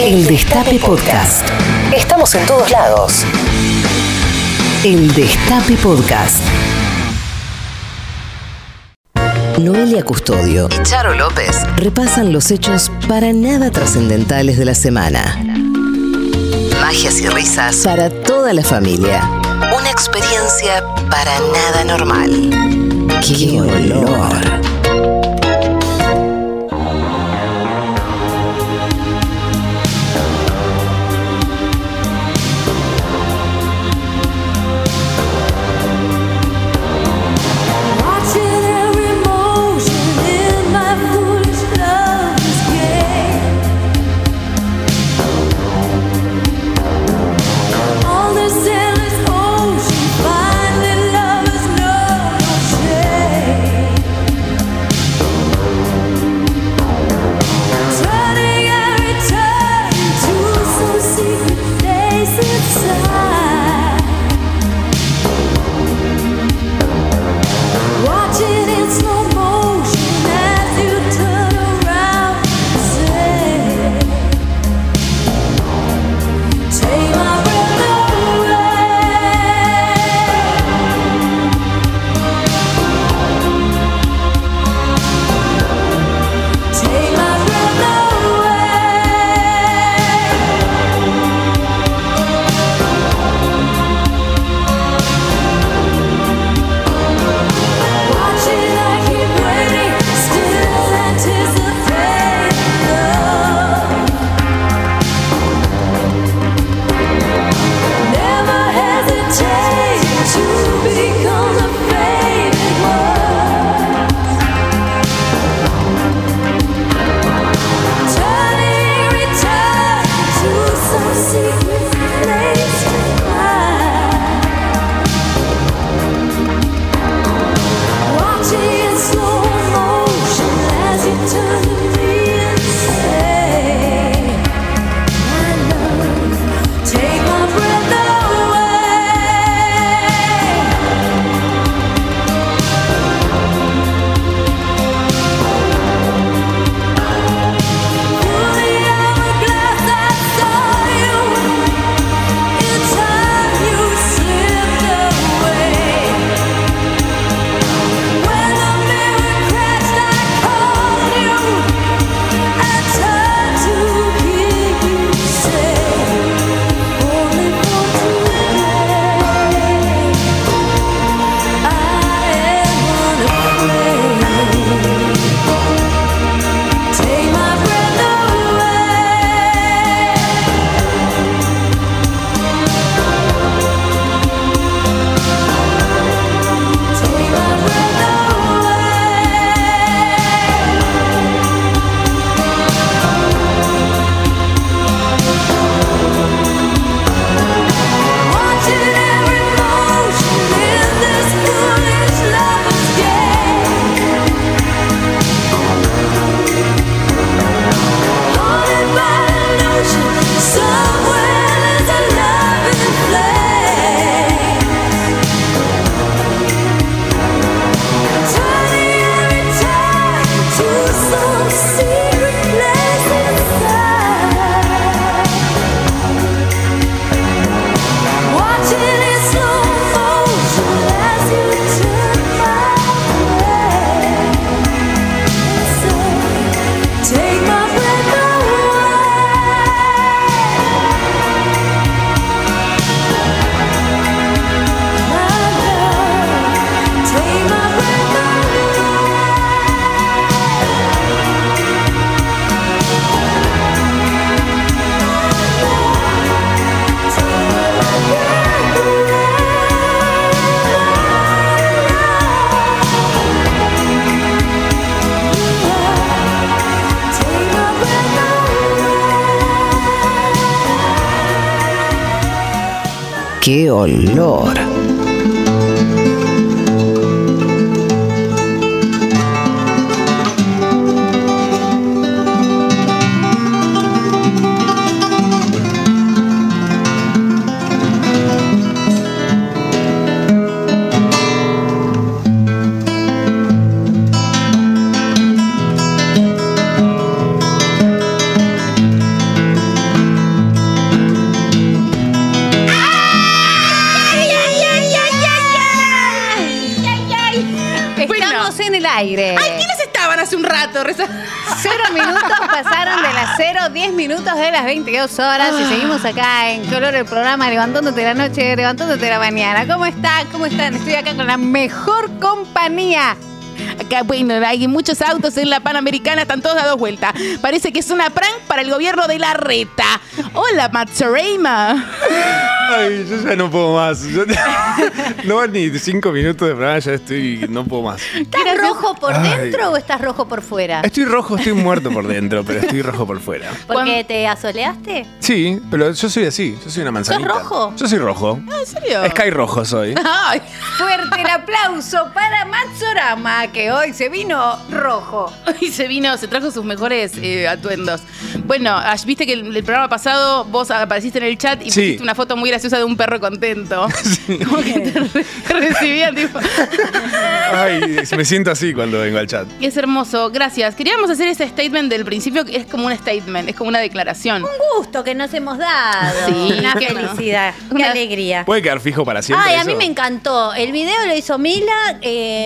El Destape Podcast. Estamos en todos lados. El Destape Podcast. Noelia Custodio y Charo López repasan los hechos para nada trascendentales de la semana. Magias y risas para toda la familia. Una experiencia para nada normal. ¡Qué olor! ¡Qué olor! aire. Ay, ¿quiénes estaban hace un rato? Reza- Cero minutos pasaron de las 0, 10 minutos de las 22 horas y seguimos acá en Color el programa, levantándote la noche, levantándote la mañana. ¿Cómo están? ¿Cómo están? Estoy acá con la mejor compañía. Acá, bueno, hay muchos autos en la Panamericana, están todos a dos vueltas. Parece que es una prank para el gobierno de la reta. Hola, Matsureima. Ay, yo ya no puedo más. Yo- no van ni cinco minutos de programa, ya estoy. No puedo más. ¿Estás rojo por Ay. dentro o estás rojo por fuera? Estoy rojo, estoy muerto por dentro, pero estoy rojo por fuera. ¿Porque te asoleaste? Sí, pero yo soy así, yo soy una manzanita. rojo? Yo soy rojo. Ah, ¿En serio? Sky rojo soy. Ay, Fuerte el aplauso para Matsorama, que hoy se vino rojo. y se vino, se trajo sus mejores eh, atuendos. Bueno, Ash, viste que el, el programa pasado vos apareciste en el chat y Sí. pusiste una foto muy graciosa de un perro contento. Como que te, re- te recibían, tipo. Ay, me siento así cuando vengo al chat. Es hermoso, gracias. Queríamos hacer ese statement del principio, que es como un statement, es como una declaración. gusto que nos hemos dado. Sí, una qué no. felicidad, qué Una- alegría. ¿Puede quedar fijo para siempre? Ay, a mí eso? me encantó. El video lo hizo Mila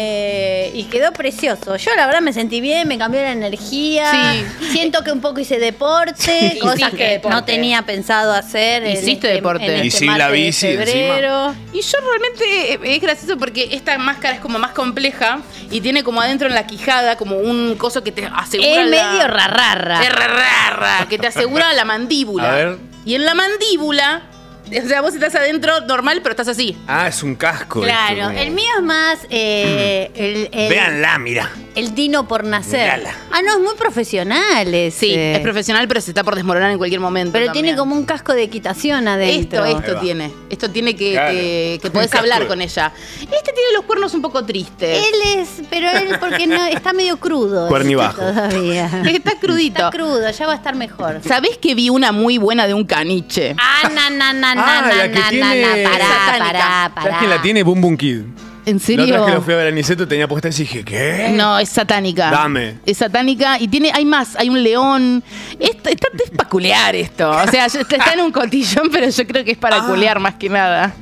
eh, y quedó precioso. Yo la verdad me sentí bien, me cambió la energía. Sí. Siento que un poco hice deporte, cosas Hiciste que deporte. no tenía pensado hacer. en Hiciste este- deporte. en este Y sí, martes la de bici encima. febrero. Y yo realmente eh, es gracioso porque esta máscara es como más compleja y tiene como adentro en la quijada como un coso que te asegura. Es la- medio rararra. Es rararra, que te asegura la mandíbula. A ver. Y en la mandíbula, o sea, vos estás adentro normal, pero estás así. Ah, es un casco. esto, Claro, como- el mío es más eh, el, el- Mm. Véanla, mira. el dino por nacer. Mirala. Ah, no, es muy profesional ese. Sí, es profesional, pero se está por desmoronar en cualquier momento. Pero también. tiene como un casco de equitación adentro. Esto, Ahí esto va. tiene. Esto tiene que, Claro. que, que Un podés casco. hablar con ella. Este tiene los cuernos un poco tristes. Él es, pero él porque no, está medio crudo. Cuernibajo. Todavía. Está crudito. Está crudo, ya va a estar mejor. ¿Sabés que vi una muy buena de un caniche? Ah, na, na, na, Ah, na, na, la que na, tiene- na, na, pará, satánica. pará, ¿Sabes pará. quién la tiene? Boom Boom Kid. ¿En La serio? otra vez que lo fui a ver a Niceto tenía puesta y dije, ¿qué? No, es satánica. Eh. Dame. Es satánica y tiene, hay más, hay un león. Está, está es pa' culear esto. O sea, yo- está, está en un cotillón, pero yo creo que es para culear más que nada.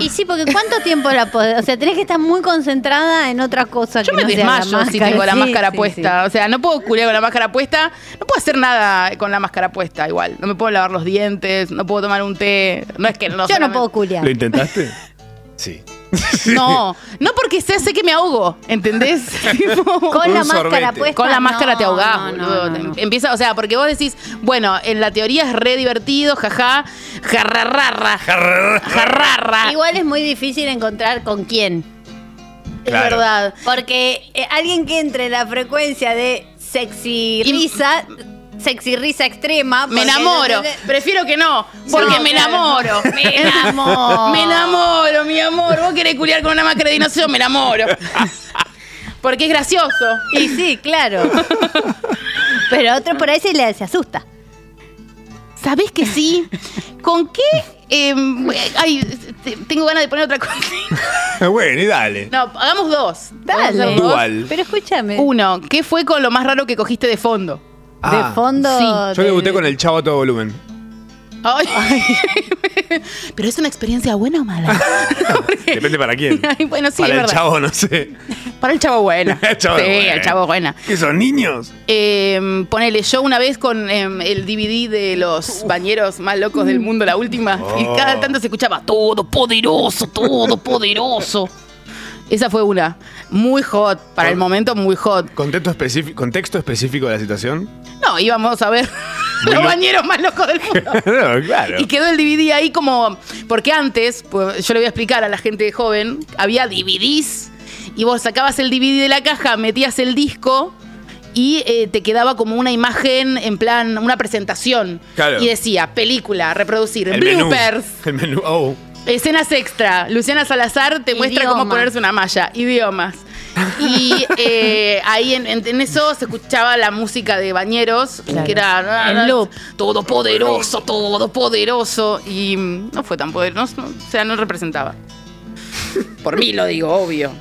Y sí, porque ¿cuánto tiempo la podés? O sea, tenés que estar muy concentrada en otra cosa Yo que me no sea la desmayo si máscara. tengo la Sí, máscara sí, puesta. O sea, no puedo culear con la máscara puesta. No puedo hacer nada con la máscara puesta igual. No me puedo lavar los dientes, no puedo tomar un té. No es que no sí. Yo no solamente- puedo culiar. ¿Lo intentaste? sí. No, no porque sé, sé que me ahogo, ¿entendés? Tipo- Con Un la máscara sorbete. puesta. Con la máscara no, te ahogás, no, no, boludo. no, no. Empieza, o sea, porque vos decís, bueno, en la teoría es re divertido, jaja, jarrarra, jarrarra. Igual es muy difícil encontrar con quién. Claro. Es verdad. Porque eh, alguien que entre en la frecuencia de sexy Y- risa, sexy risa extrema. Me porque- enamoro. Prefiero que no, porque No, me claro. enamoro. Me enamoro. Me enamoro, mi amor. Vos querés culiar con una máscara de dinosaurio, me enamoro. Porque es gracioso. Y sí, claro. Pero otro por ahí se le se asusta. ¿Sabés que sí? ¿Con qué? eh, ay, te- tengo ganas de poner otra cosa. bueno, y dale. No, hagamos dos. Dale. Hagamos dos. Dual. Pero escúchame. Uno, ¿qué fue con lo más raro que cogiste de fondo? Ah. de fondo. sí. Yo debuté con el chavo a todo volumen. Ay. Pero es una experiencia buena o mala. Porque- Depende para quién. Ay, bueno, sí, para es el verdad. chavo, no sé. Para el chavo buena. El chavo sí, buena. el chavo buena. ¿Qué son niños? Eh, ponele, yo una vez con eh, el DVD de los bañeros más locos del mundo, la última, y Oh. cada tanto se escuchaba todo poderoso, todo poderoso. Esa fue una. Muy hot, para el momento muy hot. Contexto específico, contexto específico de la situación. No, íbamos a ver Muy los lo- bañeros más locos del mundo. no, claro. Y quedó el DVD ahí como. Porque antes, pues, yo le voy a explicar a la gente joven, había DVDs y vos sacabas el DVD de la caja, metías el disco y eh, te quedaba como una imagen en plan, una presentación. Claro. Y decía, película, reproducir, el menú. bloopers, El menú. Oh. escenas extra. Luciana Salazar te muestra cómo Idioma. ponerse una malla, idiomas. Y eh, ahí en, en- en eso se escuchaba la música de bañeros, que era ah, En loop. todo poderoso, todo poderoso. Y mm, no fue tan poderoso, no- o sea, no representaba. Por mí lo digo, obvio.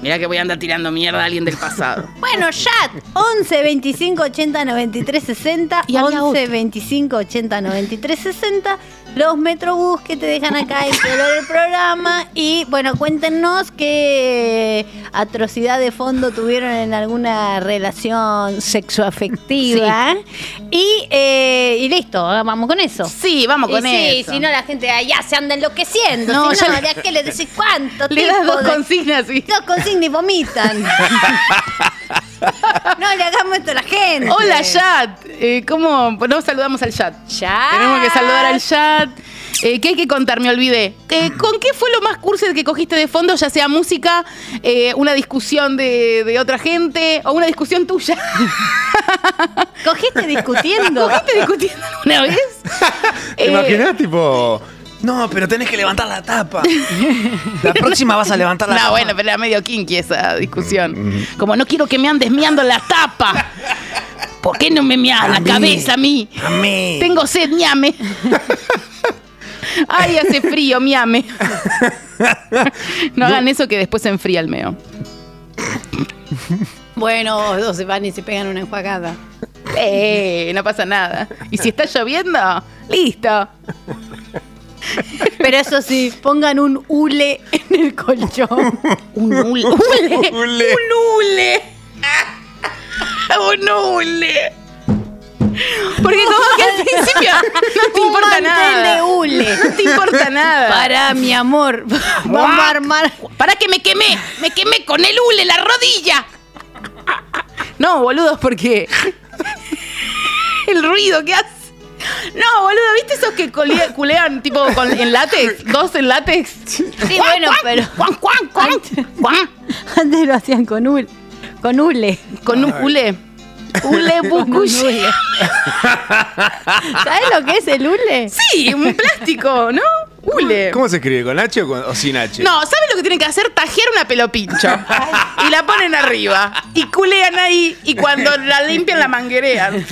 Mirá que voy a andar tirando mierda a alguien del pasado. Bueno, chat. 11 25 80 93 60. Y había 11 25 80 93 60. Los Metrobús que te dejan acá el color del programa. Y bueno, cuéntenos qué atrocidad de fondo tuvieron en alguna relación sexoafectiva. Y, eh, y listo, vamos con eso. Sí, vamos con Y sí, eso. si no la gente allá se anda enloqueciendo. No, si ya no, le- ya que le decís cuánto Le das tipo dos de- consignas y. Dos consignas y vomitan. no le hagamos esto a la gente. Hola, chat. Eh, ¿Cómo? No saludamos al chat. Ya. Tenemos que Ah. saludar al chat. Eh, ¿Qué hay que contar? Me olvidé. Eh, ¿Con qué fue lo más cursi que cogiste de fondo? Ya sea música, eh, una discusión de, de otra gente o una discusión tuya. ¿Cogiste discutiendo? ¿Cogiste discutiendo una vez? ¿Te Eh, imaginas, tipo, No, pero tenés que levantar la tapa. La próxima vas a levantar la No, tapa. bueno, pero era medio kinky esa discusión. Como no quiero que me andes meando la tapa. ¿Por qué no me meas la mí. cabeza a mí? A mí. Tengo sed, ñame. Ay, hace frío, miame. No hagan eso que después se enfría el meo. Bueno, los dos se van y se pegan una enjuagada. Eh, no pasa nada. Y si está lloviendo, listo. Pero eso sí, pongan un hule en el colchón. Un hule. Un Ule. hule. Un hule. Porque como que al principio no te Un importa mantel nada. de hule. No te importa nada. Para mi amor. Vamos a armar. Para que me quemé, me quemé con el hule, la rodilla. No, boludos, porque el ruido que hace. No, boludo, ¿viste esos que colea- culean tipo con- en látex? ¿Dos en látex? Sí, bueno, pero- Cuan, cuan, cuan, cuan. Antes lo hacían con hule. Con hule. Con un hule. Hule bucuye. ¿Sabes lo que es el hule? Sí, un plástico, ¿no? Hule. ¿Cómo se escribe? ¿Con H o, con- o sin H? No, ¿saben lo que tienen que hacer? Tajear una pelopincho. Y la ponen arriba. Y culean ahí. Y cuando la limpian, la manguerean.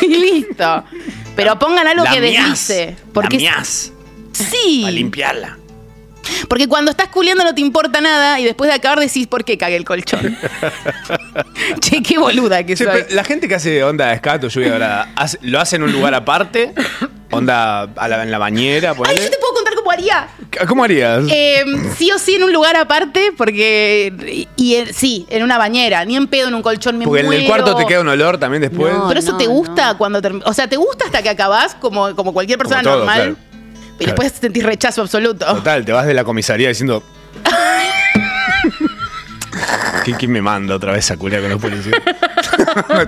Y listo. Pero pongan algo La que miás. deslice. La Porque miás. Para sí. limpiarla. Porque cuando estás culeando no te importa nada. Y después de acabar decís, ¿por qué cagué el colchón? che, qué boluda que Che, soy. pero la gente que hace onda escato, lluvia dorada, hace- ¿lo hace en un lugar aparte? ¿Onda a la- en la bañera? Ay, ponele? yo te puedo contar cómo haría. ¿Cómo harías? Eh, sí o sí en un lugar aparte, porque. Y en- sí, en una bañera, ni en pedo en un colchón. Me Porque en el muero. cuarto te queda un olor también después. No, Pero eso te gusta cuando terminas. O sea, te gusta hasta que acabás como, como cualquier persona Como todo, normal. claro. Pero después sentís rechazo absoluto. Total, te vas de la comisaría diciendo. ¿Qui- ¿Quién me manda otra vez a culiar con los policías?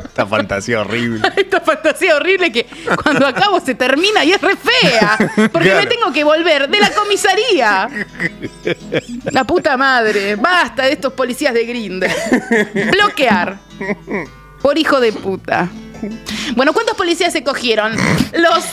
Esta fantasía horrible. Esta fantasía horrible que cuando acabo se termina y es re fea. Porque me Claro. tengo que volver de la comisaría. La puta madre. Basta de estos policías de Grindr. Bloquear. Por hijo de puta. Bueno, ¿cuántos policías se cogieron? Los.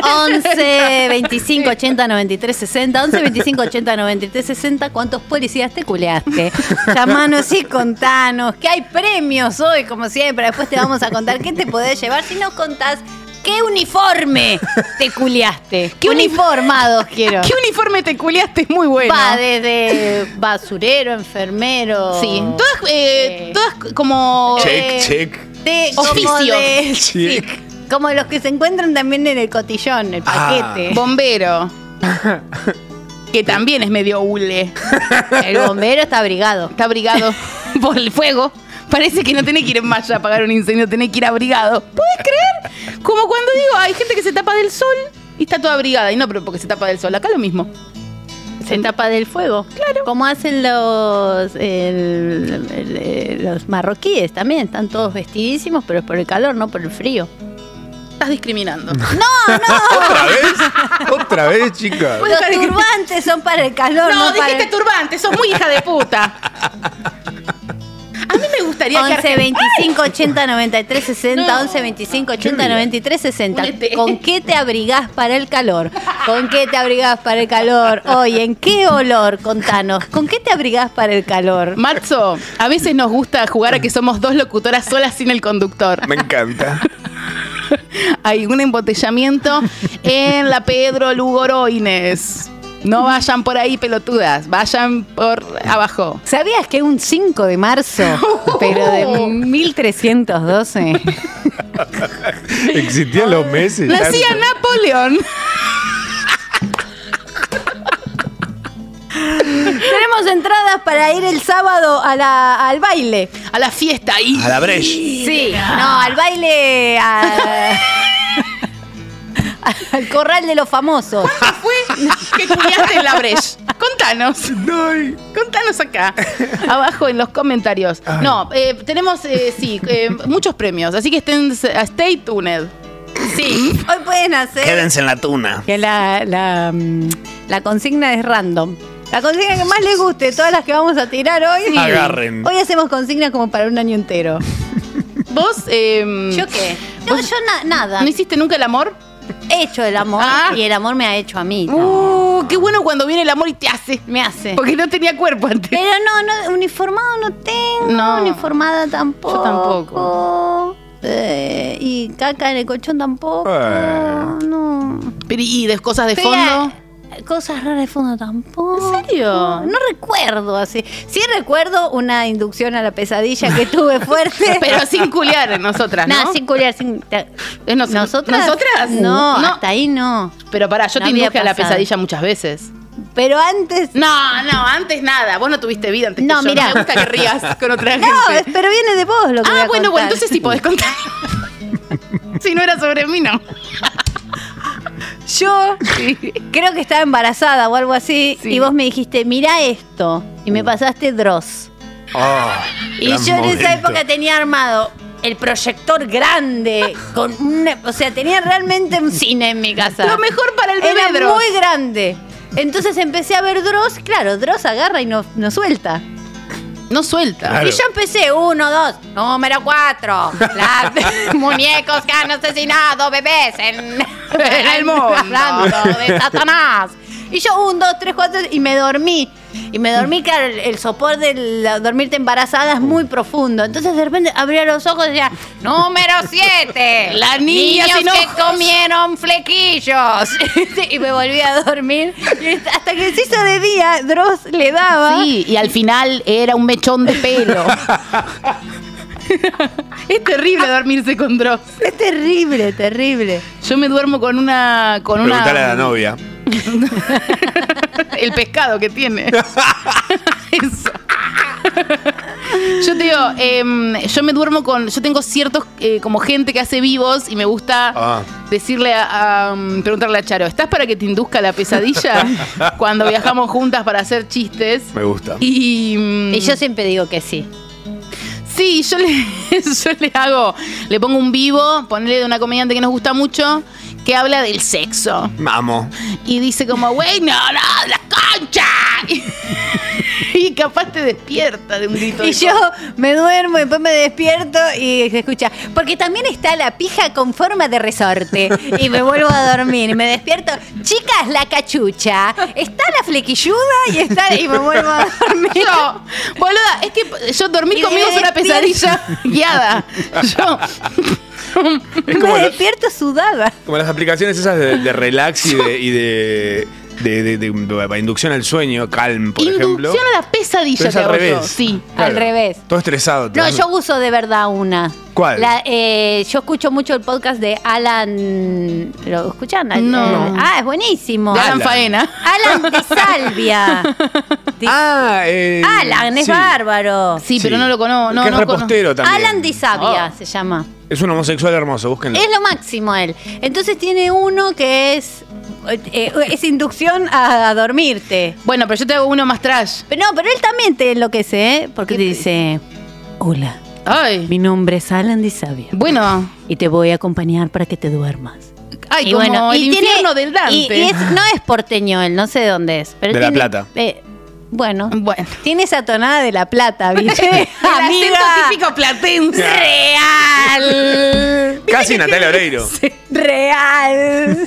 11 25 80 93 60 11 25 80 93 60 ¿Cuántos policías te culeaste? Llamanos y contanos que hay premios hoy como siempre después te vamos a contar qué te podés llevar si nos contás qué uniforme te culeaste qué uniformados quiero ¿Qué uniforme te culiaste? Es muy bueno. va desde basurero enfermero Sí, todas, eh, Eh, todas como... Check, check. de- como Oficio. de- Sí. como los que se encuentran también en el cotillón el Ah. paquete eh, Bombero. que también es medio hule. el bombero está abrigado Está abrigado por el fuego. Parece que no tiene que ir en malla a apagar un incendio, tiene que ir abrigado. ¿Puedes creer? Como cuando digo, hay gente que se tapa del sol y está toda abrigada. Y no, pero porque se tapa del sol. Acá lo mismo. Se tapa del fuego. Claro. Como hacen los, el- el- el- los marroquíes también. Están todos vestidísimos, pero es por el calor, no por el frío. Estás discriminando. ¿Otra vez? ¿Otra vez, chica? Pues- Los turbantes son para el calor, pues, no, No, para dijiste el... turbante, sos muy hija de puta. A mí me gustaría que 11 Argentina- 25 80 93 60 11 25 80 93 60 Únete. ¿Con qué te abrigás para el calor? ¿Con qué te abrigás para el calor? Hoy, ¿en qué olor? Contanos. ¿Con qué te abrigás para el calor? Marzo, a veces nos gusta jugar a que somos dos locutoras solas sin el conductor. Me encanta. Hay un embotellamiento en la Pedro Lugoroines. No vayan por ahí pelotudas, vayan por abajo. ¿Sabías que un 5 de marzo, pero de Oh. 1312? Existían los meses. Nacía Napoleón. Tenemos entradas para ir el sábado a la- al baile. A la fiesta ahí. A la breche. Sí, no, al baile. a- al corral de los famosos. ¿Qué fue que culiaste en la brecha? Contanos. Contanos acá, abajo en los comentarios. No, eh, tenemos, eh, sí, eh, muchos premios, así que estén, stay tuned. Sí. Hoy pueden hacer. Quédense en la tuna. Que la, la, mm, la consigna es random. La consigna que más les guste, todas las que vamos a tirar hoy. Agarren. Hoy hacemos consigna como para un año entero. ¿Vos eh, ¿Yo qué? No, Mm. yo na- nada. no hiciste nunca el amor? He hecho el amor Ah. y el amor me ha hecho a mí. Uh, qué bueno cuando viene el amor y te hace. Me hace. Porque no tenía cuerpo antes. Pero no, no, uniformado no tengo. No. Uniformada tampoco. Yo tampoco. Eh, y caca en el colchón tampoco. Eh. No. Pero, ¿Y de cosas de Pero, fondo? eh, Cosas raras de fondo tampoco. ¿En serio? No recuerdo así. Sí recuerdo una inducción a la pesadilla que tuve fuerte. Pero sin culiar en nosotras, ¿no? Nada, sin culiar, sin. te- Eh, nos- ¿Nosotras? ¿Nosotras? No, No. hasta ahí no. Pero pará, yo No te había induje a la pasado. pesadilla muchas veces. Pero antes. No, no, antes nada. Vos no tuviste vida antes No, que yo. mirá. No me gusta que rías con otra gente. No, pero viene de vos lo que voy ah, a bueno, bueno, contar. entonces sí podés contar. si no era sobre mí, no. Yo creo que estaba embarazada o algo así. Sí. Y vos me dijiste, mirá esto. Y me pasaste Dross. Ah, Y Mm. gran yo en esa momento. época tenía armado el proyector grande. con una- O sea, tenía realmente un cine en mi casa. Lo mejor para el bebé, Era Dross. muy grande. Entonces empecé a ver Dross. Claro, Dross agarra y no, no suelta. No suelta. Claro. Y yo empecé, uno, dos, número cuatro. Las muñecos que han asesinado bebés en, En el mundo. hablando de Satanás. Y yo, un, dos, tres, cuatro, y me dormí. Y me Mm. dormí, claro, el, el sopor de la- dormirte embarazada es muy profundo. Entonces de repente abría los ojos y decía, número siete. La niña niños sin que ojos". comieron flequillos. y me volví a dormir. Y hasta que se hizo de día, Dross le daba. Sí, y al final era un mechón de pelo. es terrible dormirse con Dross. Es terrible, terrible. Yo me duermo con una. con una. Preguntale a la novia. el pescado que tiene. Eso. Yo te digo, em, yo me duermo con. Yo tengo ciertos. eh, como gente que hace vivos y me gusta Ah. decirle a, a, um, Preguntarle a Charo, ¿estás para que te induzca la pesadilla? cuando viajamos juntas para hacer chistes. Me gusta. Y. mm, Y yo siempre digo que sí. Sí, yo le, yo le hago, le pongo un vivo, ponele de una comediante que nos gusta mucho, que habla del sexo. Vamos. Y dice como, güey, no, no, la concha. Y, y capaz te despierta de un grito. de Y yo me duermo y después me despierto y se escucha. Porque también está la pija con forma de resorte. Y me vuelvo a dormir. Y me despierto. Chicas, la cachucha. Está la flequilluda y está. Y me vuelvo a dormir. Yo, boluda, es que yo dormí Y conmigo me es una despierta. pesadilla guiada. Yo, Es me como, la- despierto sudada. como las aplicaciones esas de, de relax y de, y de, de- de- de- de inducción al sueño, Calm, por ejemplo. inducción a la pesadilla Pero es te al hago yo. revés. Sí. Al revés. Todo estresado. te No, vas- yo uso de verdad una. ¿Cuál? La, eh, yo escucho mucho el podcast de Alan. ¿Lo escuchan? El- No. el- ah, es buenísimo. De Alan Alan. Faena. Alan Di Salvia. Di- Ah, eh, Alan, es sí. bárbaro. Sí, pero no lo conozco. No, que no es conozco. repostero también. Oh. Alan Di Salvia se llama. Es un homosexual hermoso, búsquenlo. Es lo máximo él. Entonces tiene uno que es. eh, eh, es inducción a, a dormirte. Bueno, pero yo te hago uno más trash. Pero no, pero él también te enloquece, ¿eh? Porque te dice: Hola, Ay. mi nombre es Alan Di Salvia Bueno, y te voy a acompañar para que te duermas. ay, como el tiene- infierno del Dante. Y, y es- no es porteño él, no sé de dónde es. Pero De La tiene- Plata. eh, bueno. Bueno. Tiene esa tonada de la plata, ¿viste? El Amiga. acento típico platense. Real. Casi Natalia Oreiro. este, Real.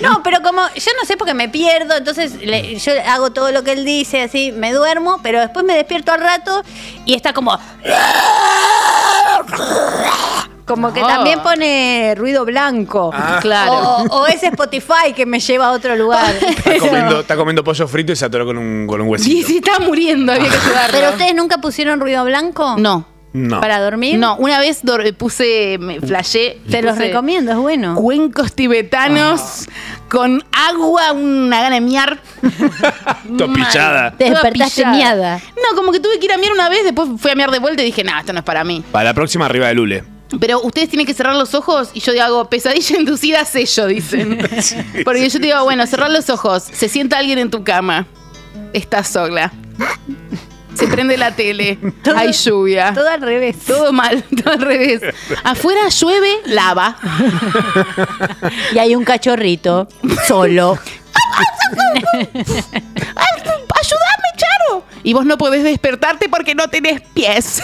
No, pero como yo no sé porque me pierdo, entonces le- yo hago todo lo que él dice, así, me duermo, pero después me despierto al rato y está como... Como que No. también pone ruido blanco. Ah. Claro. O, o ese Spotify que me lleva a otro lugar. Está comiendo, está comiendo pollo frito y se atoró con un, con un Y huesito. se está muriendo, había que ayudarlo. Ah. ¿Pero ustedes nunca pusieron ruido blanco? No. No. ¿Para dormir? No, una vez dor- eh, puse, me flashé. Te los puse recomiendo, Ah. es bueno. Cuencos tibetanos con agua, una gana de miar. Topichada. Te Toda despertaste pillada. miada. No, como que tuve que ir a miar una vez, después fui a miar de vuelta y dije, nada, esto no es para mí. Para la próxima, arriba de Lule. Pero ustedes tienen que cerrar los ojos y yo hago pesadilla inducida sello, dicen. Porque yo te digo, bueno, cerrar los ojos, se sienta alguien en tu cama, estás sola. Se prende la tele, hay lluvia. Todo al revés. Todo mal, todo al revés. Afuera llueve, lava. Y hay un cachorrito solo. ¡Ay, ¡Ayúdame, Charo! Y vos no podés despertarte porque no tenés pies.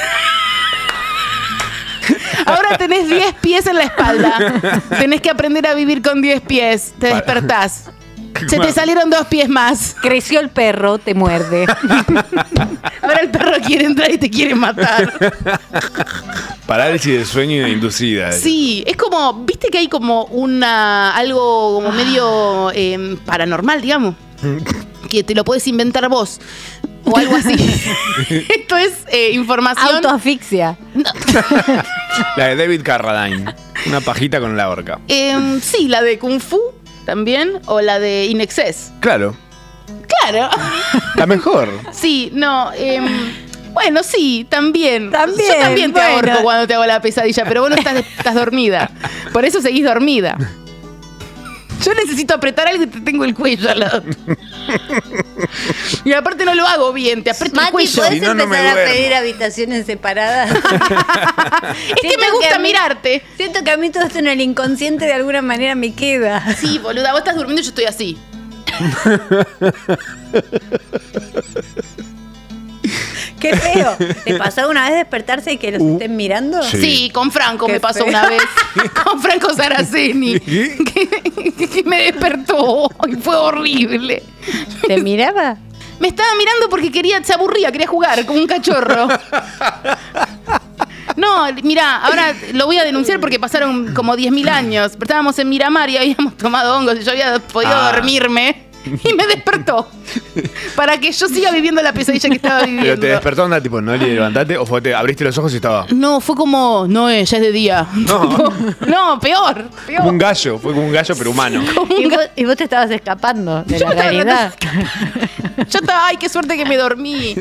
Ahora tenés 10 pies en la espalda. Tenés que aprender a vivir con 10 pies. Te despertás. Se te salieron dos pies más. Creció el perro, te muerde. Ahora el perro quiere entrar y te quiere matar. Parálisis de sueño inducida. Sí, es como, viste que hay como una algo como medio eh, paranormal, digamos. Que te lo puedes inventar vos. O algo así. Esto es eh, información. Autoasfixia. La de David Carradine. Una pajita con la horca. Em, sí, la de Kung Fu también, o la de In Excess. Claro. Claro. La mejor. Sí, no. em, bueno, sí, también. También, Yo también te bueno. ahorco cuando te hago la pesadilla, pero vos no estás, estás dormida. Por eso seguís dormida. Yo necesito apretar algo y te tengo el cuello al lado. Y aparte no lo hago bien, te aprieto el Mati, cuello. ¿podés Si no, no me empezar a duermo. pedir habitaciones separadas? Es que me gusta mirarte. Siento que a mí todo esto en el inconsciente de alguna manera me queda. Sí, boluda, vos estás durmiendo y yo estoy así. Qué feo. ¿Te pasó alguna vez despertarse y que los estén mirando? Uh. Sí. Sí, con Franco Qué me pasó feo. una vez. Con Franco Saraceni. ¿Qué? Que, que me despertó y fue horrible. ¿Te miraba? Me estaba mirando porque quería, se aburría, quería jugar como un cachorro. No, mira, ahora lo voy a denunciar porque pasaron como 10.000 años. Pero estábamos en Miramar y habíamos tomado hongos y yo había podido Ah. dormirme. Y me despertó. Para que yo siga viviendo la pesadilla que estaba viviendo. Pero te despertó onda tipo, no le levantaste o fue, te abriste los ojos y estaba. No, fue como, no, eh, ya es de día. No, peor. peor. Como un gallo, fue como un gallo pero humano. Y vos, y vos te estabas escapando de Yo la me estaba realidad. Yo estaba, ay, qué suerte que me dormí.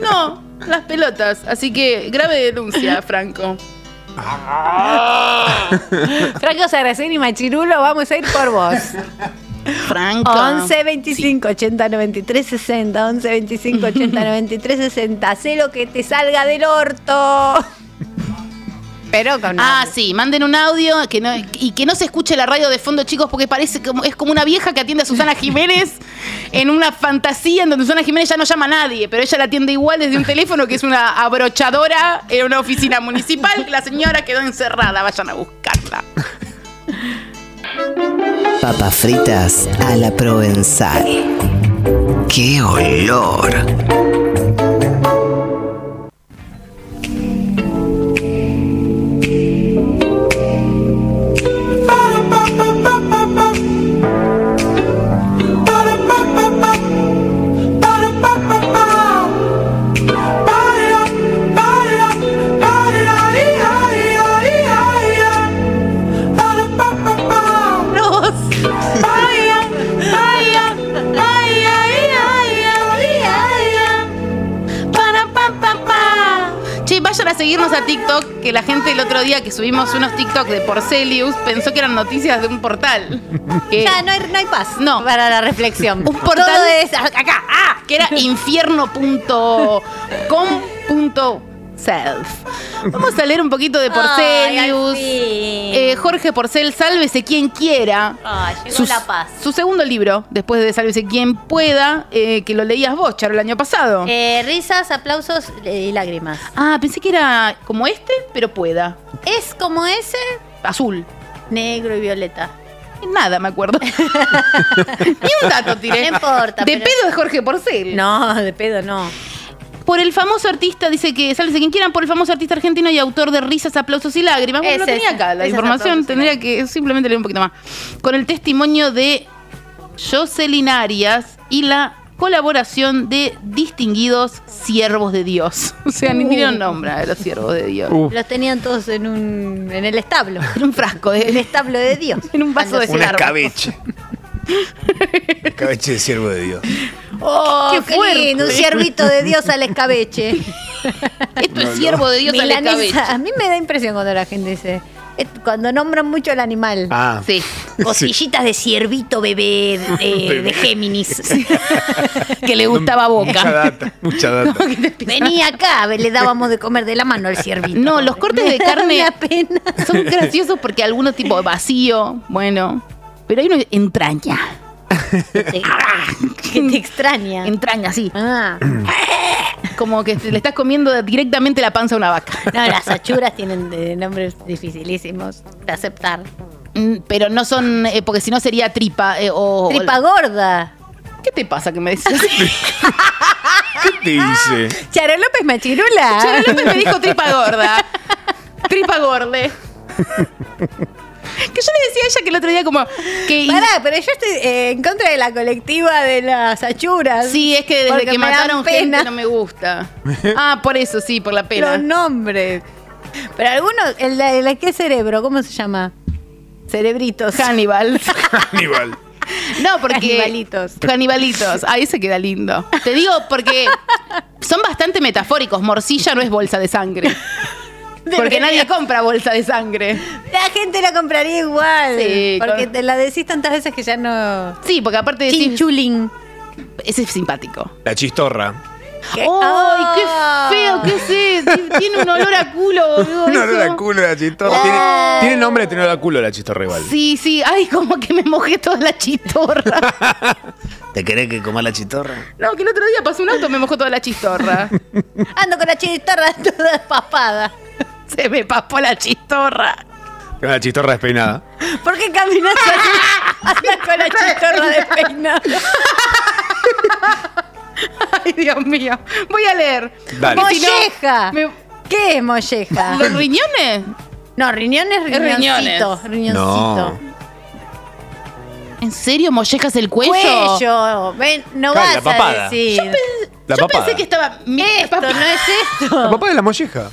No, las pelotas. Así que grave denuncia, Franco. Franco Saraceni y Machirulo, vamos a ir por vos. Franco. 11 25 80 93 60 11 25 80 93 60 sé lo que te salga del orto Pero con Ah, sí, manden un audio que no, y que no se escuche la radio de fondo, chicos, porque parece como, es como una vieja que atiende a Susana Jiménez en una fantasía en donde Susana Jiménez ya no llama a nadie, pero ella la atiende igual desde un teléfono que es una abrochadora en una oficina municipal. La señora quedó encerrada, vayan a buscarla. Papas fritas a la provenzal. ¡Qué olor! Che, vayan a seguirnos a TikTok, que la gente el otro día que subimos unos TikTok de Porcelius pensó que eran noticias de un portal. Que- ya no hay, Eh, no hay paz No. para la reflexión Un portal- Todo es a- acá ah que era infierno.com.self. Vamos a leer un poquito de Porcelius. Eh, Jorge Porcel, sálvese quien quiera. llegó la paz su segundo libro, después de Sálvese quien pueda, eh, que lo leías vos, Charo, el año pasado. Eh, risas aplausos eh, y lágrimas Ah, pensé que era como este, pero pueda. es como ese Azul. negro y violeta Nada, me acuerdo. Ni un dato tiré. No importa, De pero- pedo de Jorge Porcel. no de pedo no Por el famoso artista, dice que, sálvese quien quieran, por el famoso artista argentino y autor de risas, aplausos y lágrimas. Bueno, Es lo tenía ese, acá, la es información aplausos y tendría que simplemente leer un poquito más. Con el testimonio de Jocelyn Arias y la colaboración de distinguidos siervos de Dios. O sea, ni dieron nombre a los siervos de Dios. Uf, Los tenían todos en un en el establo, En Uh. un frasco eh. el de... establo de Dios. En un vaso de un cigarro. escabeche. escabeche de siervo de Dios. ¡Oh, Qué qué fuerte! lindo, un ciervito de Dios al escabeche. Esto No, es no. siervo de Dios al escabeche. Milanesa. A mí me da impresión cuando la gente dice, eh, cuando nombran mucho al animal. Ah, Sí. Cosillitas de ciervito bebé eh, de, de Géminis. Que le gustaba mucha boca. data, mucha data. Venía acá, le dábamos de comer de la mano al ciervito. No, los cortes Me de da carne- una pena. Son graciosos porque algunos tipo vacío, bueno. Pero hay uno entraña. que te extraña. Entraña, sí. Ah, Como que le estás comiendo directamente la panza a una vaca. no, las achuras tienen de- nombres dificilísimos de aceptar. Mm, Pero no son, eh, porque si no sería tripa eh, o... Tripa gorda. ¿Qué te pasa que me decís así? ¿Qué te dice? Charo López Machirula. Charo López me dijo tripa gorda. Tripa gorde. Que yo le decía a ella que el otro día como... Que Pará, pero yo estoy eh, en contra de la colectiva de las achuras. Sí, es que desde Porque que me dan mataron pena. gente no me gusta. Ah, por eso, sí, por la pena. Los nombres. Pero algunos, el de, el de qué cerebro, ¿cómo se llama? Cerebritos. Hannibal. Aníbal. No, porque. Canibalitos. Canibalitos. Ahí se queda lindo. Te digo porque son bastante metafóricos. Morcilla no es bolsa de sangre. Porque nadie compra bolsa de sangre. La gente la compraría igual. Sí, porque con- te la decís tantas veces que ya no. Sí, porque aparte decís, Chinchulín. ese es simpático. La chistorra. ¿Qué? ¡Ay, Ah. qué feo! ¿Qué sé? Ti- Tiene un olor a culo, boludo. No, no eso. la culo la chistorra. Tiene, tiene nombre de tener la culo la chistorra igual. Sí, sí. Ay, como que me mojé toda la chistorra. ¿Te querés que coma la chitorra? No, que el otro día pasó un auto y me mojó toda la chistorra. Ando con la chistorra toda papada. Se me papó la chistorra. La chistorra despeinada. ¿Por qué caminas así? Andas con la chistorra de peinado. Ay, Dios mío. Voy a leer. Dale. Porque si no, Molleja. me- ¿Qué es molleja? ¿Los riñones? No, riñones, Es riñoncito. Riñoncito. No. ¿En serio mollejas el cuello? Cuello. Ven, no Claro, la vas papada. a decir. La Yo papada. pensé que estaba. Mira, Esto no es esto. La papada de la molleja.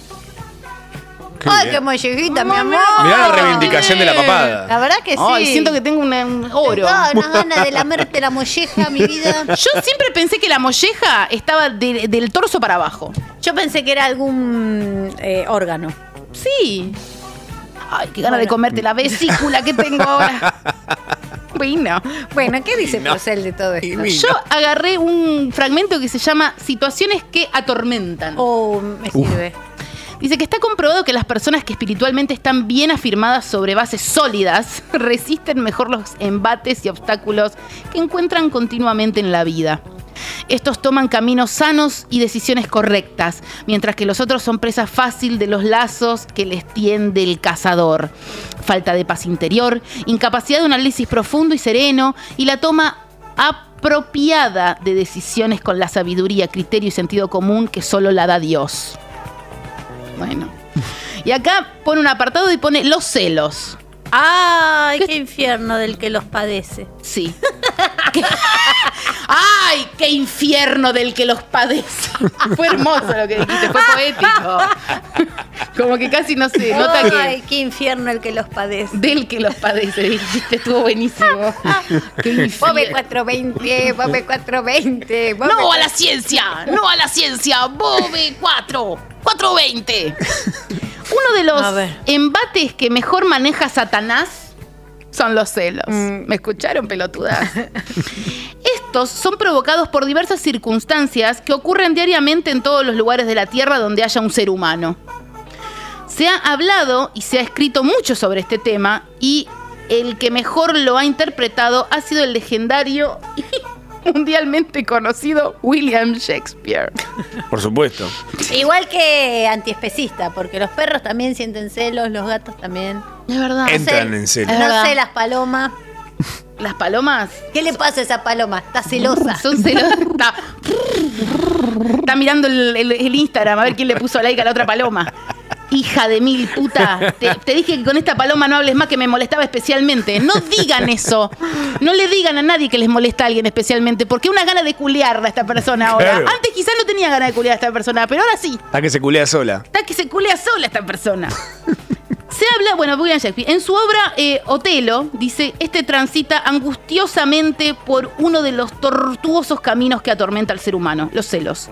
Qué Ay, bien. qué mollejita, mi amor. Mirá la reivindicación de la papada. La verdad que este, sí. Ay, siento que tengo un, un oro. No, una gana de lamerte la molleja, mi vida. Yo siempre pensé que la molleja estaba de- del torso para abajo. Yo pensé que era algún eh, órgano. Sí. Ay, qué gana de Bueno. comerte la vesícula que tengo ahora. Bueno. Bueno, ¿qué dice Porcel de todo esto? Yo agarré un fragmento que se llama Situaciones que atormentan. Oh, me sirve. Dice que está comprobado que las personas que espiritualmente están bien afirmadas sobre bases sólidas resisten mejor los embates y obstáculos que encuentran continuamente en la vida. Estos toman caminos sanos y decisiones correctas, mientras que los otros son presa fácil de los lazos que les tiende el cazador. Falta de paz interior, incapacidad de un análisis profundo y sereno y la toma apropiada de decisiones con la sabiduría, criterio y sentido común que solo la da Dios. Bueno. Y acá pone un apartado y pone los celos. Ay, qué infierno del que los padece. Sí. ¿Qué? ¡Ay, qué infierno del que los padece! Fue hermoso lo que dijiste, fue poético. Como que casi no se nota Ay, que... qué infierno el que los padece. Del que los padece, dijiste, estuvo buenísimo. Qué Pobre infierno. 420, Pobre 420. Bobe ¡No a 420. la ciencia! ¡No a la ciencia! ¡Bobe 4! ¡420! Uno de A los ver. embates que mejor maneja Satanás son los celos. Mm. ¿Me escucharon, pelotudas? Estos son provocados por diversas circunstancias que ocurren diariamente en todos los lugares de la Tierra donde haya un ser humano. Se ha hablado y se ha escrito mucho sobre este tema y el que mejor lo ha interpretado ha sido el legendario y mundialmente conocido William Shakespeare. Por supuesto. Igual que antiespecista, porque los perros también sienten celos, los gatos también. Es verdad. No sé, Entran en celos. Es verdad. No sé, las palomas. Las palomas ¿Qué le pasa a esa paloma? Está celosa. son celosas. Está mirando el, el- el Instagram a ver quién le puso like a la otra paloma. Hija de mil puta, te, te dije que con esta paloma no hables más que me molestaba especialmente. No digan eso. No le digan a nadie que les molesta a alguien especialmente, porque una gana de culearla a esta persona ahora. Claro. Antes quizás no tenía ganas de culear a esta persona, pero ahora sí. Está que se culea sola. Está que se culea sola esta persona. Se habla, bueno, William Shakespeare. En su obra eh, Otelo, dice, este transita angustiosamente por uno de los tortuosos caminos que atormenta al ser humano, los celos.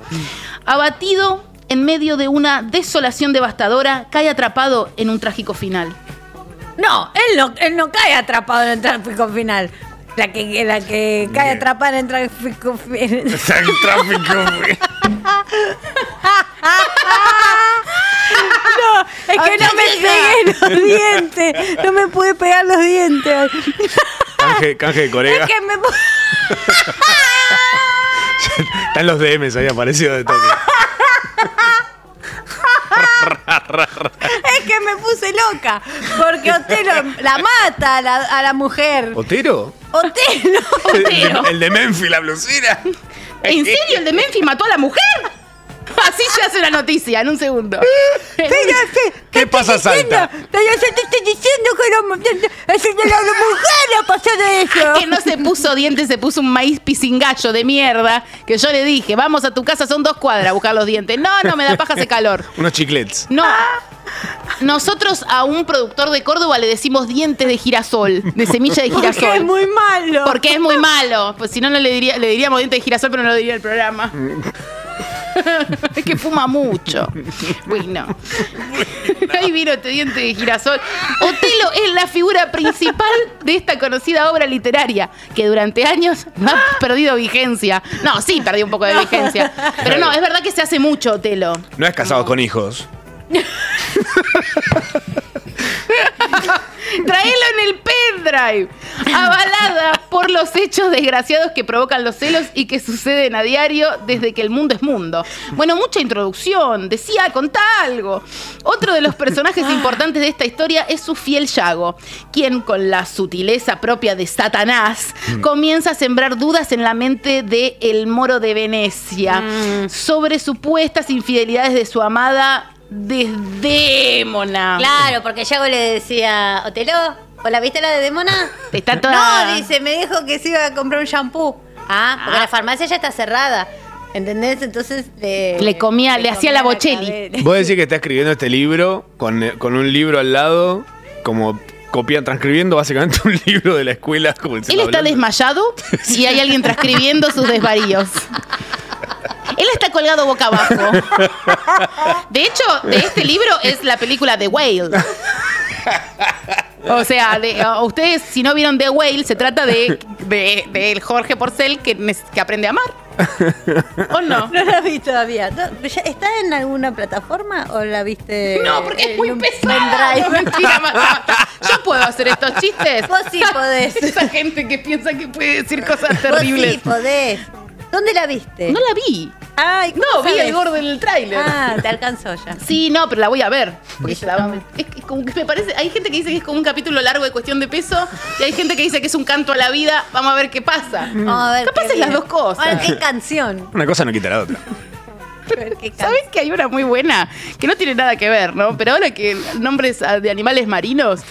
Abatido en medio de una desolación devastadora, cae atrapado en un trágico final. No, él no, él no cae atrapado en el tráfico final. La que, la que cae atrapada en el tráfico final. Está en tráfico. Es que no me pegué los dientes. No me pude pegar los dientes. Canje, canje de Es Corea. que me pu- Están los DMs ahí aparecido de toque. Es que me puse loca. Porque Otelo la mata a la, a la mujer. ¿Otero? Otelo. El de, el de Memphis, la blusina. ¿En serio el de Memphis mató a la mujer? Así se hace la noticia en un segundo. Mira, ¿qué, ¿Qué pasa, estoy diciendo? Salta? Pero yo te estoy diciendo que la, es que la mujer le pasó de eso. que no se puso dientes, se puso un maíz pisingallo de mierda. Que yo le dije, vamos a tu casa, son dos cuadras a buscar los dientes. No, no, me da paja ese calor. Unos chiclets. No. Nosotros a un productor de Córdoba le decimos dientes de girasol, de semilla de girasol. Porque es muy malo. Porque es muy malo. Pues si no, no le, diría, le diríamos dientes de girasol, pero no lo diría el programa. es que fuma mucho. Bueno. Ahí vino este diente de girasol. Otelo es la figura principal de esta conocida obra literaria, que durante años no ha perdido vigencia. No, sí, perdió un poco de vigencia. Pero no, es verdad que se hace mucho Otelo. No es casado con hijos. Traelo en el pendrive. Avalada por los hechos desgraciados que provocan los celos y que suceden a diario desde que el mundo es mundo. Bueno, mucha introducción. Decía, contá algo. Otro de los personajes importantes de esta historia es su fiel Yago, quien con la sutileza propia de Satanás comienza a sembrar dudas en la mente de el moro de Venecia Mm. sobre supuestas infidelidades de su amada Desdémona. Claro, porque Yago le decía, Otelo, ¿hola viste la de Demona? Está toda... No, dice, me dijo que se iba a comprar un shampoo. Ah, porque la farmacia ya está cerrada. ¿Entendés? Entonces eh, le, Le comía- le hacía la Bocelli. cabeza. Vos decís que está escribiendo este libro con, eh, con un libro al lado, como copian, transcribiendo básicamente un libro de la escuela. Como Él está desmayado y hay alguien transcribiendo sus desvaríos. Él está colgado boca abajo. De hecho, de este libro es la película The Whale. O sea, de- a ustedes si no vieron The Whale, se trata de, de, del Jorge Porcel que, nes- que aprende a amar. ¿O no? No la vi todavía. No, pero ya- ¿Está en alguna plataforma o la viste? No, porque es muy en un pesada. No, pendrive? mentira, ma- ma- Yo puedo hacer estos chistes. Vos sí podés. Esa gente que piensa que puede decir cosas Vos sí terribles. podés. ¿Dónde la viste? No la vi. Ay, ¿cómo No, vi sabés? el gordo en el tráiler. Ah, te alcanzó ya. Sí, no, pero la voy a ver. Porque se la va- es, que como que me parece, hay gente que dice que es como un capítulo largo de cuestión de peso y hay gente que dice que es un canto a la vida. Vamos a ver qué pasa. Vamos a ver. Capaz qué es las viene. dos cosas. Ahora, ¿qué canción? Una cosa no quita la otra. Pero qué can- ¿Sabes que hay una muy buena? Que no tiene nada que ver, ¿no? Pero ahora que nombres ah, de animales marinos,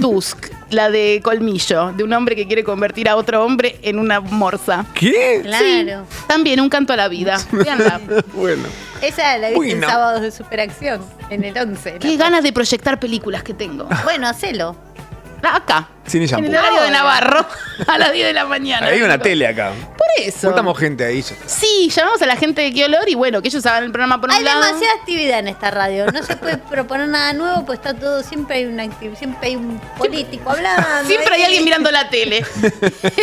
Tusk, la de Colmillo, de un hombre que quiere convertir a otro hombre en una morsa. ¿Qué? Claro. Sí, también un canto a la vida. Veanla. Bueno. Esa la viste Uy, no. en Sábados de Superacción, en el 11. Qué ganas de proyectar películas que tengo. Ah, Bueno, hacelo. Acá. Cine En shampoo. el horario de Navarro, a las 10 de la mañana. Ahí hay una tele acá. Por eso. Juntamos gente ahí. ya está. Sí, llamamos a la gente de Olor y bueno, que ellos hagan el programa por un Hay lado. demasiada actividad en esta radio. No se puede proponer nada nuevo, pues está todo, siempre hay una acti- siempre hay un político hablando. Siempre hay ¿eh? alguien mirando la tele.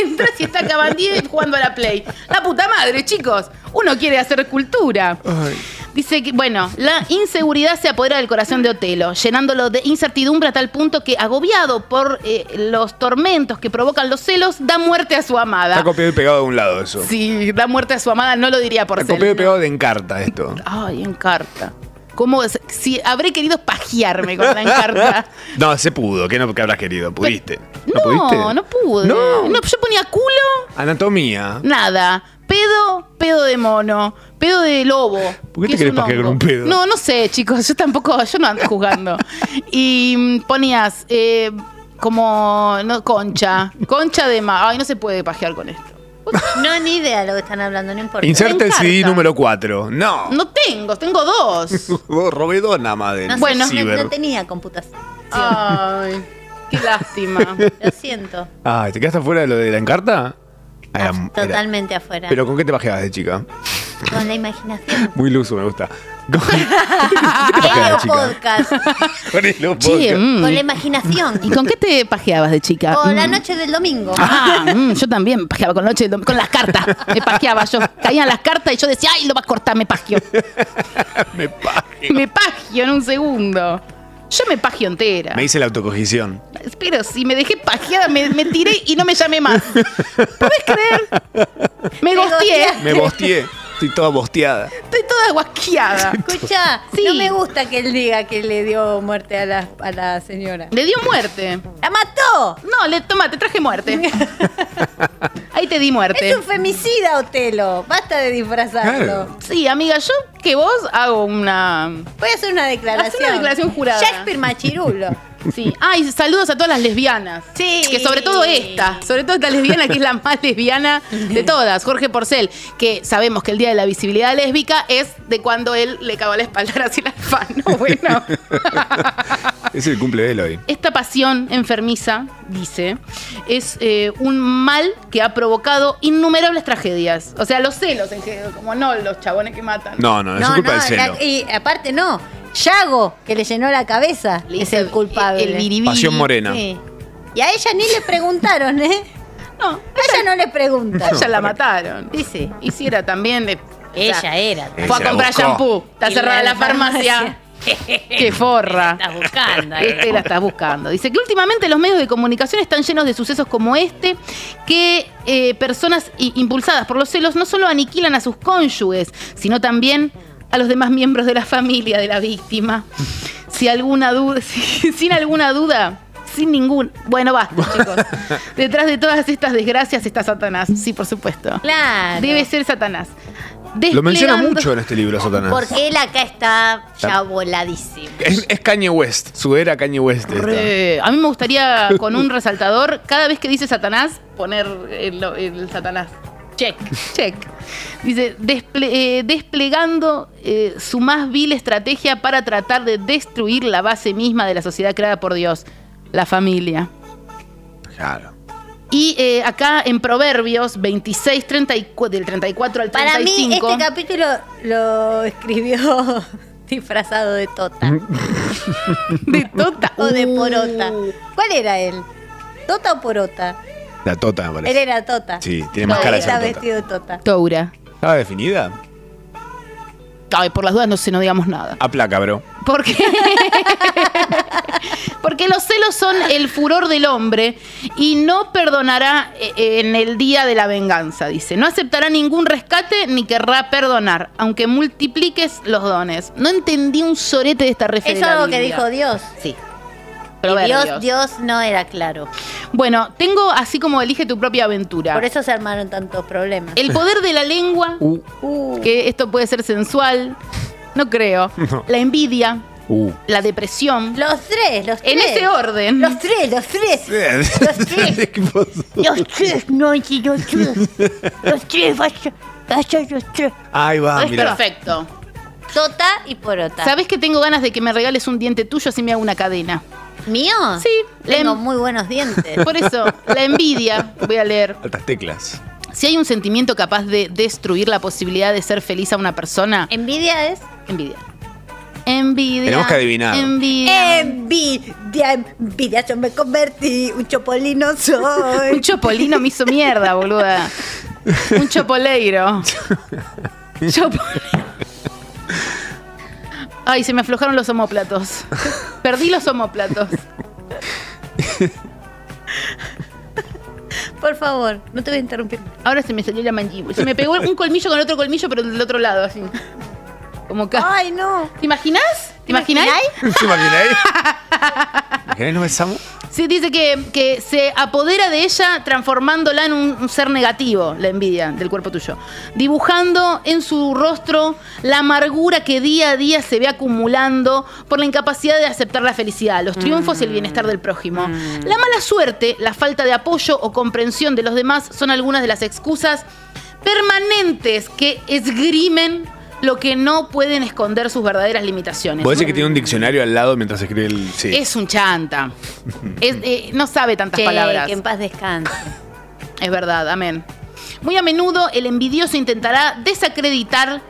Entras y está Cabandí jugando a la Play. La puta madre, chicos. Uno quiere hacer cultura. Dice que, bueno, la inseguridad se apodera del corazón de Otelo, llenándolo de incertidumbre a tal punto que, agobiado por eh, los tormentos que provocan los celos, da muerte a su amada. Está copiado y pegado de un lado eso. Si da muerte a su amada, pues, no lo diría por Está copiado y ser. pegado de encarta esto. Ay, en carta. cómo es- si habré querido pajearme con la encarta. No, se pudo. ¿Qué, no, qué habrás querido? ¿Pudiste? ¿No, pudiste? No, no pude. No. No, yo ponía culo, Anatomía. nada. Pedo, pedo de mono, pedo de lobo. ¿Por qué te que es querés un pajear con hongo. un pedo? No, no sé, chicos, yo tampoco, yo no ando jugando. y mm, ponías eh, como no, concha, concha de mar. Ay, no se puede pajear con esto. No, ni idea de lo que están hablando, no importa. Inserte el CD Encarta. número 4. No. No tengo, tengo dos. Vos robé dos nada más de No sé, Bueno. no- ciber. no, tenía computación. Ay, qué lástima. Lo siento. Ah, ¿te quedaste afuera de lo de la encarta? Ah, era- era- Totalmente afuera. ¿Pero con qué te pajeabas de chica? Con la imaginación. Muy luso, me gusta. ¿Con con qué te pajeabas de Helio chica? Podcast. Con el Leo Che, Podcast. mm, Con la imaginación. ¿Y con qué te pajeabas de chica? O la Mm. noche del domingo. Ah, mm, yo también me pajeaba con noche, con las cartas. Me pajeaba yo. Caían las cartas y yo decía, ay, lo vas a cortar, me pajeo. Me paje. Me pajeo en un segundo. Yo me pajeo entera. Me hice la autocogición. Pero si me dejé pajeada, me, me tiré y no me llamé más. ¿Puedes creer? Me gosteé. Me bosteé. Estoy toda bosteada. Estoy toda guasqueada. Escucha, Sí. no me gusta que él diga que le dio muerte a la, a la señora. Le dio muerte. ¡La mató! No, le, toma, te traje muerte. Ahí te di muerte. Es un femicida, Otelo. Basta de disfrazarlo. Claro. Sí, amiga, yo que vos hago una. Voy a hacer una declaración. Haz una declaración jurada. Shakespeare Machirulo. Ah, Sí. Ay, saludos a todas las lesbianas. Sí. Que sobre todo esta, sobre todo esta lesbiana que es la más lesbiana de todas, Jorge Porcel, que sabemos que el día de la visibilidad lésbica es de cuando él le cagó la espalda a Graciela Alfano. Bueno. Es el cumple de él hoy. Esta pasión enfermiza, dice, es eh, un mal que ha provocado innumerables tragedias. O sea, los celos, en general, como no los chabones que matan. No, no, es culpa del celo. la- y aparte no. Yago, que le llenó la cabeza, Le es hizo el culpable. El biribiri. Pasión morena. Sí. Y a ella ni le preguntaron, ¿eh? A No, ella no le preguntan. ella la mataron. Sí, sí. Hiciera también. de- o Ella sea, era. Fue a Ella comprar Eh, buscó. shampoo. Está cerrada la farmacia. Qué forra. Estás buscando. eh. Este la estás buscando. Dice que últimamente los medios de comunicación están llenos de sucesos como este, que eh, personas i- impulsadas por los celos no solo aniquilan a sus cónyuges, sino también a los demás miembros de la familia de la víctima. Si alguna duda, si- sin alguna duda, sin ningún. Bueno, basta, chicos. Detrás de todas estas desgracias está Satanás. Sí, por supuesto. Claro. Debe ser Satanás. Lo menciona Desplegando- mucho en este libro, Satanás. Porque él acá está ya voladísimo. Es, es Kanye West. Su era Kanye West. esta. Re. A mí me gustaría con un resaltador, cada vez que dice Satanás, poner el, el Satanás. Check. Check. Dice, "Desple- eh, desplegando eh, su más vil estrategia para tratar de destruir la base misma de la sociedad creada por Dios, la familia. Claro. Y eh, acá en Proverbios 26, 34, del 34 al Para mí, 35. este capítulo lo escribió disfrazado de Tota. de Tota. o de Porota. Uh. ¿Cuál era él? ¿Tota o Porota? La tota, me Él parece. era Tota. Sí, tiene más Ahí cara de está ser tota. vestido de Tota. Toura. ¿Estaba definida? Ay, por las dudas no se no digamos nada. Aplaca, bro. Porque, porque los celos son el furor del hombre y no perdonará eh, en el día de la venganza, dice. No aceptará ningún rescate ni querrá perdonar, aunque multipliques los dones. No entendí un sorete de esta Es referencia. algo que dijo Dios. Sí. Dios, Dios no era claro. Bueno, tengo así como elige tu propia aventura. Por eso se armaron tantos problemas. El poder de la lengua, Uh, Uh, que esto puede ser sensual, no creo. La envidia, uh. la depresión. Los tres, los tres. En ese orden. Los tres, los tres. tres. ¿Qué pasó? Los tres, no, sí, los tres. Los tres, vaya, vaya, los tres. Ahí va, es mira. perfecto. Tota y porota. ¿Sabes que tengo ganas de que me regales un diente tuyo si me hago una cadena? ¿Mío? Sí, Ah, Tengo lem- muy buenos dientes. Por eso, la envidia, voy a leer. Altas teclas. Si hay un sentimiento capaz de destruir la posibilidad de ser feliz a una persona, Envidia es. envidia. Envidia. Tenemos que adivinar. Envidia. Envidia, envidia, yo me convertí, un chopolino soy. Un chopolino me hizo mierda, boluda. Un chopoleiro. Chopo- Ay, se me aflojaron los homóplatos. Perdí los homóplatos. Por favor, no te voy a interrumpir. Ahora se me salió la mandíbula. Se me pegó un colmillo con otro colmillo, pero del otro lado, así. Como ca- Ay, no. ¿Te imaginas? ¿Te imaginas? ¿Se imagináis? ¿Imagináis nos besamos? Sí, dice que, que se apodera de ella transformándola en un, un ser negativo, la envidia del cuerpo tuyo. Dibujando en su rostro la amargura que día a día se ve acumulando por la incapacidad de aceptar la felicidad, los triunfos y el bienestar del prójimo. La mala suerte, la falta de apoyo o comprensión de los demás son algunas de las excusas permanentes que esgrimen lo que no pueden esconder sus verdaderas limitaciones. Podés decir que tiene un diccionario al lado mientras escribe el. Sí. Es un chanta. Es, eh, no sabe tantas Che, palabras. que en paz descanse. Es verdad, amén. Muy a menudo el envidioso intentará desacreditar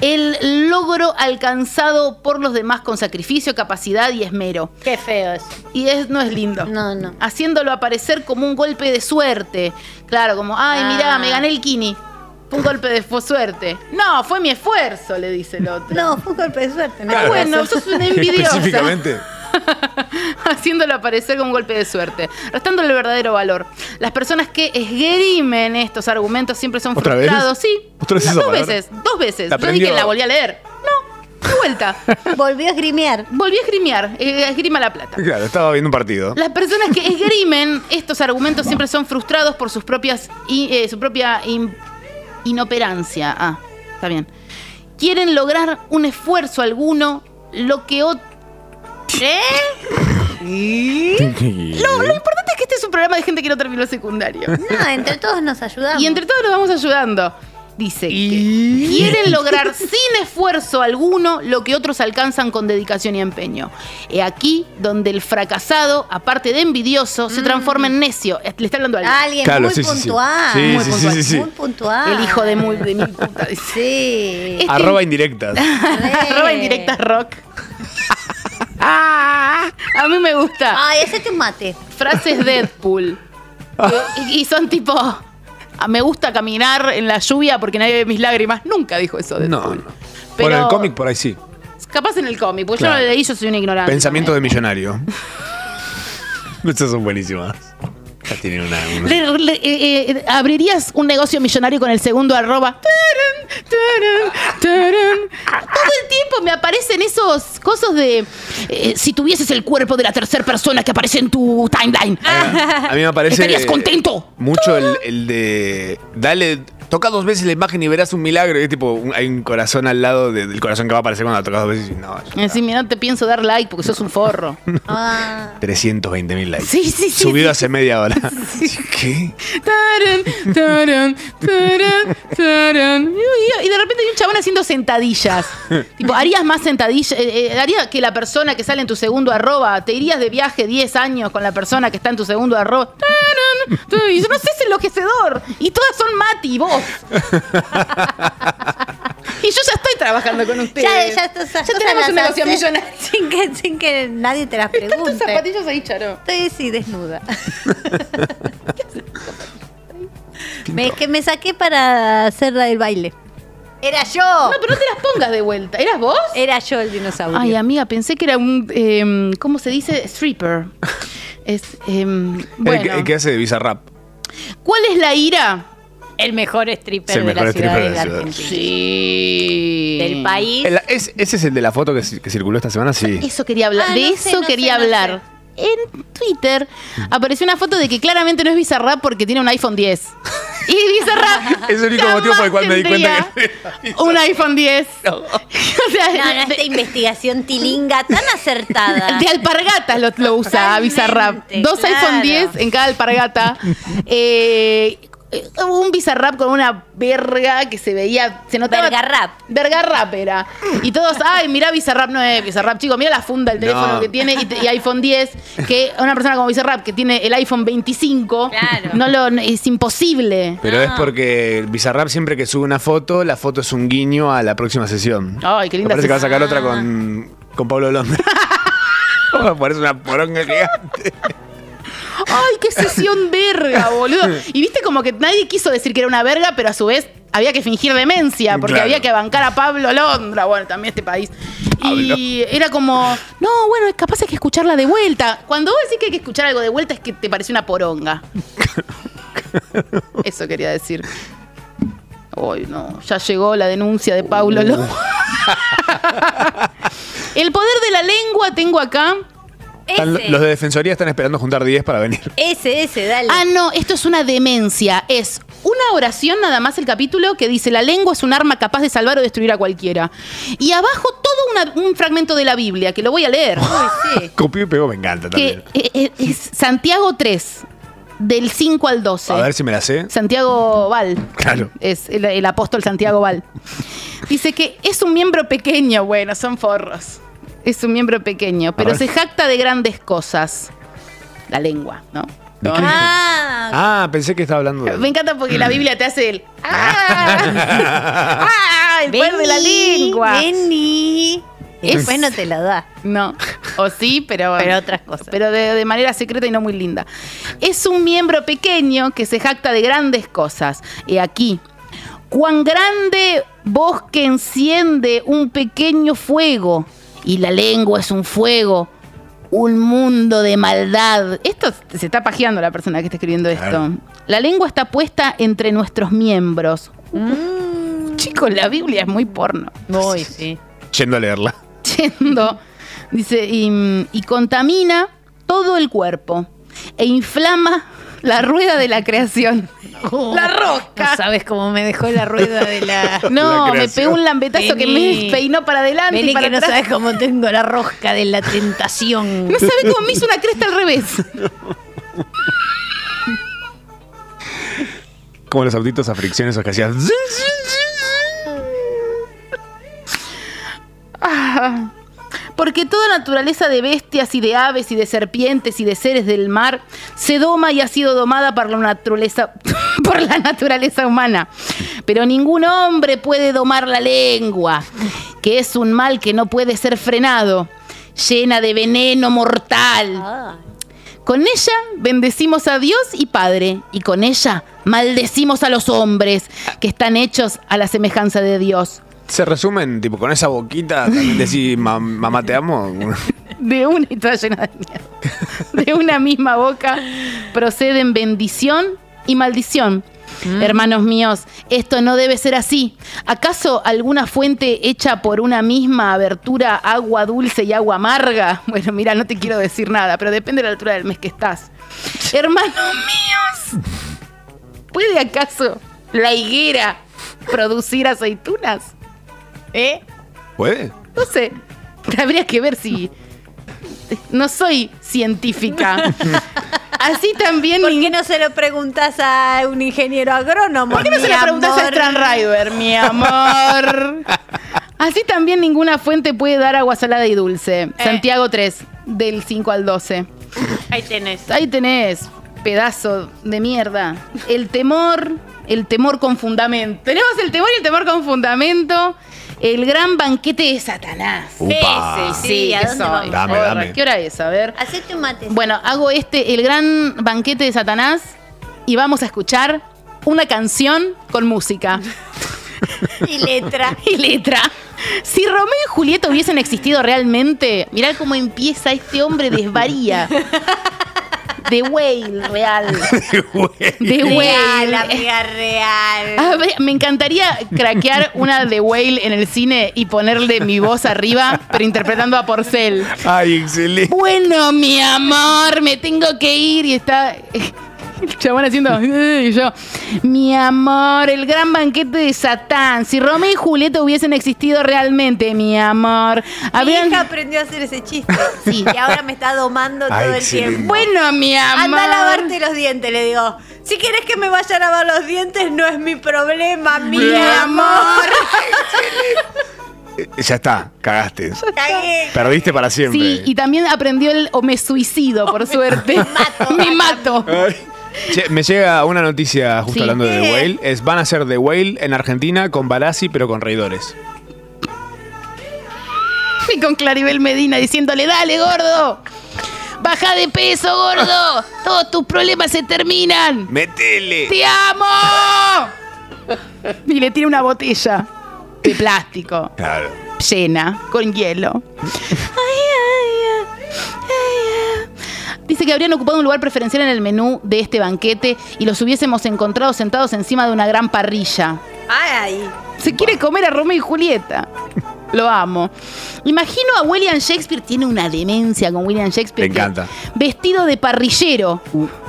el logro alcanzado por los demás con sacrificio, capacidad y esmero. Qué feo es. Y es, no es lindo. No, no. Haciéndolo aparecer como un golpe de suerte. Claro, como, ay, Ah. mirá, me gané el kini. Fue un golpe de fue suerte. No, fue mi esfuerzo, le dice el otro. No, fue un golpe de suerte. no Ah, fue bueno, sos una envidiosa. Específicamente. haciéndolo aparecer como un golpe de suerte, restándole el verdadero valor. Las personas que esgrimen estos argumentos siempre son ¿Otra vez? frustrados, sí. ¿Otra vez esa dos palabra? veces, dos veces. La Yo dije, aprendió. la volví a leer. No, de vuelta. Volvió a esgrimear. volví a esgrimear, eh, esgrima la plata. Claro, estaba viendo un partido. Las personas que esgrimen estos argumentos siempre son frustrados por sus propias i- eh, su propia in- inoperancia. Ah, está bien. Quieren lograr un esfuerzo alguno, lo que ¿Eh? otro. Lo, lo importante es que este es un programa de gente que no terminó el secundario. No, entre todos nos ayudamos. Y entre todos nos vamos ayudando. Dice que quieren lograr sin esfuerzo alguno lo que otros alcanzan con dedicación y empeño. He aquí donde el fracasado, aparte de envidioso, se transforma en necio. Eh, Le está hablando al Alguien Claro, muy sí, sí, sí. puntual. Sí, muy sí, sí, puntual. sí, sí. Muy puntual. el hijo de, muy, de mi puta. Dice. Sí. Este- Arroba indirectas. Arroba indirectas rock. Ah, a mí me gusta. Ay, ese te mate. frases Deadpool. y, y son tipo, "Ah, me gusta caminar en la lluvia porque nadie ve mis lágrimas. Nunca dijo eso No, Deadpool. no. Pero- Bueno, en el cómic por ahí sí. Capaz en el cómic, porque Claro. yo no lo leí, yo soy un ignorante. Pensamiento de también. millonario. Estas son buenísimas. Ya tienen una. una- Le- le- eh, eh, ¿Abrirías un negocio millonario con el segundo arroba? Tarán, tarán, tarán. Todo el tiempo me aparecen esos cosas de eh, si tuvieses el cuerpo de la tercera persona que aparece en tu timeline. A mí me parece. ¿Estarías contento? Mucho el, el de. Dale. Toca dos veces la imagen y verás un milagro. Y es tipo, un- hay un corazón al lado de- del corazón que va a aparecer cuando la tocas dos veces. Y no, ya está. Encima no te pienso dar like porque sos un forro. Ah. 320 mil likes. Sí, sí, sí, Subido sí. hace media hora. ¿Qué? Tarán, tarán, tarán, tarán. Y- Y y de repente hay un chabón haciendo sentadillas. tipo, harías más sentadillas. Eh, eh, haría que la persona que sale en tu segundo arroba, te irías de viaje 10 años con la persona que está en tu segundo arroba. Tarán, tarán. Y yo no sé, es enloquecedor. Y todas son Mati y vos. y yo ya estoy trabajando con Ya, ustedes. ya, estas Ya cosas tenemos las un negocio haces millonario. Sin que, sin que nadie te las Están tus pregunte. zapatillas ahí, Charo. Estoy así desnuda. me, que me saqué para hacer la del baile. Era yo. No, pero no te las pongas de vuelta. ¿Eras vos? Era yo el dinosaurio. Ay, amiga, pensé que era un. em, ¿Cómo se dice? Stripper. Es, em, El, que, bueno. el que hace de Bizarrap. ¿Cuál es la ira? el mejor Es stripper el de mejor la ciudad stripper de de la la ciudad. Argentina. Sí. Del país. El- es- ese es el de la foto que, ci- que circuló esta semana, sí. Eso quería hablar. Ah, de no sé, eso no quería sé, no hablar. En Twitter apareció una foto de que claramente no es Bizarrap porque tiene un iPhone 10. Y Bizarrap. Es el único motivo por el cual me di cuenta que tendría Un iPhone 10. o sea, No, no, de- esta investigación tilinga tan acertada. De alpargatas lo, lo usa Ah. Totalmente, Bizarrap. Dos claro. iPhone 10 en cada alpargata. Eh, eh, un Bizarrap con una verga que se veía, se notaba. Verga rap. Verga rap era. Y todos, ay, mirá Bizarrap, no es Bizarrap, chico, mirá la funda del teléfono No. que tiene y, te- y iPhone 10, que una persona como Bizarrap que tiene el iPhone 25, Claro. no lo, no- es imposible. Pero es porque Bizarrap siempre que sube una foto, la foto es un guiño a la próxima sesión. Ay, qué Me linda parece que va a sesión. sacar otra con, con Pablo Londra. Oh, parece una poronga gigante. Ay, qué sesión verga, boludo. Y viste como que nadie quiso decir que era una verga, pero a su vez había que fingir demencia, porque Claro. había que bancar a Pablo Londra, bueno, también este país. Y era como, no, bueno, capaz hay que escucharla de vuelta. Cuando vos decís que hay que escuchar algo de vuelta es que te parece una poronga. Eso quería decir. Ay, no, ya llegó la denuncia de Pablo Londra. El poder de la lengua tengo acá. Están- Ese. los de Defensoría están esperando juntar 10 para venir. Ese, ese, dale. Ah, no, esto es una demencia. Es una oración nada más el capítulo que dice, la lengua es un arma capaz de salvar o destruir a cualquiera. Y abajo todo una- un fragmento de la Biblia, que lo voy a leer. Ah, Copió y pegó, me encanta que también. eh, eh, es Santiago 3, del 5 al 12. A ver si me la sé. Santiago Val. Claro. Es el, el apóstol Santiago Val. Dice que es un miembro pequeño, bueno, son forros. Es un miembro pequeño, pero ver. se jacta de grandes cosas. La lengua, ¿no? ¿De qué? Ah, Ah, pensé que estaba hablando Me de. encanta porque la Biblia te hace el. ¡Ah! ¡Ah! El poder de la Vení, lengua. Vení. Y Después no te la da. No. O sí, pero. Pero otras cosas. Pero de, de manera secreta y no muy linda. Es un miembro pequeño que se jacta de grandes cosas. He aquí. Cuán grande bosque enciende un pequeño fuego. Y la lengua es un fuego. Un mundo de maldad. Esto se está pajeando la persona que está escribiendo esto. Claro. La lengua está puesta entre nuestros miembros. Mm. Chicos, la Biblia es muy porno Voy, sí. Yendo a leerla. yendo. Dice, y, y contamina todo el cuerpo e inflama la rueda de la creación. La rosca. No sabes cómo me dejó la rueda de la. No, La me creación. pegó un lambetazo que Vení. me peinó para adelante Vení y para que no atrás. sabes cómo tengo la rosca de la tentación. No sabe cómo me hizo una cresta al revés. Como los autitos a fricción esos que hacían. Ah. Porque toda naturaleza de bestias y de aves y de serpientes y de seres del mar se doma y ha sido domada por la naturaleza, por la naturaleza humana. Pero ningún hombre puede domar la lengua, que es un mal que no puede ser frenado, llena de veneno mortal. Ah, Con ella bendecimos a Dios y Padre, y con ella maldecimos a los hombres, que están hechos a la semejanza de Dios. Se resumen, tipo, con esa boquita también decís, "Ma- mamá, te amo. de una y toda llena de mierda. De una misma boca proceden bendición y maldición. Hermanos míos, esto no debe ser así. ¿Acaso alguna fuente hecha por una misma abertura agua dulce y agua amarga? Bueno, mira, no te quiero decir nada, pero depende de la altura del mes que estás. Hermanos míos, ¿puede acaso la higuera producir aceitunas? ¿Eh? ¿Puede? No sé. Habría que ver si. No soy científica. Así también. ¿Por ni- qué no se lo preguntas a un ingeniero agrónomo? ¿Por qué no se mi la preguntas a amor? Strand Rider, mi amor? Así también ninguna fuente puede dar agua salada y Eh. dulce. Santiago 3, del 5 al 12. Ahí tenés. Ahí tenés, pedazo de mierda. El temor, el temor con fundamento. Tenemos el temor y el temor con fundamento. El gran banquete de Satanás. Upa. Ese, sí, ¿a que dónde soy. vamos? Dame, Ahora, dame. ¿Qué hora es? A ver. Hacete un mate. Bueno, hago este, el gran banquete de Satanás y vamos a escuchar una canción con música Y letra. y letra. Si Romeo y Julieta hubiesen existido realmente, mirá cómo empieza este hombre desvaría. De Whale real. De Real, Whale. amiga real. A ver, me encantaría craquear una de Whale en el cine y ponerle mi voz arriba, pero interpretando a Porcel. Ay, excelente. Bueno, mi amor, me tengo que ir. Y está el chabón haciendo. "Eh", Y yo, mi amor, el gran banquete de Satán. Si Romeo y Julieta hubiesen existido realmente, mi amor, Mi habrían. hija aprendió a hacer ese chiste. Sí, y ahora me está domando Ay, todo el excelente. tiempo. Bueno, mi amor. Anda a lavarte los dientes, le digo. Si quieres que me vaya a lavar los dientes, no es mi problema, mi Mi amor. amor. Ya está, cagaste. Cagué. Perdiste para siempre. Sí, y también aprendió el o me suicido, por suerte. Me mato. Ay. Che, me llega una noticia justo Sí. hablando de The Whale. Es, van a ser The Whale en Argentina con Barassi, pero con reidores. Y con Claribel Medina diciéndole, dale, gordo. Baja de peso, gordo. Todos tus problemas se terminan. ¡Metele! ¡Te amo! Y le tira una botella de plástico Claro. llena con hielo. Ay, ay, ay, ay, ay. Dice que habrían ocupado un lugar preferencial en el menú de este banquete y los hubiésemos encontrado sentados encima de una gran parrilla. Ay, Se quiere comer a Romeo y Julieta. Lo amo. Imagino a William Shakespeare, tiene una demencia con William Shakespeare. Me que- encanta. Uh. Vestido de parrillero,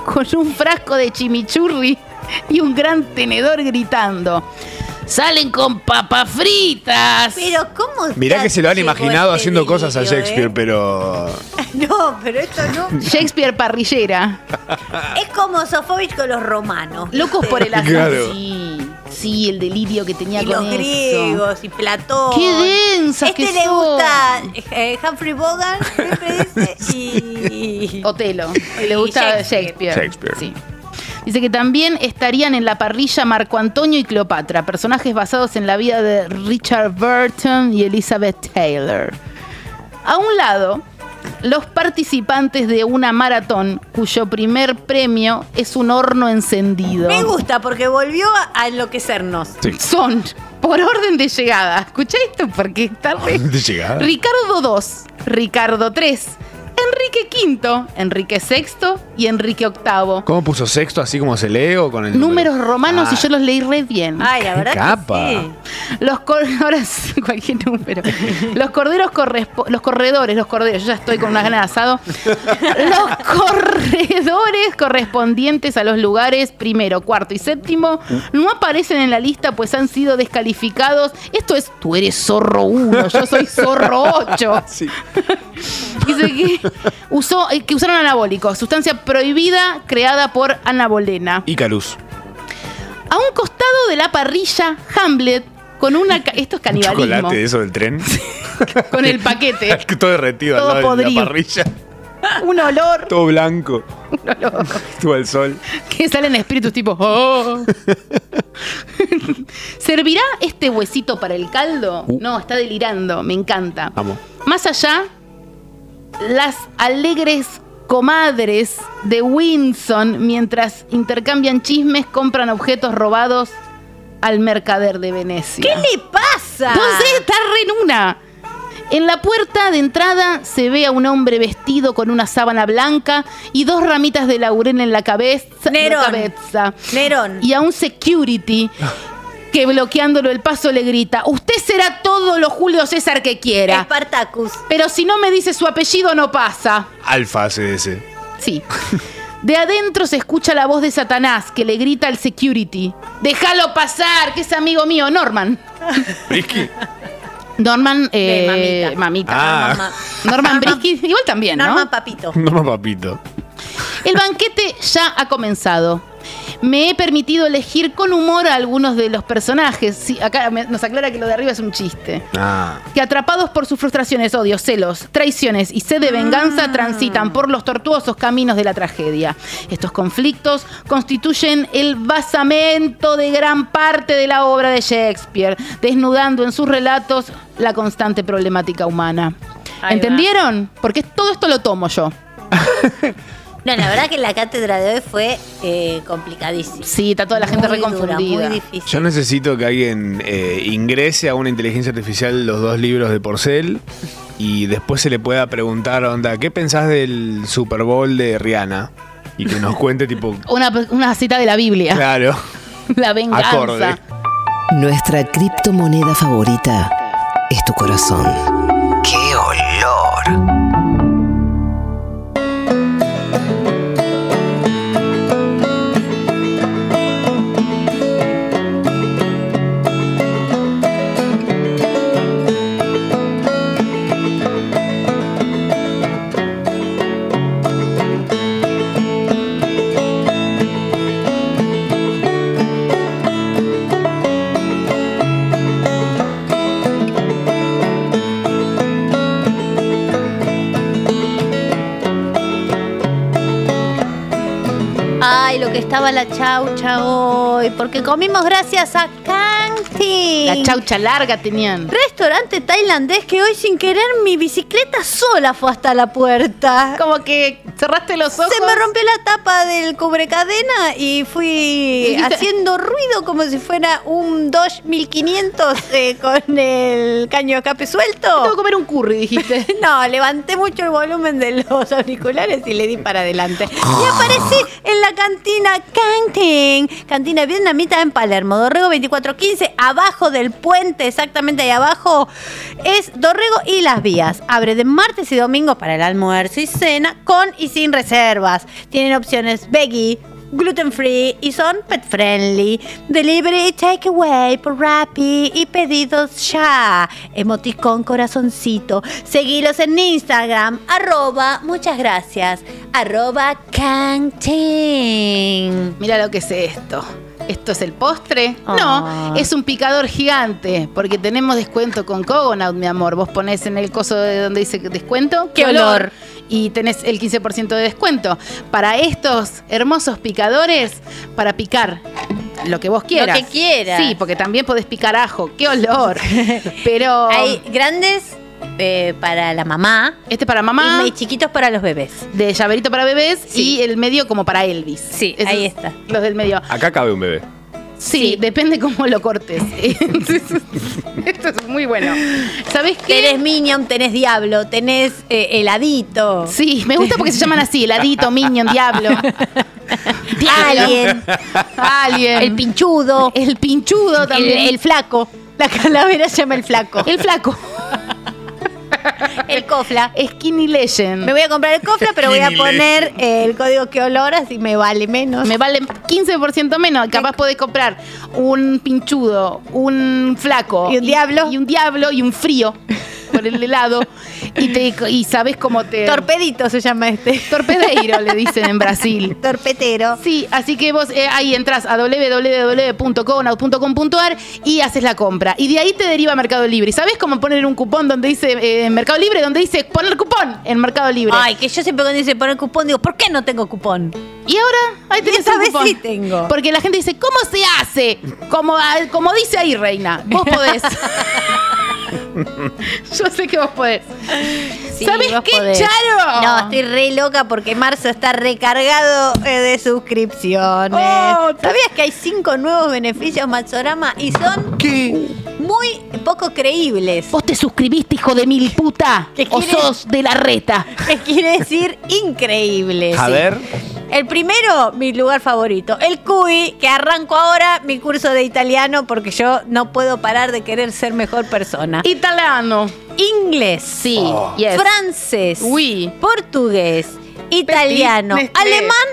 con un frasco de chimichurri y un gran tenedor gritando. Salen con papas fritas. Pero ¿cómo? Mirá ya que se lo han llegó imaginado pues, este haciendo cosas a delirio, Shakespeare, eh? pero. No, pero esto no. Ah. Shakespeare parrillera. Es como Sofovich con los romanos. Locos ¿viste? por el azar. Claro. Sí, sí, el delirio que tenía Y con los eso. griegos y Platón. Qué densas Este que le son. gusta eh, Humphrey Bogan, siempre dice. Y. Otelo. Le gusta Shakespeare. Shakespeare. Sí. Dice que también estarían en la parrilla Marco Antonio y Cleopatra, personajes basados en la vida de Richard Burton y Elizabeth Taylor. A un lado, los participantes de una maratón cuyo primer premio es un horno encendido. Me gusta porque volvió a- a enloquecernos. Son, por orden de llegada, escucha esto porque está re- ¿Dónde llegaba? Ricardo II, Ricardo III, Enrique V, Enrique VI y Enrique VIII. ¿Cómo puso sexto así como se lee o con el Números número? romanos Ah, y yo los leí re bien. Ay, la Qué verdad. que capa. sí. Los cor- ahora es cualquier número. Los corderos correspo- los corredores, los corderos, yo ya estoy con una gana de asado. Los corredores correspondientes a los lugares primero, cuarto y séptimo no aparecen en la lista pues han sido descalificados. Esto es tú eres zorro 1, yo soy zorro 8. Sí. Dice que usó eh, que usaron anabólicos, sustancia prohibida creada por anabolena. Icarus. A un costado de la parrilla, Hamlet con una ca- esto es Un canibalismo chocolate de eso del tren. con el paquete. todo derretido Todo al lado de podrido. la parrilla. Un olor Todo blanco. Estuvo al sol. que salen espíritus tipo. "Oh". ¿Servirá este huesito para el caldo? Uh. No, está delirando, me encanta. Vamos. Más allá, las alegres comadres de Winson, mientras intercambian chismes, compran objetos robados al mercader de Venecia. ¿Qué le pasa? Entonces está re en una. En la puerta de entrada se ve a un hombre vestido con una sábana blanca y dos ramitas de laurel en la cabeza. Nerón. en la cabeza. Nerón. Y a un security que bloqueándolo el paso le grita, usted será todo lo Julio César que quiera. Spartacus. Pero si no me dice su apellido no pasa. Alfa CDC. Sí. De adentro se escucha la voz de Satanás que le grita al security. Déjalo pasar, que es amigo mío, Norman. Brisky. De Norman, eh, mamita. mamita. Ah, Mamá. Norman Brisky, igual también, ¿no? Norman Papito. no más papito. El banquete ya ha comenzado. Me he permitido elegir con humor a algunos de los personajes. Sí, acá me- nos aclara que lo de arriba es un chiste. Ah. Que atrapados por sus frustraciones, odios, celos, traiciones y sed de venganza, transitan por los tortuosos caminos de la tragedia. Estos conflictos constituyen el basamento de gran parte de la obra de Shakespeare, desnudando en sus relatos la constante problemática humana. ¿Entendieron? Porque todo esto lo tomo yo. No, la verdad que la cátedra de hoy fue eh, complicadísima. Sí, está toda la gente Muy dura, reconfundida. Muy difícil. Yo necesito que alguien eh, ingrese a una inteligencia artificial los dos libros de Porcel y después se le pueda preguntar, onda, ¿qué pensás del Super Bowl de Rihanna? Y que nos cuente, tipo, una, una cita de la Biblia. claro, La venganza. acorde. Nuestra criptomoneda favorita es tu corazón. ¡Qué olor! Ay, lo que estaba la chaucha hoy. Porque comimos gracias a Kanti. La chaucha larga tenían. Restaurante tailandés que hoy sin querer mi bicicleta sola fue hasta la puerta. Como que cerraste los ojos. Se me rompió la tapa del cubrecadena y fui Dijiste- haciendo ruido como si fuera un Dodge 1500 eh, con el caño de escape Tengo que suelto. comer un curry, dijiste. No, levanté mucho el volumen de los auriculares y le di para adelante. Y aparecí en la cantina Vietnamita Canteen. Cantina Vietnamita en Palermo. Dorrego 2415, abajo del puente, exactamente ahí abajo, es Dorrego y las vías. Abre de martes y domingos para el almuerzo y cena con y sin reservas. Tienen opciones veggie, gluten free y son pet friendly. Delivery y takeaway por Rappi y pedidos ya. Emoticón corazoncito. Seguilos en Instagram, arroba, muchas gracias, arroba canteen. Mira lo que es esto. ¿Esto es el postre? Ah. No, es un picador gigante, porque tenemos descuento con Cogonaut, mi amor. Vos ponés en el coso de donde dice descuento, ¡Qué olor! Y tenés el 15% de descuento. Para estos hermosos picadores, para picar lo que vos quieras. que quieras. Sí, porque también podés picar ajo, qué olor. Pero Hay grandes eh, para la mamá, este para mamá, y chiquitos para los bebés. de llaverito para bebés y el medio como para Elvis. Sí, ahí está. Los del medio. Acá cabe un bebé. Sí, depende cómo lo cortes. Entonces, esto es muy bueno. ¿Sabes Tenés qué? Minion, tenés Diablo, tenés eh, heladito. Sí, me gusta porque se llaman así, heladito, minion, diablo. Diablo. Alien. Alien. Em, El pinchudo. El pinchudo El, también. el flaco. La calavera se llama el flaco. El flaco. El cofla. Skinny Legend. Me voy a comprar el cofla, pero voy a poner eh, el código que olor, así me vale menos. Me vale 15% menos. Capaz podés comprar un pinchudo, un flaco. Y un diablo. Y un diablo y un frío por el helado. y, te, y sabes cómo te. Torpedito se llama este. torpedeiro, le dicen en Brasil. Torpetero. Sí, así que vos eh, ahí entras a www.cogonaut.com.ar y haces la compra. Y de ahí te deriva a Mercado Libre. ¿Sabes cómo poner un cupón donde dice eh, en Mercado Libre? Donde dice poner cupón en Mercado Libre. Ay, que yo siempre cuando dice poner cupón, digo, ¿por qué no tengo cupón? Y ahora, ahí tenés esta un vez cupón. sí tengo. Porque la gente dice, ¿cómo se hace? Como, ah, como dice ahí, reina. Vos podés. Yo sé que vos podés. Sí, ¿Sabés vos qué, podés. Charo? No, estoy re loca porque marzo está recargado eh, de suscripciones. Oh, te- ¿Sabías que hay cinco nuevos beneficios Matsorama y son Uh, muy poco creíbles? Vos te suscribiste, hijo de mil puta. ¿Qué O quiere? sos de la reta. ¿Qué quiere decir eh, increíbles? A Sí. ver, El primero, mi lugar favorito, el CUI, que arranco ahora mi curso de italiano porque yo no puedo parar de querer ser mejor persona. Italiano. Inglés, Sí, yes. francés, Oui. portugués, italiano, Nestlé. alemán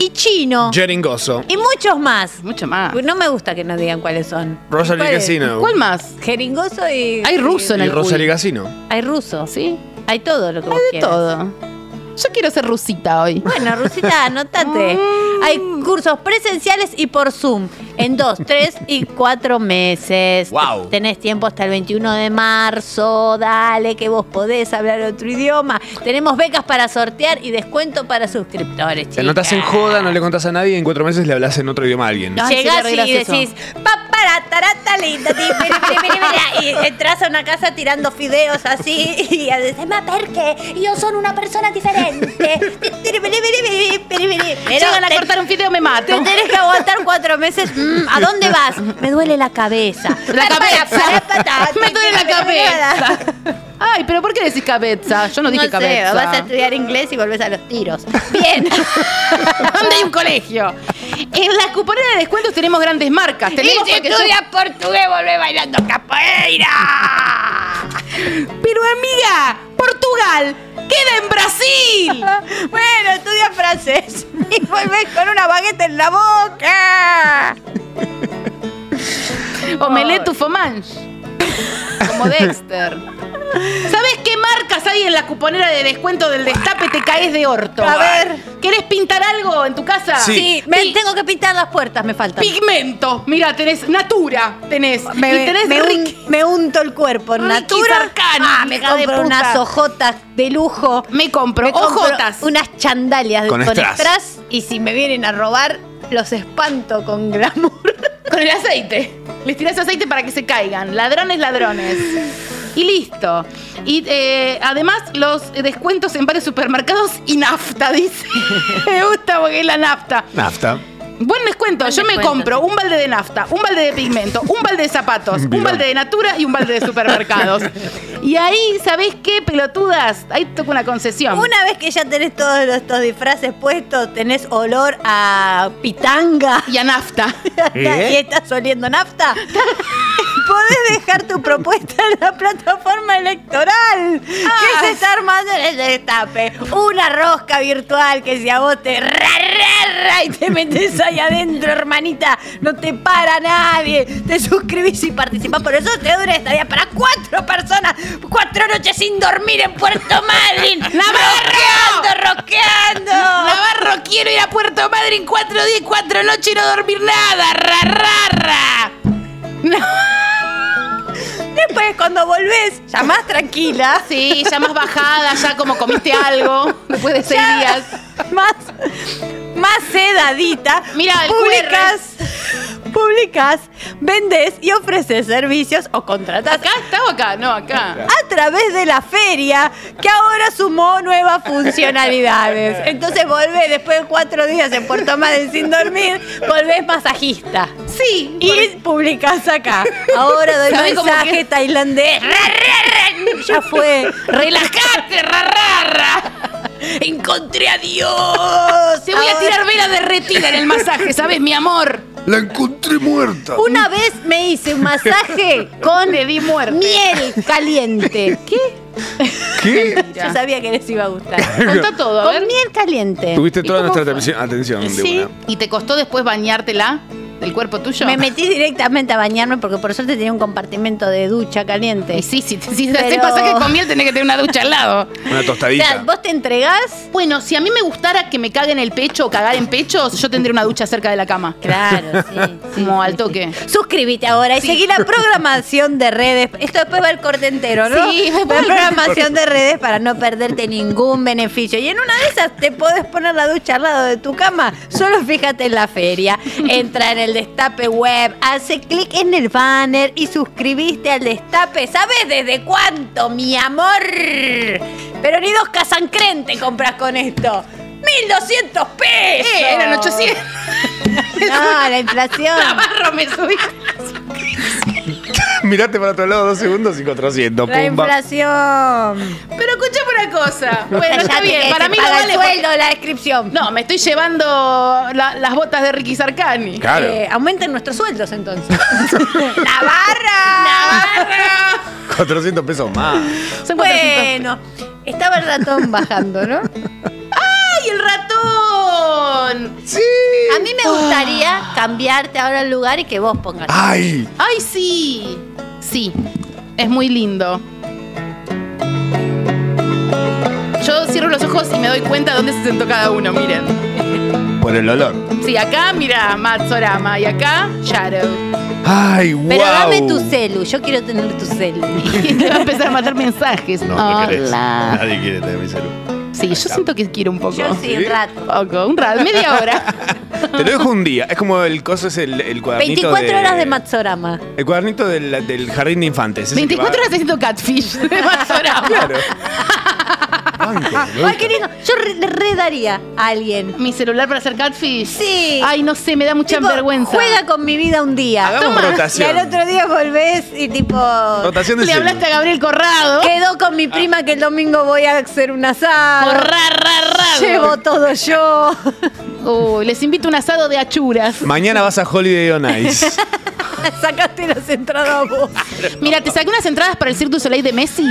y Oh. chino. Jeringoso. Y muchos más. Mucho más. No me gusta que nos digan cuáles son. Rosalie ¿Cuáles? Casino. ¿Cuál más? Jeringoso y. Hay ruso en Y el Rosalie cuy. Casino. Hay ruso. Sí, Hay todo lo que vos hay de quieras. todo. Yo quiero ser rusita hoy. Bueno, Rusita, anotate. Hay cursos presenciales y por Zoom en dos, tres y cuatro meses. Guau. Tenés tiempo hasta el 21 de marzo. Dale, que vos podés hablar otro idioma. Tenemos becas para sortear y descuento para suscriptores. Te anotas en chicas. joda, no le contás a nadie y en cuatro meses le hablas en otro idioma a alguien. Ay, Llegás sería re y gracioso. decís, papara, tarata, linda, ti, piri, piri, piri, piri", y entras a una casa tirando fideos así y decís, ma perché yo soy una persona diferente. Ti, tiri, piri, piri, piri, piri". Pero Llegan a te- cortar un fideo, me mato. te tenés que aguantar cuatro meses. Mm, ¿A dónde vas? Me duele la cabeza. La cabeza. Parapata, Me duele la ti, piri, piri, cabeza. Ay, pero ¿por qué decís cabeza? Yo no No dije sé, cabeza. vas a estudiar inglés y volvés a los tiros. Bien. ¿Dónde hay un colegio? En las cuponeras de descuentos tenemos grandes marcas. Tenemos porque yo- portugués, volvé bailando capoeira. Pero amiga, Portugal queda en Brasil. bueno, estudia francés y volvés con una bagueta en la boca. Omelette tu fromage. Como Dexter. ¿Sabes qué marcas hay en la cuponera de descuento del destape? Te caes de orto. A ver. ¿Querés pintar algo en tu casa? Sí. Sí, me tengo que pintar las puertas, me falta. Pigmento. Mira, tenés Natura. Tenés. y tenés me, Rick. un- me unto el cuerpo en Ricky natura. Sarkani, ah, me hija de compro puta. unas ojotas de lujo. Me compro Me compro ojotas. unas chandalias Con con, strass. strass, y si me vienen a robar los espanto con glamour. Con el aceite. Les tirás aceite para que se caigan. Ladrones, ladrones. Y listo. Y eh, además los descuentos en varios supermercados y nafta, dice. Me gusta porque es la nafta. Nafta. Buen descuento. Yo me descuento, compro un balde de nafta, un balde de pigmento, un balde de zapatos, un Bien. balde de natura y un balde de supermercados. Y ahí, ¿sabés qué, pelotudas? Ahí toca una concesión. Una vez que ya tenés todos los- estos disfraces puestos, tenés olor a pitanga Y a nafta. ¿Eh? y estás oliendo nafta, podés dejar tu propuesta en la plataforma electoral. Que se está armando en el destape. Una rosca virtual que si a vos te ra, ra, ra, y te metes ahí adentro, hermanita, no te para nadie. Te suscribís y participás. Por eso te dura esta día para cuatro personas, cuatro noches sin dormir en Puerto Madryn. ¡Rosqueando, rosqueando! Navarro, quiero ir a Puerto Madryn cuatro días, cuatro noches y no dormir nada. Ra, ra, ra. Después, cuando volvés, llamás tranquila. Sí, ya más bajada, ya como comiste algo después de seis Ya. días. más, más sedadita. Mira, el publicas, publicas, vendes y ofreces servicios o contratas ¿Acá está o acá? No, acá. a través de la feria que ahora sumó nuevas funcionalidades. Entonces volvés después de cuatro días en Puerto Madre sin dormir, volvés masajista. Sí. Y publicás acá. Ahora doy ¿Sabe cómo mensaje que- tailandés. ya fue. Relajate, rararra. Encontré a Dios. Te voy a tirar vela derretida en el masaje, ¿sabes, mi amor? La encontré muerta. Una vez me hice un masaje con Le di muerte. miel caliente. ¿Qué? ¿Qué? Yo sabía que les iba a gustar. Contá todo, a Con ver. miel caliente. Tuviste ¿Y toda cómo nuestra fue? atención- atención de Sí. una. ¿Y te costó después bañártela del cuerpo tuyo? Me metí directamente a bañarme porque por suerte tenía un compartimento de ducha caliente. Y sí, si, te- si Pero- haces pasaje con miel, tenés que tener una ducha al lado. Una O sea, tostadita. vos te entregás. Bueno, si a mí me gustara que me caguen el pecho o cagar en pechos, yo tendría una ducha cerca de la cama. Claro, sí. Como al toque. Suscríbete ahora y seguí la programación de redes. Esto después va el corte entero, ¿no? Sí, la programación de redes para no perderte ningún beneficio. Y en una de esas te podés poner la ducha al lado de tu cama. Solo fíjate en la feria. Entra en el Destape Web, hace clic en el banner y suscribiste al Destape. ¿Sabes desde cuánto, mi amor? Pero ni dos casancren te compras con esto. ¡1200 pesos! Eh, eran 800. No, la inflación. Navarro me subí. Mirate para otro lado dos segundos y 400. La Pumba. inflación. Pero escuchame una cosa. Bueno, está Cállate, bien. que Para se mí no paga vale. el porque- sueldo, la descripción. No, me estoy llevando la- las botas de Ricky Sarkani. Claro. Eh, aumenten nuestros sueldos entonces. ¡La barra! 400 pesos más. Son 400. Bueno, estaba el ratón bajando, ¿no? ¡Ay, el ratón! A mí Ah. me gustaría cambiarte ahora el lugar y que vos pongas. Ah. ¡Ay! ¡Ay, sí! Sí, es muy lindo. Yo cierro los ojos y me doy cuenta dónde se sentó cada uno, miren. Por el olor. Sí, acá, mira, Matsorama. Y acá, Shadow. ¡Ay, wow! Pero dame tu celu, yo quiero tener tu celu. Y te va a empezar a mandar mensajes. No, no querés. Hola. Nadie quiere tener mi salud. Sí, yo siento que quiero un poco. Yo sí, un rato. Poco, un rato, media hora. Te lo dejo un día. Es como el coso, es el, el cuadernito. 24 de, horas de Matsorama. El cuadernito del, del jardín de infantes. Ese que 24 va- horas haciendo catfish de Matsorama. Claro. Banco, me Ay, gusta. querido, yo re- le redaría a alguien. Mi celular para hacer catfish. Sí. Ay, no sé, me da mucha Tipo, vergüenza. Juega con mi vida un día. Hagamos Y rotación. al otro día volvés y tipo. Rotación de Le celu. hablaste a Gabriel Corrado. Quedó con mi prima que el domingo voy a hacer un asado. Corrarrarrado. Llevo todo yo. Uy, les invito un asado de achuras. Mañana vas a Holiday on Ice. Sacaste las entradas vos. Mira, te saqué unas entradas para el Cirque du Soleil de Messi.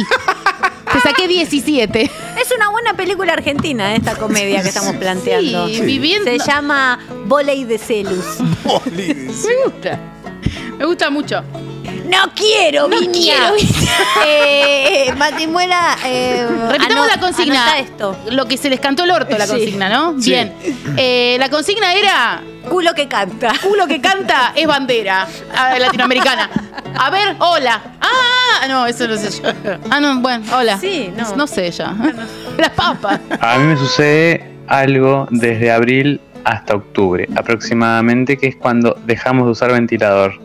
Te saqué 17. Es una buena película argentina eh, esta comedia que estamos planteando. Sí, viviendo. Se llama Voley de Celus. Holiday. Me gusta. Me gusta mucho. No quiero, No Viña. quiero, Viña. eh, eh, Matimuela, eh, Repitamos anota- la consigna. anota esto. Lo que se les cantó el orto, la Sí. consigna, ¿no? Sí. Bien. Eh, la consigna era. Culo que canta. Culo que canta es bandera ah, latinoamericana. A ver, hola. Ah, no, eso no sé yo. Ah, no, bueno, hola. Sí, no. No sé ya. Las papas. A mí me sucede algo desde abril hasta octubre, aproximadamente, que es cuando dejamos de usar ventilador.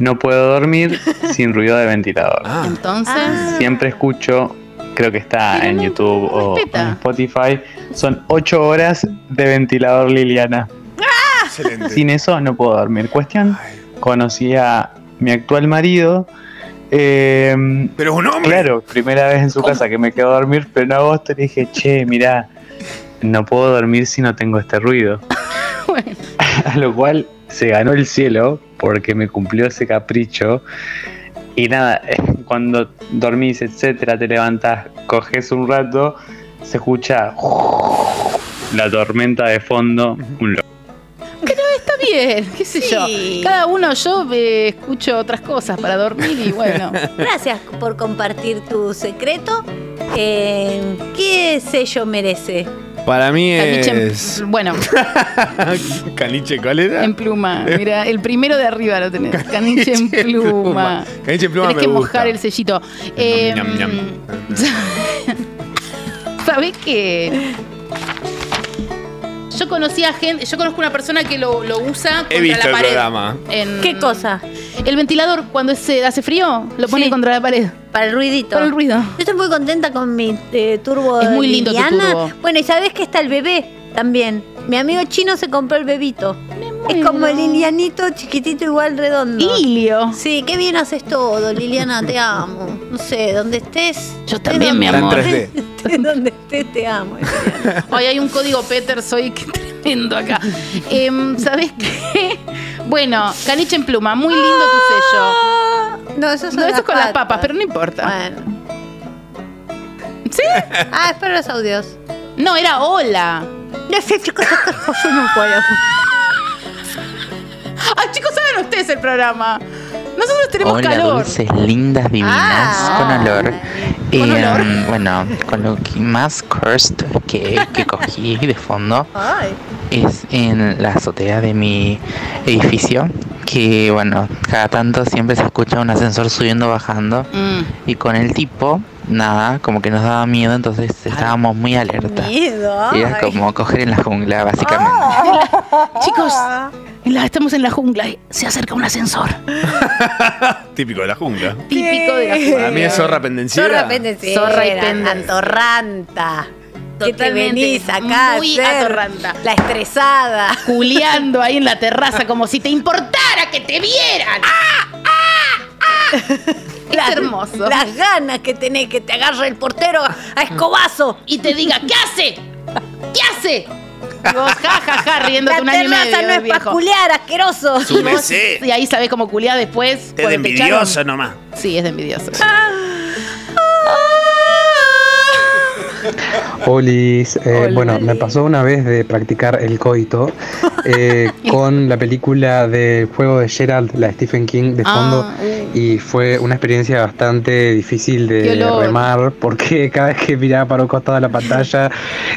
No puedo dormir sin ruido de ventilador. Ah, Entonces. Siempre escucho, creo que está Pero en no- YouTube no o respeta. en Spotify, son ocho horas de ventilador Liliana. excelente. Sin eso no puedo dormir. Cuestión, conocí a mi actual marido Eh, Pero es un hombre. Claro, primera vez en su casa que me quedo a dormir, pero en agosto le dije, che, mirá, no puedo dormir si no tengo este ruido. Ah. A lo cual se ganó el cielo porque me cumplió ese capricho. Y nada, cuando dormís, etcétera, te levantás, coges un rato, se escucha la tormenta de fondo, un lo- Está bien, qué sé yo. Cada uno yo eh, escucho otras cosas para dormir y bueno. Gracias por compartir tu secreto. Eh, ¿Qué sello merece? Para mí Caniche en- es. bueno, ¿Caniche cuál era? en pluma. Mira, el primero de arriba lo tenés. Caniche en pluma. Caniche en pluma Tenés me que gusta. mojar el sellito. Eh, Ñam, ñam. ¿Sabés qué? Yo conocí a gente, yo conozco una persona que lo, lo usa contra He visto la el pared. programa. En- ¿Qué cosa? El ventilador cuando se hace frío lo pone Sí. contra la pared. Para el ruidito. Para el ruido. Yo estoy muy contenta con mi eh, turbo. Es muy lindo tu Liliana. turbo. Bueno, y sabes que está el bebé también. Mi amigo chino se compró el bebito. Es muero. como el Lilianito chiquitito igual redondo. Ilio. Sí, qué bien haces todo, Liliana, te amo. No sé, donde estés. Yo estés también, mi donde- amor. Está en estés donde estés, te amo. Hoy hay un código Peter, soy que tremendo acá. Em, ¿Sabes qué? Bueno, caniche en pluma, muy lindo tu No, eso sello. No, eso es con las papas, pero no importa. Bueno. ¿Sí? Ah, es para los audios. No, era hola. No sé, chicos, yo no puedo. Ah, chicos, saben ustedes el programa. Nosotros tenemos Hola, calor. dulces, lindas, divinas, Ah. con olor. Con Y, olor. em, bueno, con lo que más cursed que, que cogí de fondo Ay. es en la azotea de mi edificio. Que bueno, cada tanto siempre se escucha un ascensor subiendo, bajando. Mm. Y con el tipo, nada, como que nos daba miedo, entonces estábamos muy alerta. Miedo. Y era ay. como coger en la jungla, básicamente. Ah. Chicos, en la- estamos en la jungla y se acerca un ascensor. Típico de la jungla. Típico de la jungla. Para mí es zorra pendenciera. Zorra pendenciera. Zorra y pende- Atorranta. Que te Totalmente, venís acá. a muy hacer atorranta. La estresada. Juliando ahí en la terraza como si te importara que te vieran. ¡Ah! ¡Ah! ¡Ah! Las- Es hermoso. Las ganas que tenés que te agarre el portero a escobazo. y te diga, ¿qué hace? ¿Qué hace? Y vos, ja, ja, ja, riéndote La un año y medio, terraza no es viejo. para culear, asqueroso. Súmese. Y ahí sabés cómo culiá después. Es de cuando te echaron. envidioso nomás. Sí, es de envidioso. Olis, eh, bueno, me pasó una vez de practicar el coito eh, con la película del juego de Gerald, la de Stephen King de fondo, Ah, uh. y fue una experiencia bastante difícil Qué de olor. remar, porque cada vez que miraba para un costado de la pantalla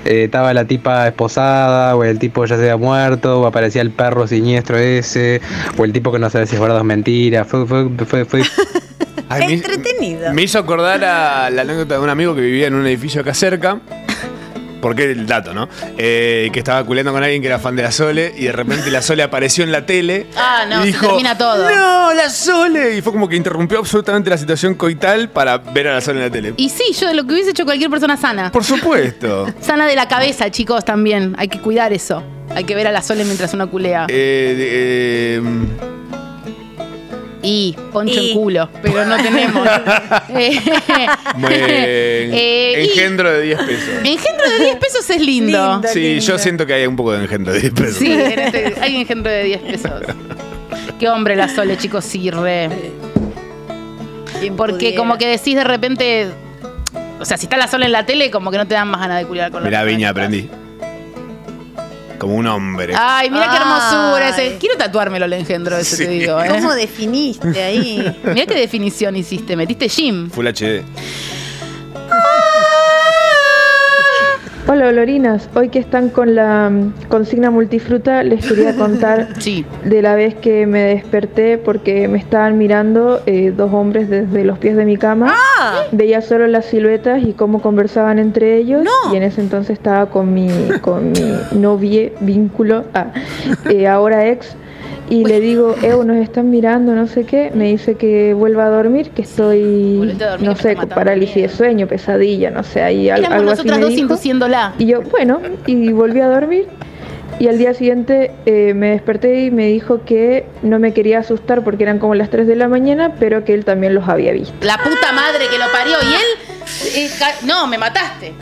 eh, estaba la tipa esposada, o el tipo ya se había muerto, o aparecía el perro siniestro ese, o el tipo que no sabe si es verdad o es mentira, fue, fue, fue, fue Ay, me- Entretenido. Me hizo acordar a la anécdota de un amigo que vivía en un edificio acá cerca. Porque el dato, ¿no? Eh, que estaba culeando con alguien que era fan de la Sole y de repente la Sole apareció en la tele. Ah, no, y se dijo, termina todo. ¡No, la Sole! Y fue como que interrumpió absolutamente la situación coital para ver a la Sole en la tele. Y sí, yo de lo que hubiese hecho cualquier persona sana. Por supuesto. Sana de la cabeza, chicos, también. Hay que cuidar eso. Hay que ver a la Sole mientras uno culea. Eh, eh, y poncho Y- en culo. Pero no tenemos. Eh, buen Eh, y- engendro de 10 pesos. engendro de 10 pesos es lindo. Sí, yo siento que hay un poco de engendro de 10 pesos. Sí, en este- hay engendro de 10 pesos. Qué hombre la Sole, chicos, sí, re. Porque como que decís de repente. O sea, si está la Sole en la tele, como que no te dan más ganas de culiar con la Mirá, persona Viña, que estás. aprendí. Como un hombre. Ay, mira qué hermosura ese. Ay. Quiero tatuármelo el engendro ese, te Sí. digo. ¿eh? ¿Cómo definiste ahí? Mira qué definición hiciste. Metiste Jim. Full HD. Hola olorinas, hoy que están con la mm, consigna multifruta les quería contar Sí. de la vez que me desperté porque me estaban mirando eh, dos hombres desde los pies de mi cama. Veía solo las siluetas y cómo conversaban entre ellos. Y en ese entonces estaba con mi, con mi novie, vínculo, ah, eh, ahora ex. Y le digo, Evo, nos están mirando, no sé qué. Me dice que vuelva a dormir, que estoy, volvete a dormir, no que me sé, está con matando de parálisis de miedo. sueño, pesadilla, no sé, ahí al- Éramos algo así nosotras me dos dijo. induciéndola. Y yo, bueno, y volví a dormir. Y al día siguiente eh, me desperté y me dijo que no me quería asustar porque eran como las 3 de la mañana, pero que él también los había visto. La puta madre que lo parió. Y él. eh, ca- no, me mataste.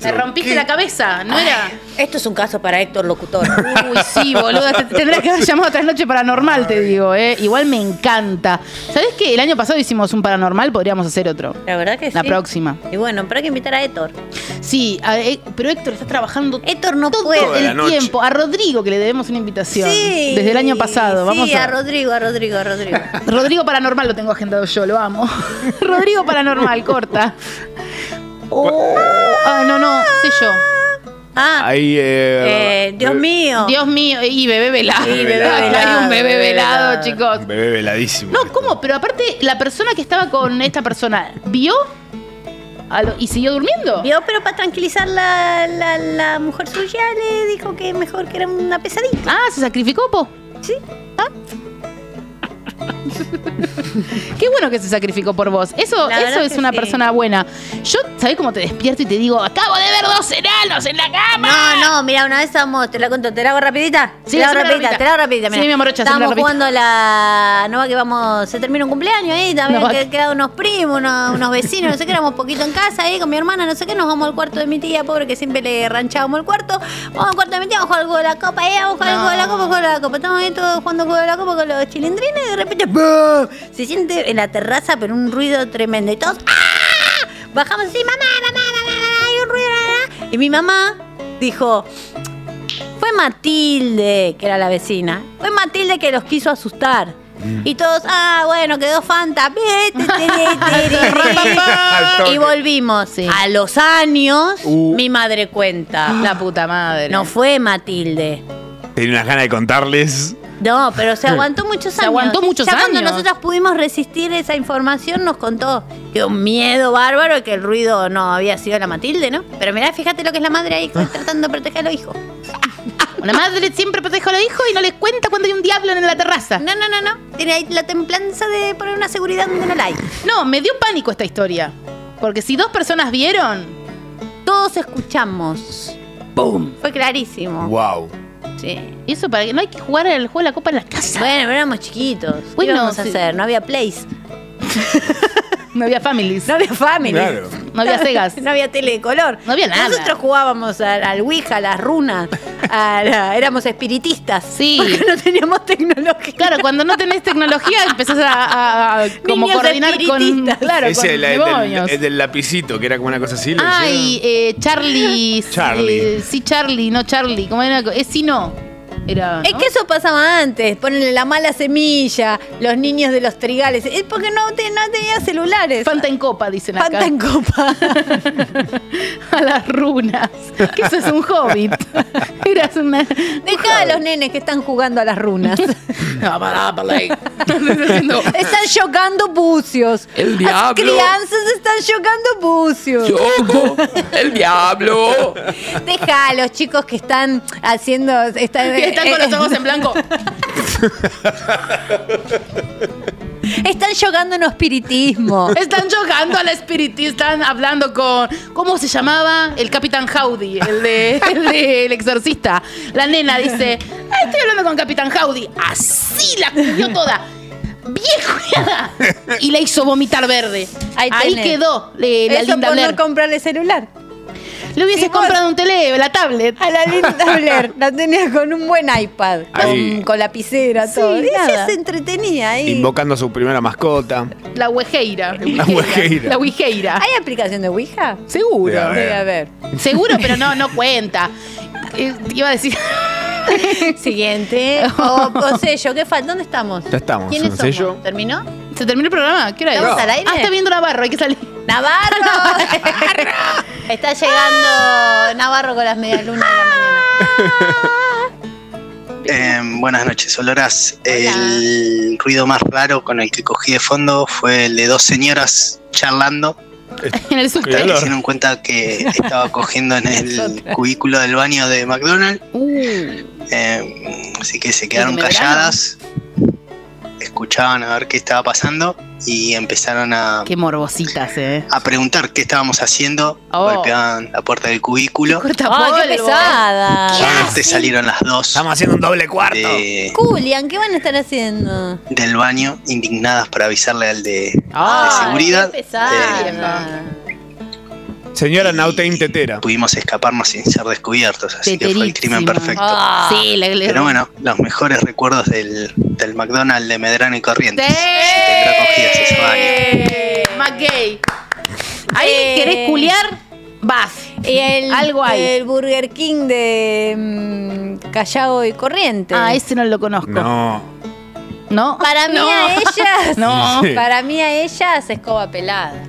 Me rompiste la cabeza. No era. Esto es un caso para Héctor Locutor. Uy, sí, boluda. te- Tendrá que haber llamado otra noche paranormal, te digo, ¿eh? Igual me encanta. ¿Sabés que el año pasado hicimos un paranormal? Podríamos hacer otro. La verdad que La sí. próxima. Y bueno, pero hay que invitar a Héctor. Sí, a- eh, pero Héctor está trabajando Héctor no todo puede. el tiempo. A Rodrigo, que le debemos una invitación. Sí. Desde el año pasado. Vamos sí, a. a Rodrigo, a Rodrigo, a Rodrigo. Rodrigo Paranormal lo tengo agendado yo, lo amo. Rodrigo Paranormal, corta. Oh, ah, no, no, sé yo. Ah, Ahí, eh, bebé- mío. Dios mío, y bebé velado. Y bebé velado, Hay un bebé bebé velado, chicos. Bebé veladísimo. No, ¿cómo? Pero aparte, la persona que estaba con esta persona, ¿vio? a lo- ¿Y siguió durmiendo? Vio, pero para tranquilizar la, la, la mujer suya le dijo que mejor que era una pesadilla. Ah, se sacrificó, po. Ah. Sí. Qué bueno que se sacrificó por vos. Eso, La eso verdad es que una sí. persona buena. Yo, ¿sabés cómo te despierto y te digo, acabo de ver dos enanos en la cama? No, no, mira, una vez estábamos, te la cuento, te la hago rapidita. Sí, te la hago haceme la rapidita, rapidita. te la hago rapidita. mirá. Sí, mi amorocha, haceme la Estábamos rapidita. jugando la nueva que vamos, se termina un cumpleaños ahí, también Nova que que- quedaban unos primos, unos, unos vecinos, no sé qué, éramos poquito en casa ahí con mi hermana, no sé qué, nos vamos al cuarto de mi tía, pobre que siempre le ranchábamos el cuarto. Vamos al cuarto de mi tía, vamos a jugar al juego de la copa, eh, vamos a jugar al juego de la copa, juego de la copa. Estamos ahí todos jugando al juego de la copa con los chilindrines y de repente ¡bum! se siente en la terraza, pero un ruido tremendo. Y todos ¡ah! bajamos así, mamá, mamá, mamá, mamá, hay un ruido, la, la". y mi mamá dijo. Fue Matilde, que era la vecina. Fue Matilde que los quiso asustar. Y todos, ah, bueno, quedó Fanta. y volvimos. A los años, mi madre cuenta. La puta Ah, madre. No fue Matilde. Tenía unas ganas de contarles. No, pero se aguantó muchos años. Se aguantó muchos ya cuando años. nosotras pudimos resistir esa información, nos contó que un miedo bárbaro que el ruido no había sido la Matilde, ¿no? Pero mirá, fíjate lo que es la madre ahí tratando de proteger a los hijos. Una madre siempre protege a los hijos y no les cuenta cuando hay un diablo en la terraza. No, no, no, no. Tiene ahí la templanza de poner una seguridad donde no la hay. No, me dio pánico esta historia. Porque si dos personas vieron, Todos escuchamos. ¡Pum! Fue Ah. clarísimo. ¡Wow! Sí. ¿Y eso para que No hay que jugar el juego de la copa en la casa. Bueno, pero éramos chiquitos. ¿Qué Bueno, íbamos a sí. hacer? No había plays. No había families. No había families. Claro. No había Segas. no había tele de color. No había nada. Nosotros jugábamos al, al Ouija, a las runas. a la- éramos espiritistas. Sí. Porque no teníamos tecnología. Claro, cuando no tenés tecnología empezás a, a- a como Niños coordinar con, espiritistas. claro, Ese con el, el demonios. del, el del lapicito, que era como una cosa así. ¿lo Ay, eh, Charlie. Charlie. eh, sí, Charlie, no Charlie. ¿Cómo era? Es sí, no. Era, Es ¿no? que eso pasaba antes, ponenle la mala semilla, los niños de los trigales. Es porque no, te- no tenía celulares. Fanta en copa, dicen acá. Fanta en copa. A las runas. Que eso es un hobbit. Eras una. Dejá a los nenes que están jugando a las runas. haciendo- están chocando bucios. El Las diablo. crianzas están chocando bucios. Choco, el diablo. Deja a los chicos que están haciendo. Están, Que están con los ojos en blanco. Están chocando en espiritismo. Están jugando al espiritista, están hablando con. ¿Cómo se llamaba? El Capitán Howdy, el de, el de El Exorcista. La nena dice: "Ah, Estoy hablando con Capitán Howdy. Así la cubrió toda. ¡Vieja! Y la hizo vomitar verde. Ahí, Ahí tenés. quedó eh, la Eso linda por Blair. no comprarle celular. Le hubiese Sí, vos- comprado un tele, la tablet. A la linda Blair. La tenía con un buen iPad. Con, Ahí. con lapicera, todo. Y ella se entretenía ahí. eh. Invocando a su primera mascota. La huejeira. La huejeira. La huijeira. ¿Hay aplicación de Ouija? Seguro. Debe haber. Debe haber. Seguro, pero no, no cuenta. Eh, Iba a decir. Siguiente. O, o sello, ¿qué falta? ¿Dónde estamos? Ya estamos. ¿Quiénes somos? Sello. ¿Terminó? ¿Se terminó el programa? ¿Qué hora es? ¿Estamos al aire? Ah, está viendo Navarro, hay que salir. ¡Navarro! Está Ah. llegando Navarro con las medialunas de la mañana. Eh, buenas noches, Oloras. El ruido más raro con el que cogí de fondo fue el de dos señoras charlando. En el Hasta que se dieron cuenta que estaba cogiendo en el cubículo del baño de McDonald's. Uh, Eh, así que se quedaron me verán. calladas. escuchaban a ver qué estaba pasando y empezaron a, Qué morbositas, eh. a preguntar qué estábamos haciendo, Oh. golpeaban la puerta del cubículo. ¡Ay, qué pesada! Solamente Ah, salieron las dos. Estamos haciendo un doble cuarto. Julian, ¿qué van a estar haciendo? del baño, indignadas para avisarle al de, Ah, de seguridad. qué pesada. Señora Nautain Tetera. Pudimos escaparnos sin ser descubiertos, así que fue el crimen perfecto. Ah. Sí, la, la- Pero bueno, los mejores recuerdos del, del McDonald's de Medrano y Corrientes. McGay. Eh, Ahí querés culiar, vas. Y el, Algo hay. el Burger King de mm, Callao y Corriente. Ah, ese no lo conozco. No. ¿No? Para mí No. a ellas. No. Sí. Para mí a ellas escoba pelada.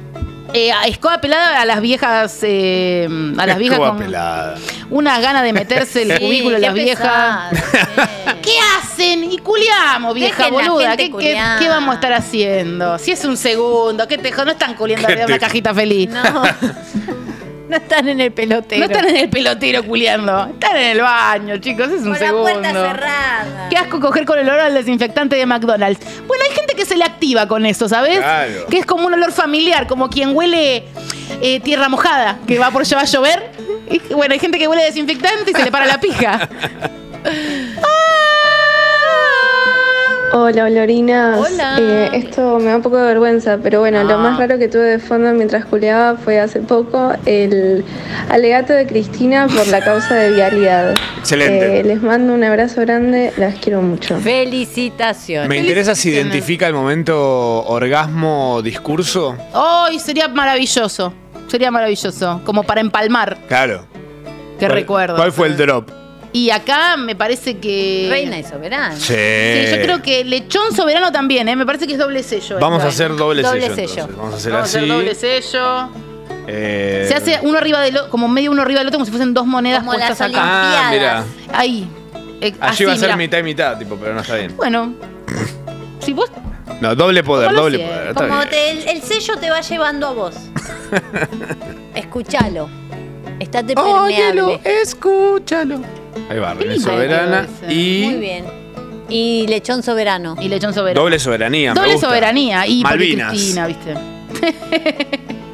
Eh, a escoba pelada a las viejas. eh, a las viejas Escoba con pelada. una gana de meterse el Sí, cubículo de qué las viejas. ¿Qué hacen? Y culiamos, vieja Dejen la boluda. gente ¿Qué, qué- culiar. qué vamos a estar haciendo? Si es un segundo, ¿qué te No están culiando ¿Qué arriba de una te- cajita feliz. No. No están en el pelotero. No están en el pelotero culiando. Están en el baño, chicos. Es un Con la segundo. puerta cerrada. Qué asco coger con el olor al desinfectante de McDonald's. Bueno, hay gente que se le activa con eso, ¿sabes? Claro. Que es como un olor familiar, como quien huele eh, tierra mojada, que va por ya va a llover. Y, bueno, hay gente que huele desinfectante y se le para la pija. Hola, olorinas. Hola. Eh, esto me da un poco de vergüenza, pero bueno, lo más raro que tuve de fondo mientras culeaba fue hace poco el alegato de Cristina por la causa de vialidad. Excelente. Eh, les mando un abrazo grande, las quiero mucho. Felicitaciones. Me interesa si identifica el momento orgasmo discurso. ¡Ay, sería maravilloso! Sería maravilloso. Como para empalmar. Claro. Qué ¿Cuál- recuerdo. ¿Cuál fue el drop? Y acá me parece que. Reina y soberana. Sí. Sí, yo creo que Lechón Soberano también, ¿eh? Me parece que es doble sello. Eh. Vamos a esto, ¿eh? hacer doble, sello. entonces. Vamos a hacer Vamos a así. hacer doble sello. Eh, Se hace uno arriba del otro, como medio uno arriba del otro, como si fuesen dos monedas Como puestas las acá. Ah, mira. Ahí. Eh, Allí va a así, ser mirá. mitad y mitad, tipo, pero no está bien. Bueno. Si vos. No, doble poder, Como lo doble sé, poder. Está Como bien. te- el, el sello te va llevando a vos. Escúchalo. Estate permeable. Óyelo, escúchalo. Ahí va, René lindo Soberana Muy y bien. Y lechón soberano. Y lechón soberano. doble soberanía. me Doble gusta. soberanía. Y porque Malvinas. Cristina, ¿viste?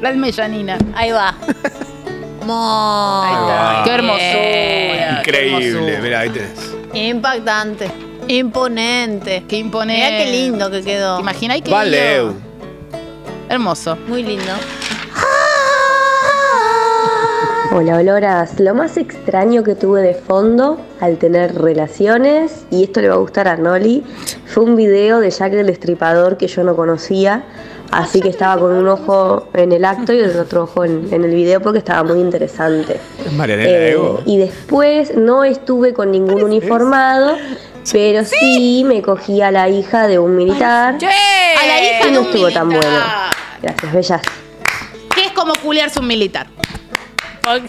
La almellanina. Ahí va. Ahí Qué va. hermosura. Increíble, mira, ahí tenés. Impactante. Imponente. Qué imponente. Mirá qué lindo que quedó. Imagina que. Valeu. Hermoso. Muy lindo. Hola, Oloras. Lo más extraño que tuve de fondo al tener relaciones, y esto le va a gustar a Noli, fue un video de Jack el Destripador que yo no conocía. Así que estaba con un ojo en el acto y el otro ojo en, en el video porque estaba muy interesante. Es Marianela Eh, Ego. Y después no estuve con ningún uniformado, pero ¿Sí? me cogí a la hija de un militar. Eh, A la hija y de no un estuvo tan militar. bueno. Gracias, bellas. Que es como culiarse un militar.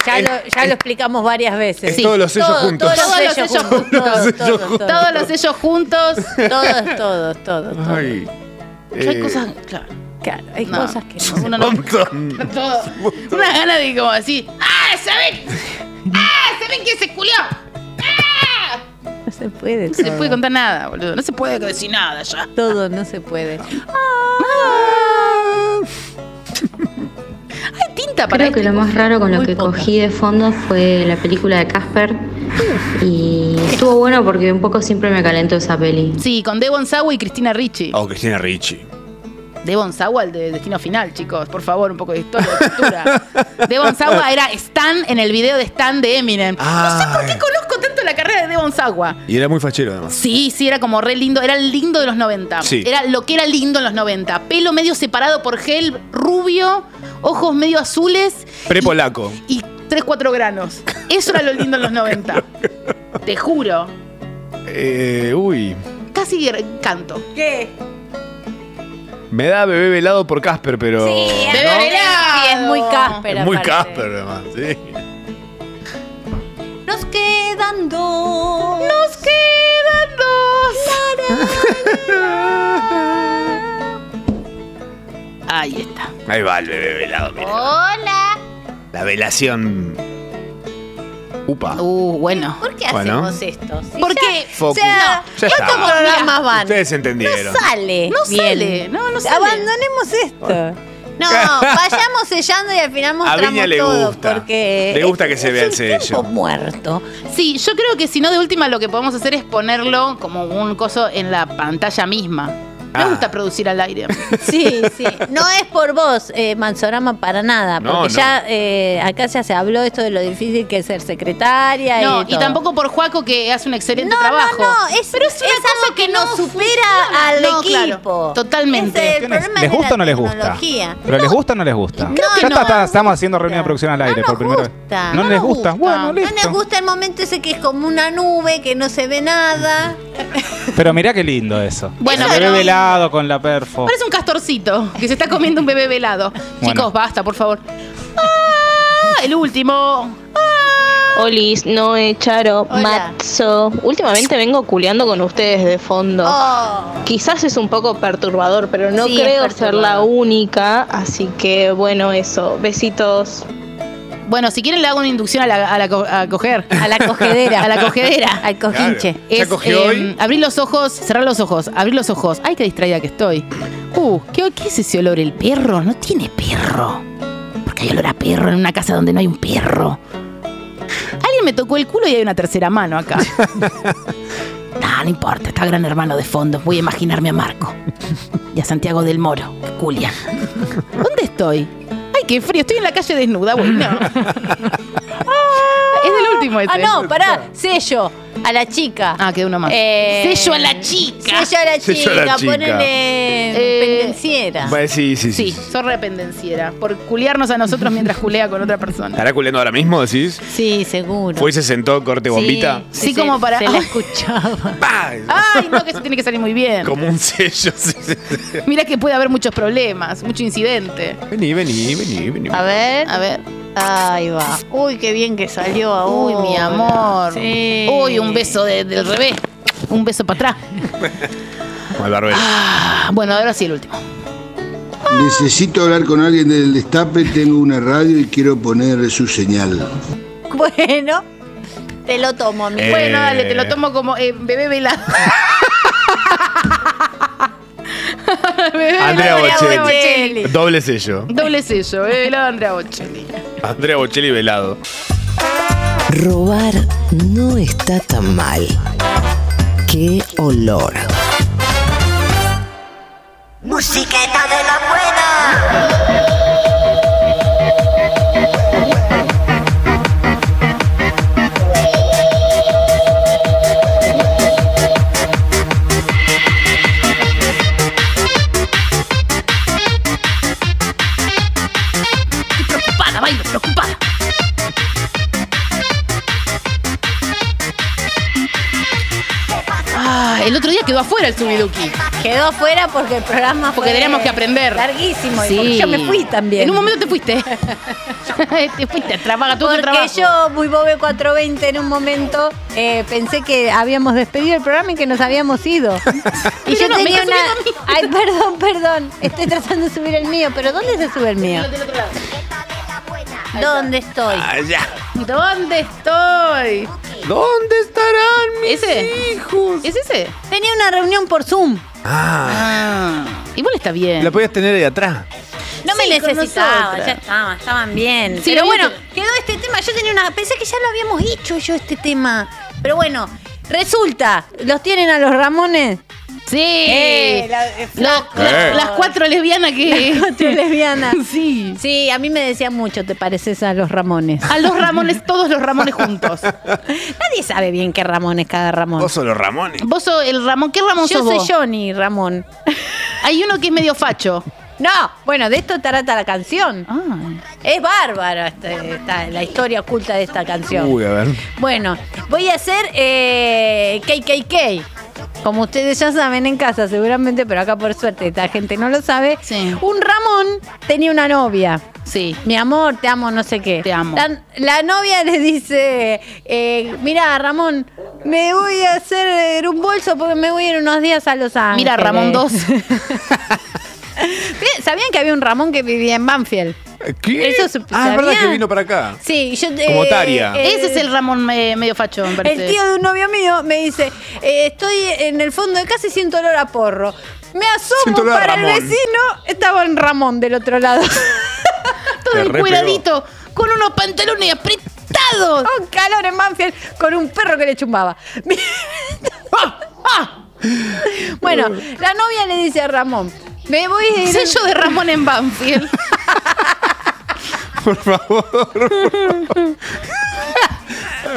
Ya, lo, ya lo explicamos varias veces. Es todos Eh, los sellos Todo- juntos. Todos los Todos los sellos sellos juntos. Todos, juntos. todos, todos. Todos los sellos juntos. Todos, todos, todos. Ay. Yo hay eh, cosas. Claro. Claro, hay No. cosas que no. Uno un no. montón. Todo. Una gana de como así. ¡Ah! ¿Saben? ¡Ah! ¿Saben quién se culió? No se puede. No se puede contar nada, boludo. No se puede decir nada ya. Todo no se puede. Ah. Hay tinta para Creo que esto. lo más raro con lo Muy que poca. cogí de fondo fue la película de Casper. Y estuvo bueno porque un poco siempre me calentó esa peli. Sí, con Devon Sawa y Cristina Ricci. Oh, Cristina Ricci. Devon Sawa, el de Destino Final, chicos. Por favor, un poco de historia, de cultura. Devon Sawa era Stan en el video de Stan de Eminem. No sé por qué conozco tanto la carrera de Devon Sawa. Y era muy fachero, además. Sí, sí, era como re lindo. Era el lindo de los 90. Sí. Era lo que era lindo en los 90. Pelo medio separado por gel, rubio, ojos medio azules Prepolaco. y 3-4 granos. Eso era lo lindo en los 90. Te juro. Eh, uy. Casi canto. ¿Qué? Me da bebé velado por Casper, pero. Sí, Bebé ¿no? Sí, es muy Es cáspera. muy aparte. Casper, además, sí. Nos quedan dos. Nos quedan dos. Ahí está. Ahí va el bebé velado, mira. Hola. La velación. Upa. Uh, bueno. ¿Por qué Bueno. hacemos esto? Si ¿Por ya- qué? O Foco. sea, Ya estos está. programas van. Ustedes entendieron. No sale. No bien. sale, no, no sale. Abandonemos esto. No, vayamos sellando y al final A mostramos Viña le todo. gusta. porque le gusta que se vea el sello. muerto. Sí, yo creo que si no, de última lo que podemos hacer es ponerlo como un coso en la pantalla misma. Ah. Me gusta producir al aire. Sí, sí. No es por vos, eh, Mansorama, para nada. No, porque no. ya eh, acá ya se habló esto de lo difícil que es ser secretaria. No, y, y todo. tampoco por Juaco que hace un excelente No, no, trabajo. no, es- pero es, una es cosa algo que, que no no supera funciona. al No, claro, equipo. totalmente. Ese es el problema ¿Les de gusta o la no les gusta? tecnología. ¿Pero les gusta o no les gusta? Creo que ya está, no. está- estamos haciendo reunión de producción al aire por primera gusta, vez. No, no les nos gusta. Bueno, No nos listo. gusta el momento ese que es como una nube, que no se ve nada. Pero mirá qué lindo eso. Bueno, el bebé pero- velado con la perfo. Parece un castorcito que se está comiendo un bebé velado. Bueno. Chicos, basta, por favor. Ah, el último. Olis, Noe, Charo, Matzo. Últimamente vengo culeando con ustedes de fondo. Oh. Quizás es un poco perturbador, pero no Sí, es creo ser la perturbador. única. Así que bueno, eso. Besitos. Bueno, si quieren le hago una inducción a la, a la co- a coger. A la cogedera. a la cogedera. Al coginche. Claro. ¿Ya Es, cogió eh, hoy? Abrir los ojos, cerrar los ojos, abrir los ojos. Ay, qué distraída que estoy. Uh, ¿qué, qué es ese olor? ¿El perro? No tiene perro. Porque hay olor a perro en una casa donde no hay un perro. Alguien me tocó el culo y hay una tercera mano acá. no, no importa, está gran hermano de fondo. Voy a imaginarme a Marco. Y a Santiago del Moro, Julia. ¿Dónde estoy? Ay, qué frío, estoy en la calle desnuda, güey. No. Ah, Es del último este. Ah, no, pará, sello a la chica. Eh, Ah, quedó uno más. Sello a la chica. Sello a la chica, Sello a la chica. ponele pendenciera. Va, sí, sí, sí, Sí, soy rependenciera. Por culiarnos a nosotros mientras culea con otra persona. ¿Estará culiando ahora mismo, decís? Sí, seguro. Fue y se sentó, corte bombita. Sí, como para. Se la escuchaba. Ay, no, que eso tiene que salir muy bien. Como un sello. sí, sí, sí. Mira que puede haber muchos problemas, mucho incidente. Vení, vení, vení, vení. Ah. A ver. A ver. Ahí va. Uy, qué bien que salió Uy, ahora. mi amor. Uy, un beso de- del revés. Un beso para atrás. Al barbero. Ah, bueno, ahora sí el último. Necesito hablar con alguien del destape, tengo una radio y quiero poner su señal. Bueno, te lo tomo, mi Eh. Bueno, dale, te lo tomo como eh, bebé velado. Bebé Andrea velado, Andrea Bocelli. Bocelli. Eh, Doble sello. Doble sello, bebé velado Andrea Bocelli. Andrea Bocelli velado. Robar no está tan mal. Qué olor. Musiqueta de la buena. Estoy preocupada, bailo preocupada. Ah, el otro día quedó afuera el Subiduki. Quedó afuera porque el programa Porque fue teníamos que aprender. Larguísimo. Sí. Y porque yo me fui también. En un momento te fuiste. te fuiste, trabaja todo tu Porque yo, trabajo. muy bobe 420, en un momento eh, pensé que habíamos despedido el programa y que nos habíamos ido. y Pero yo no, me tenía está una. Ay, perdón, perdón. Estoy tratando de subir el mío, pero ¿dónde se sube el mío? ¿Dónde estoy? Ah. Allá. ¿Dónde estoy? ¿Dónde estarán mis hijos? ¿Es ese? Tenía una reunión por Zoom. Ah. Igual está bien. La podías tener ahí atrás. No me Sí, con necesitaban, nosotras. ya estaban, estaban bien. Sí, pero había bueno, quedó este tema. Yo tenía una. Pensé que ya lo habíamos hecho yo este tema. Pero bueno, resulta, ¿los tienen a los Ramones? Sí. Eh, la- eh, La- flaco. la- las cuatro lesbianas que. Las cuatro lesbianas. Sí. Sí, a mí me decían mucho, te pareces a los Ramones. A los Ramones, todos los Ramones juntos. Nadie sabe bien qué Ramón es cada Ramón. Vos sos los Ramones. Vos sos el Ramón. ¿Qué Ramón Yo sos soy vos? Johnny Ramón. Hay uno que es medio facho. No, bueno, de esto trata la canción. Ah, Es bárbara esta- esta- la historia oculta de esta canción. Uy, a ver. Bueno, voy a hacer eh, KKK. Como ustedes ya saben en casa, seguramente, pero acá por suerte la gente no lo sabe. Un Ramón tenía una novia. Sí. Mi amor, te amo, no sé qué. Te amo. La, la novia le dice: eh, Mira, Ramón, me voy a hacer eh, un bolso porque me voy a ir unos días a Los Ángeles. Mira, Ramón 2. ¿Sabían que había un Ramón que vivía en Banfield? ¿Qué? Eso se ah, es verdad sabía. que vino para acá. Sí, yo eh, Como Taria. Ese es el Ramón eh, medio facho, me parece. El tío de un novio mío me dice, eh, estoy en el fondo de casa y siento olor a porro. Me asomo Siento olor a para el Ramón. vecino, estaba en Ramón del otro lado. Te re cuidadito, con unos pantalones apretados. Un calor en Manfield, con un perro que le chumbaba. bueno, la novia le dice a Ramón, me voy a ir... Sello de Ramón en Banfield. Por favor. por favor.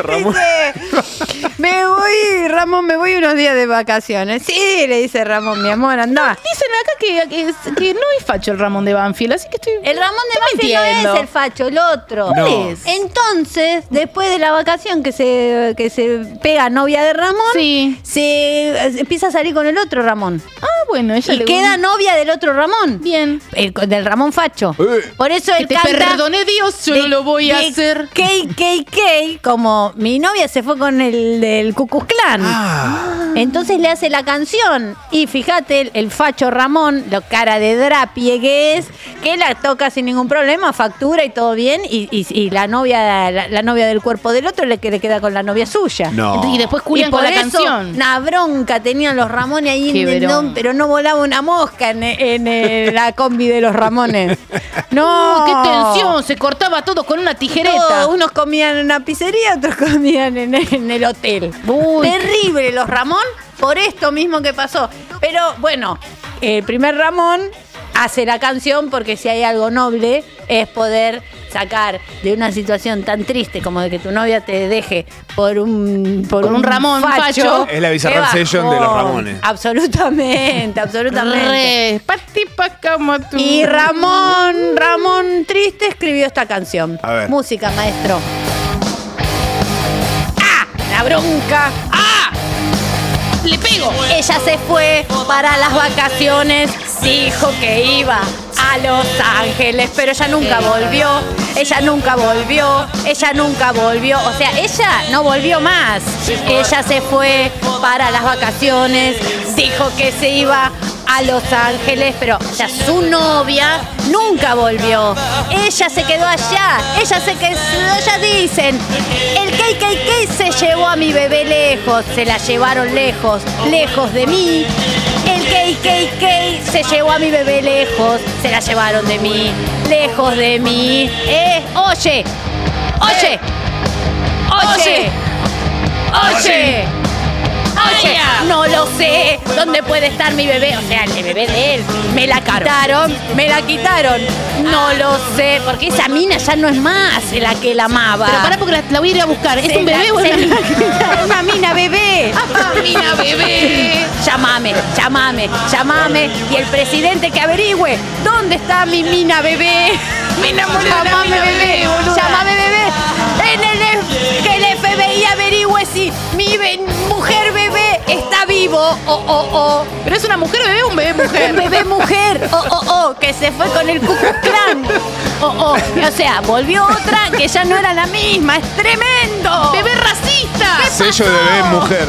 Ramón. Dice, me voy, Ramón, me voy unos días de vacaciones. Sí, le dice Ramón, mi amor, anda. Dicen acá que, que es- que no es facho el Ramón de Banfield, así que estoy. El Ramón de Banfield no es el facho, el otro. ¿Cuál No. es? Entonces, después de la vacación que se, que se pega novia de Ramón, se se empieza a salir con el otro Ramón. Ah, bueno, ella Y le queda gusta. novia del otro Ramón. Bien. del Ramón Facho. Eh. Por eso Que él te canta... perdone Dios, yo de- no lo voy a de hacer. KKK, como mi novia se fue con el del Cucus Clan. Ah, Entonces le hace la canción. Y fíjate, el, el facho Ramón, la cara de drapie que es, que la toca sin ningún problema, factura y todo bien. Y, y- y la novia la, la novia del cuerpo del otro le, que le queda con la novia suya. No. Y después culian culian con la canción. Una bronca tenían los Ramones ahí Qué en el bronca. don, pero no volaba una mosca en, en, eh, la combi de los Ramones. No, Uh, qué tensión, se cortaba todo con una tijereta. Todos, unos comían en una pizzería, otros comían en, en el hotel. Terrible los Ramón por esto mismo que pasó. Pero bueno, el primer Ramón hace la canción porque si hay algo noble es poder sacar de una situación tan triste como de que tu novia te deje por un por Con un Ramón facho. Es la Bizarrap qué Session de los bajón. Ramones. Absolutamente, absolutamente. Re, como tú. Y Ramón, Ramón Triste escribió esta canción. A ver. Música, maestro. ¡Ah! La bronca. ¡Ah! Le pego. Ella se fue para las vacaciones. Dijo que iba a Los Ángeles, pero ella nunca volvió. Ella nunca volvió. Ella nunca volvió. O sea, ella no volvió más. Ella se fue para las vacaciones. Dijo que se iba a Los Ángeles, pero ya su novia nunca volvió. Ella se quedó allá. Ella se quedó. Ella dicen, el KKK se llevó a mi bebé lejos. Se la llevaron lejos, lejos de mí. El KKK se llevó a mi bebé lejos. Se la llevaron de mí, lejos de mí. Eh, oye, oye, oye, oye. Oye, no lo sé dónde puede estar mi bebé, o sea, el bebé de él. Me la quitaron, me la quitaron. Ah. No lo sé, porque esa mina ya no es más la que la amaba. Pero pará porque la, la voy a ir a buscar. ¿Es Se un bebé la- o es se la- una mina? Ah, una mina bebé. Una mina bebé. Llamame, llamame, llamame. Y el presidente que averigüe dónde está mi mina bebé. Me enamoré de una Llamame, mina bebé, boluda. Llamame bebé. En el F- que el FBI averigüe si mi be- mujer bebé está vivo. Oh, oh, oh. Pero es una mujer bebé o un bebé mujer. Un bebé mujer. Oh, oh, oh. Que se fue con el Ku Klux Klan. Oh, oh. O sea, volvió otra que ya no era la misma. Es tremendo. Bebé racista. Sello de bebé Ah. mujer.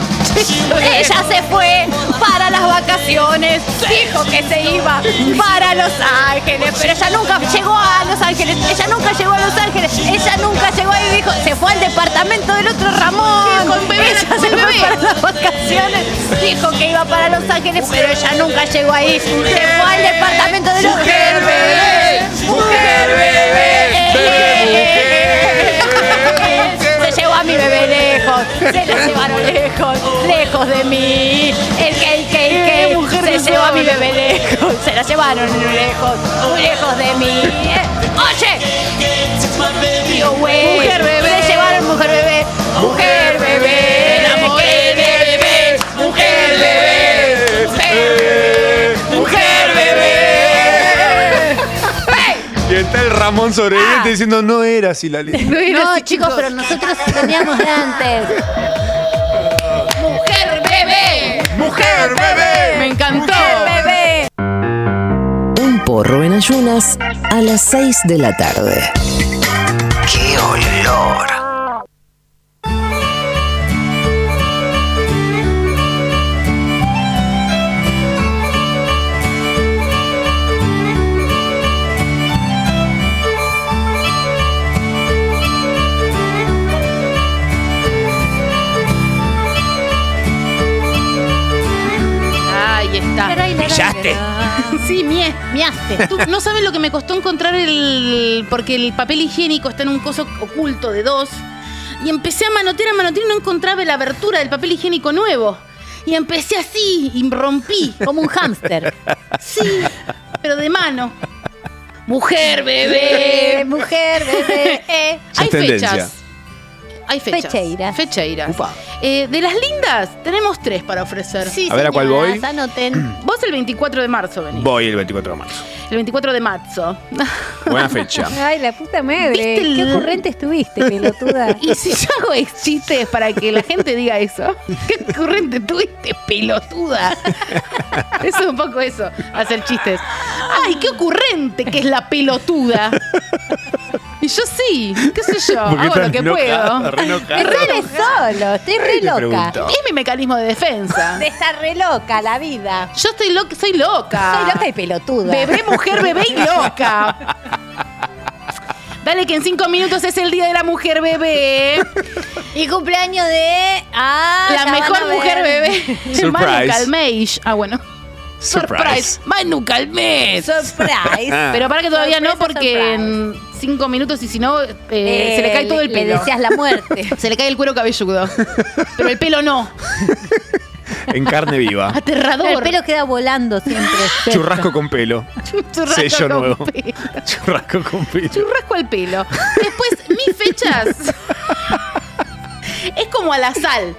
Ella se fue para las vacaciones, dijo que se iba para Los Ángeles, pero ella nunca llegó a Los Ángeles, ella nunca llegó a Los Ángeles, ella nunca llegó ahí y dijo, se fue al departamento del otro Ramón. Con bebé, ella con se bebé. fue para las vacaciones, dijo que iba para Los Ángeles, pero ella nunca llegó ahí, se fue al departamento del otro Mujer bebé, mujer bebé, bebé se llevó a mi bebé lejos, se la llevaron lejos, lejos de mí. El que, el que, el que, se llevó a mi bebé lejos, se la llevaron lejos, muy lejos de mí. Oye, tío güey, Mujer bebé. se llevaron mujer bebé, mujer bebé, enamoré de bebé, mujer bebé, Eh. Eh. bebé, mujer bebé. Eh. Y está el Ramón sobreviviente Ah. diciendo no era así la lista. No, chicos, pero nosotros teníamos de antes. Mujer bebé. Mujer bebé. Me encantó. bebé. Un porro en ayunas a las 6 de la tarde. ¡Qué olor! ¿Miaste? Sí, mie, miaste. Tú no sabes lo que me costó encontrar el. Porque el papel higiénico está en un coso oculto de dos. Y empecé a manotear, a manotear y no encontraba la abertura del papel higiénico nuevo. Y empecé así, y rompí, como un hámster. Sí, pero de mano. Mujer, bebé. Mujer, bebé. eh. Hay es tendencia. fechas. Hay fechas. Fecheiras. Fecheiras. Eh, de las lindas, tenemos tres para ofrecer. A ver, ¿a cuál señoras, voy? Anoten. Vos el 24 de marzo venís. Voy el 24 de marzo. El 24 de marzo. Buena fecha. Ay, la puta madre. el- Qué ocurrente estuviste, pelotuda. Y si yo hago ex- chistes para que la gente diga eso. Qué corriente tuviste, pelotuda. Eso es un poco eso, hacer chistes. Ay, qué ocurrente que es la pelotuda. Y yo sí, qué sé Porque yo, hago lo estás que enojada, puedo. re enojada. Estoy re solo, estoy Nadie te preguntó. Es mi mecanismo de defensa. De estar re loca la vida. Yo estoy loca, soy loca. Soy loca y pelotuda. Ah. Bebé, mujer, bebé y loca. Dale que en cinco minutos es el Día de la Mujer Bebé. Y cumpleaños de... ah, la ya van a mejor ver. mujer bebé. Surprise. Manu Calmeix. Ah, bueno. Surprise. Manu Calmeix. Surprise. Pero para que todavía no, porque en cinco minutos y si no, eh, Eh, se le cae todo el le pelo. deseas la muerte. se le cae el cuero cabelludo. Pero el pelo no. En carne viva. Aterrador. El pelo queda volando siempre. Churrasco con pelo. Churrasco Sello con nuevo. pelo. Churrasco con pelo. Churrasco al pelo. Después, mis fechas. Es como a la sal.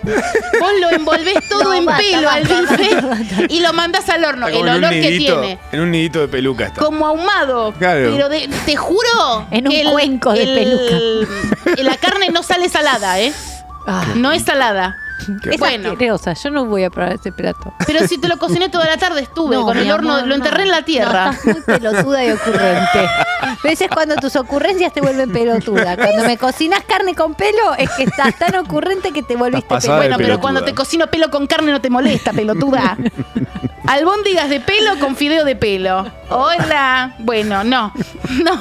Vos lo envolvés todo No, en basta, pelo al basta, bife y lo mandás al horno. Está como El en un olor que nidito- tiene. En un nidito de peluca está. Como ahumado. Claro. Pero de- te juro. En un que cuenco de peluca. La carne no sale salada, ¿eh? Ah. No es salada. Es Bueno. asquerosa, yo no voy a probar ese plato. Pero si te lo cociné toda la tarde, estuve No, con el mi horno, amor, lo enterré en la tierra. No, estás muy pelotuda y ocurrente. Pero ese es cuando tus ocurrencias te vuelven pelotuda. Cuando me cocinas carne con pelo, es que estás tan ocurrente que te volviste Estás pelotuda. pasada de Bueno, pero cuando te cocino pelo con carne no te molesta, pelotuda. Albóndigas de pelo con fideo de pelo. Hola. Bueno, no. No.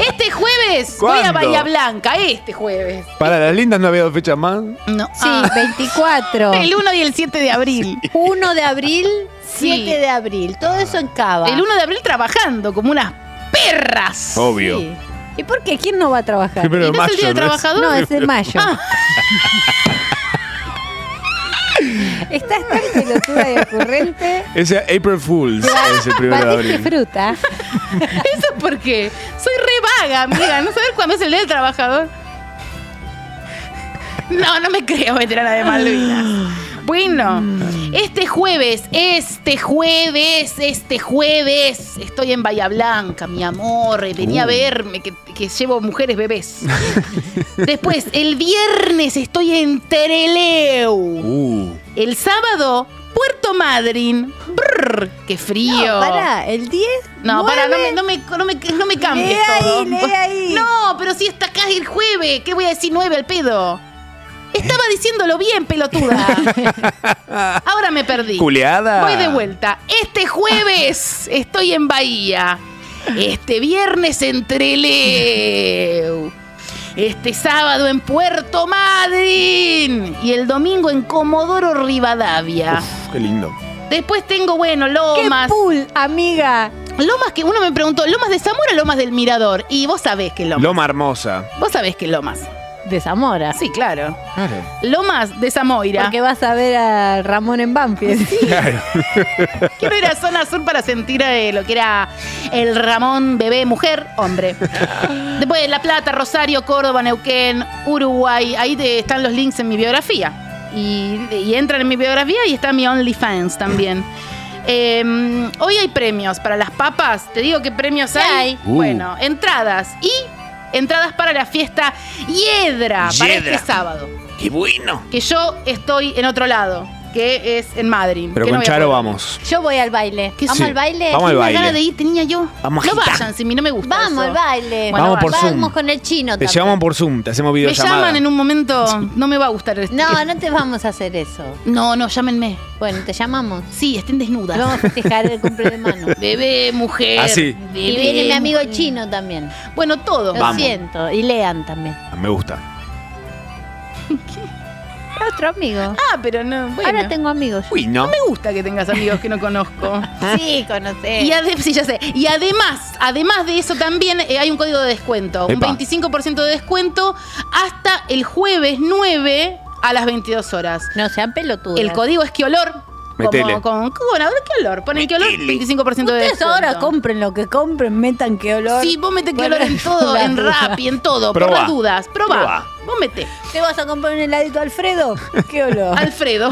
Este jueves voy a ¿Cuándo? Bahía Blanca, este jueves. Para las lindas no había dos fechas más. No. Sí, 24. El 1 y el 7 de abril. 1 de abril, 7 Sí. de abril. Todo eso en Cava. El 1 de abril trabajando como unas perras. Obvio. Sí. ¿Y por qué? ¿Quién no va a trabajar? Primero de ¿Y no es el Oh, mayo, Día del ¿no es? Trabajador? No, es en mayo. Ah. Estás tan pelotuda y ocurrente. Ese April Fools es el primero de Partiste abril. fruta. Eso es porque soy re vaga, amiga. No saber cuándo es el día del trabajador. No, no me creo veterana de Malvinas. Bueno, este jueves, este jueves, este jueves, estoy en Bahía Blanca, mi amor. Venía a Uh. verme que, que llevo mujeres bebés. Después, el viernes estoy en Tereleu. Uh. El sábado, Puerto Madryn. Brr, ¡Qué frío! No, pará, el 10. No, para, no me, no me, no me, no me cambies Lee ahí, todo. lee ahí. No, pero si está acá el jueves, ¿qué voy a decir nueve al pedo? Estaba diciéndolo bien, pelotuda. Ahora me perdí. Culeada. Voy de vuelta. Este jueves estoy en Bahía. Este viernes en Treleu. Este sábado en Puerto Madryn. Y el domingo en Comodoro Rivadavia. Qué lindo. Después tengo, bueno, Lomas. ¡Qué pool, amiga! Lomas que uno me preguntó, ¿Lomas de Zamora o Lomas del Mirador? Y vos sabés que Lomas. Loma hermosa. Vos sabés que Lomas. Ah, De Zamora. Sí, claro. Claro. Lomas de Zamoira. Porque vas a ver a Ramón en Banfield. Quiero ir a zona sur para sentir eh, lo que era el Ramón bebé, mujer, hombre. Después La Plata, Rosario, Córdoba, Neuquén, Uruguay. Ahí te- están los links en mi biografía. Y, y entran en mi biografía y está mi OnlyFans también. Eh, hoy hay premios para las papas. Te digo qué premios hay. Uh. Bueno, entradas y entradas para la fiesta Hiedra para este Hiedra. sábado. ¡Qué bueno! Que yo estoy en otro lado, que es en Madrid. Pero que no voy con a Charo poder. vamos. Yo voy al baile. ¿Qué Vamos sí? al baile. Vamos al Tengo baile. ganas de ir, tenía este yo. Vamos a No agitar. vayan, si mí no me gusta. Vamos al baile. Vamos por vamos Zoom. con el chino Te también. llamamos por Zoom, te hacemos Me videollamada. llaman en un momento, no me va a gustar el No, no te vamos a hacer eso. No, no, llámenme. Bueno, te llamamos. Sí, estén desnudas. Vamos a festejar el cumple de mano. Bebé, mujer. Así. Y viene mi amigo chino también. Bueno, todo. Lo Vamos. siento. Y Lean también. Me gusta. Otro amigo. Ah, pero no. Bueno. Ahora tengo amigos. Uy, no. me gusta que tengas amigos que no conozco. Sí, conocés. Ah. Y ade- sí, ya sé. Y además, además de eso también eh, hay un código de descuento. Epa. Un 25% de descuento hasta el jueves 9 a las 22 horas. No sean pelotudos. El código es que olor. Como Metele. con, con olor, qué olor. Ponen que olor, 25% de Ustedes descuento. ahora compren lo que compren, metan que olor. Sí, vos mete que Por olor en todo, la en duda. rap y en todo, por Probá. las dudas. Probá. Probá. Vos mete. ¿Te vas a comprar un heladito Alfredo? ¿Qué olor? Alfredo.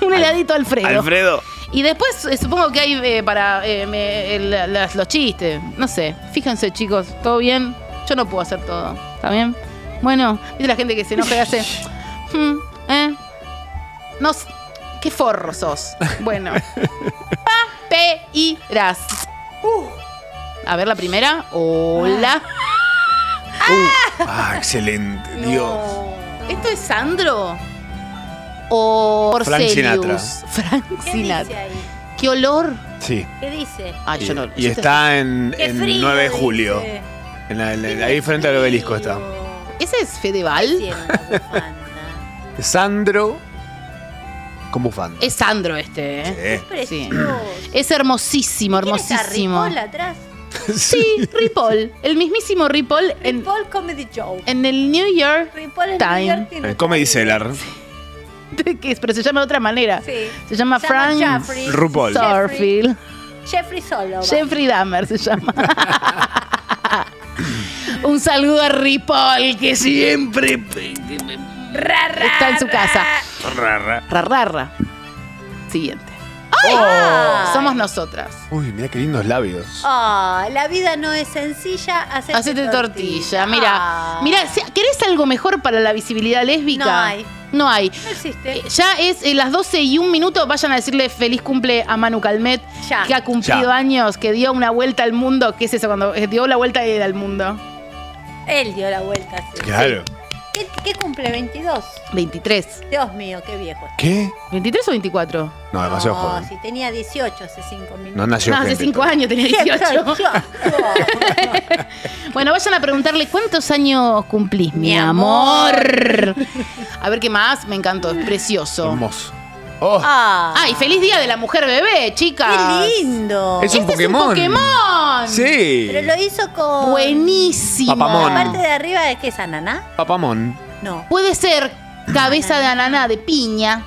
un heladito Alfredo. Alfredo. Y después eh, supongo que hay eh, para eh, me- el- las- los chistes. No sé. Fíjense, chicos. ¿Todo bien? Yo no puedo hacer todo. ¿Está bien? Bueno, viste la gente que se enoja y hace. "Hmm, ¿eh? No s- ¿Qué forro sos? Bueno. Papeiras. Uh. A ver la primera. Hola. Ah, excelente. No. Dios. ¿Esto es Sandro? O Frank Orselius? Sinatra. Frank ¿Qué dice Sinatra. ahí? ¿Qué olor? Sí. ¿Qué dice? Ay, yo no- y yo está en, Qué en frío, 9 de julio. dice. En la- en la- ahí frente al obelisco está. Oh, ¿Ese es Fedeval? Sandro con bufanda. Es Sandro este, ¿eh? Sí. Es hermosísimo, ¿Quién está, hermosísimo. Ripoll atrás? Sí, Ripoll. El mismísimo Ripoll en, Ripoll Comedy Show. en el New Year Ripoll es Time. El Comedy Cellar. que es- pero se llama de otra manera. Sí. Se llama Se Frank llama Jeffrey. RuPaul. Starfield. Jeffrey Solo. Jeffrey Dahmer se llama. Un saludo a Ripoll, que siempre está en su casa. Rara. Rarrarra. Siguiente. Oh, ¡Ay! Somos nosotras. Uy, mira qué lindos labios. Ah, la vida no es sencilla, hacete, Hacete tortilla. Mira, Ah. mira, si- ¿querés algo mejor para la visibilidad lésbica? No hay. No hay. No existe. Eh, Ya es eh, las 12 y un minuto. Vayan a decirle feliz cumple a Manu Calmet, Ya. que ha cumplido Ya. años, que dio una vuelta al mundo. ¿Qué es eso cuando eh, dio la vuelta él al mundo? Él dio la vuelta. sí. Claro. ¿Qué, qué cumple? ¿22? 23. Dios mío, qué viejo. ¿Qué? ¿23 o 24? No, demasiado No, joven. si tenía 18 hace 5 minutos. No nació No, hace gente. 5 años tenía 18. bueno, vayan a preguntarle cuántos años cumplís, mi amor. A ver qué más. Me encantó, es precioso. Hermoso. Oh, Ah. Ay, feliz día de la mujer bebé, chicas. ¡Qué lindo! Es un Este Pokémon. Pokémon. Sí. Pero lo hizo con. Buenísimo. Papamón. La parte de arriba es que es ananá. papamón. No. Puede ser cabeza de ananá de piña.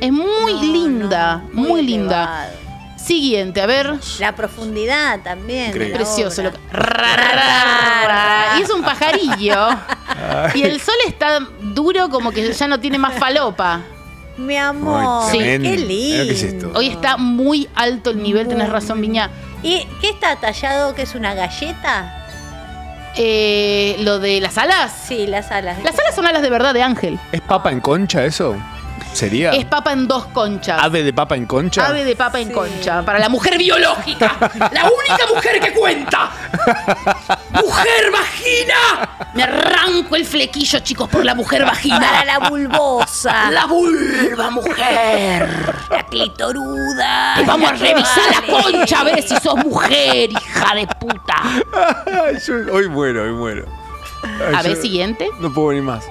Es muy linda, muy, linda. Siguiente, a ver. La profundidad también. de la Precioso. obra. lo- Rararara. Y es un pajarillo. Y el sol está duro como que ya no tiene más falopa. Mi amor. Ay, Qué tremendo. Mirá lindo. lo que es esto. Hoy está muy alto el nivel, tenés razón, Viña. ¿Y qué está tallado? ¿Que es una galleta? Eh, lo de las alas. Sí, las alas. Las alas son alas de verdad de ángel. ¿Es papa en concha eso? ¿Sería? Es papa en dos conchas. ¿Ave de papa en concha? Ave de papa en concha. Para la mujer biológica. la única mujer que cuenta. ¡Mujer vagina! Me arranco el flequillo, chicos, por la mujer vagina. Para la bulbosa. La vulva, mujer. La clitoruda. Y vamos a revisar la Vale. concha a ver si sos mujer, hija de puta. Yo- hoy muero, hoy muero. Ay, A ver, yo siguiente. No puedo venir más.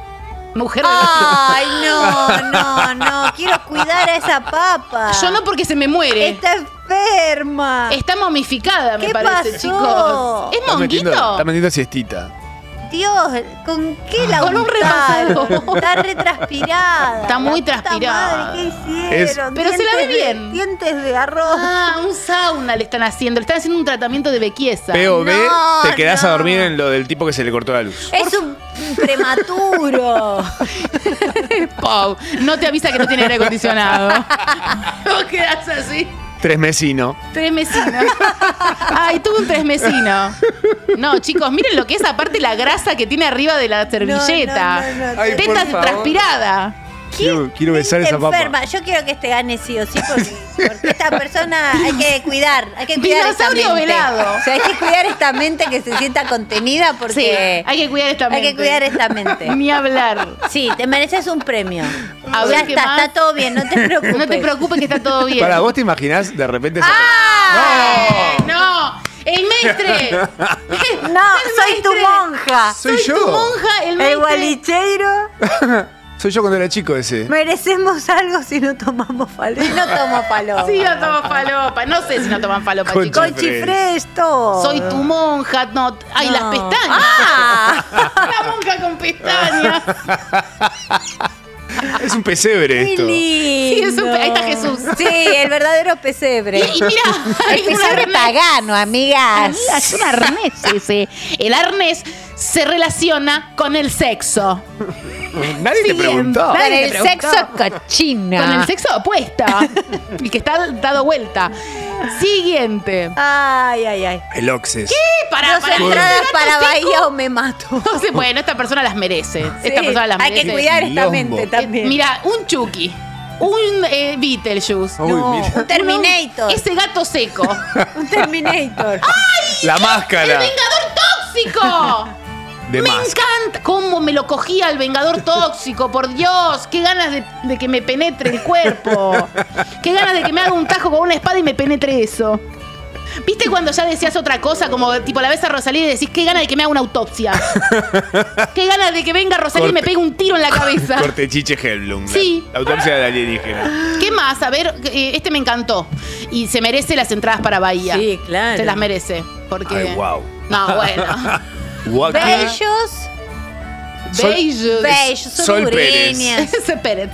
Mujer Ay, no, no, no. Quiero cuidar a esa papa. Yo no porque se me muere. Está enferma. Está momificada, me ¿Qué parece, pasó? chicos. ¿Es Está metiendo, monguito? está metiendo siestita. Dios, ¿con qué la Con un repasado. Está retranspirada. Está muy La puta transpirada. madre, ¿qué hicieron? Es- Pero se la ve Dientes de- bien. dientes de arroz. Ah, un sauna le están haciendo. Le están haciendo un tratamiento de bequieza. POV, No, te quedás no. a dormir en lo del tipo que se le cortó la luz. Es un prematuro. Pau, no te avisa que no tiene aire acondicionado. Vos quedás así. Tres mesino. Tres mesinos. Ay, tuve un tres mesino. No, chicos, miren lo que es aparte la grasa que tiene arriba de la servilleta. no, no, no. Ay, Teta por favor. transpirada. Quiero, quiero besar Está esa papa. enferma. Yo quiero que este gane sí o sí porque, porque esta persona hay que cuidar. Hay que cuidar esta Dinosaurio mente. velado. O sea, hay que cuidar esta mente que se sienta contenida Sí, porque hay que cuidar esta hay mente. que cuidar esta mente. Ni hablar. Sí, te mereces un premio. A ya ver qué está, más. está todo bien, no te preocupes. No te preocupes que está todo bien. Para, ¿vos te imaginás de repente esa ¡Ay, ¡No! ¡El maestre! No, soy tu monja. Soy Soy yo. tu monja, el El maestre. gualicheiro. Soy yo cuando era chico ese. Merecemos algo si no tomamos falopa. Si no tomo falopa. Sí, no tomo falopa. No sé si no toman falopa, Conchi chicos. Fresh. Presto. Soy tu monja. No, ay, las pestañas. Ah. La monja con pestañas. Es un pesebre esto. Sí, es un pe- ahí está Jesús. Sí, el verdadero pesebre. Y- y mira, hay el un pesebre arnés. pagano, amigas. Amiga, es un arnés ese. El arnés se relaciona con el sexo. Nadie te preguntó. Con Nadie el te preguntó. sexo cochino. Con el sexo opuesto. y que está dado vuelta. Siguiente. Ay, ay, ay. El Oxes. ¿Qué? Para, Dos entradas para Bahía o me mato. Entonces, bueno, esta persona las merece. esta persona las hay merece. Eh, que cuidar esta Quilombo. mente también. Mira, un Chucky. Un eh, Beetlejuice. Uy, No, mira. un Terminator. Ese gato seco. un Terminator. Ah. La ¡El máscara Vengador Tóxico! de Me más. encanta cómo me lo cogía el Vengador Tóxico, por Dios. Qué ganas de, de que me penetre el cuerpo. Qué ganas de que me haga un tajo con una espada y me penetre eso. ¿Viste cuando ya decías otra cosa? Como tipo la ves a Rosalía y decís, qué ganas de que me haga una autopsia. Qué ganas de que venga Rosalía y me Corte. pegue un tiro en la cabeza. Corte chiche Hellblum. Sí. La autopsia de alienígena. ¿Qué más? A ver, eh, este me encantó. Y se merece las entradas para Bahía. Sí, claro. Se las merece. Porque. Ay, wow. No, bueno. Guau, qué- Ah. Bellos. Sol- Beige. Bellos. Sol Pérez. Hondureñas. Ese Pérez.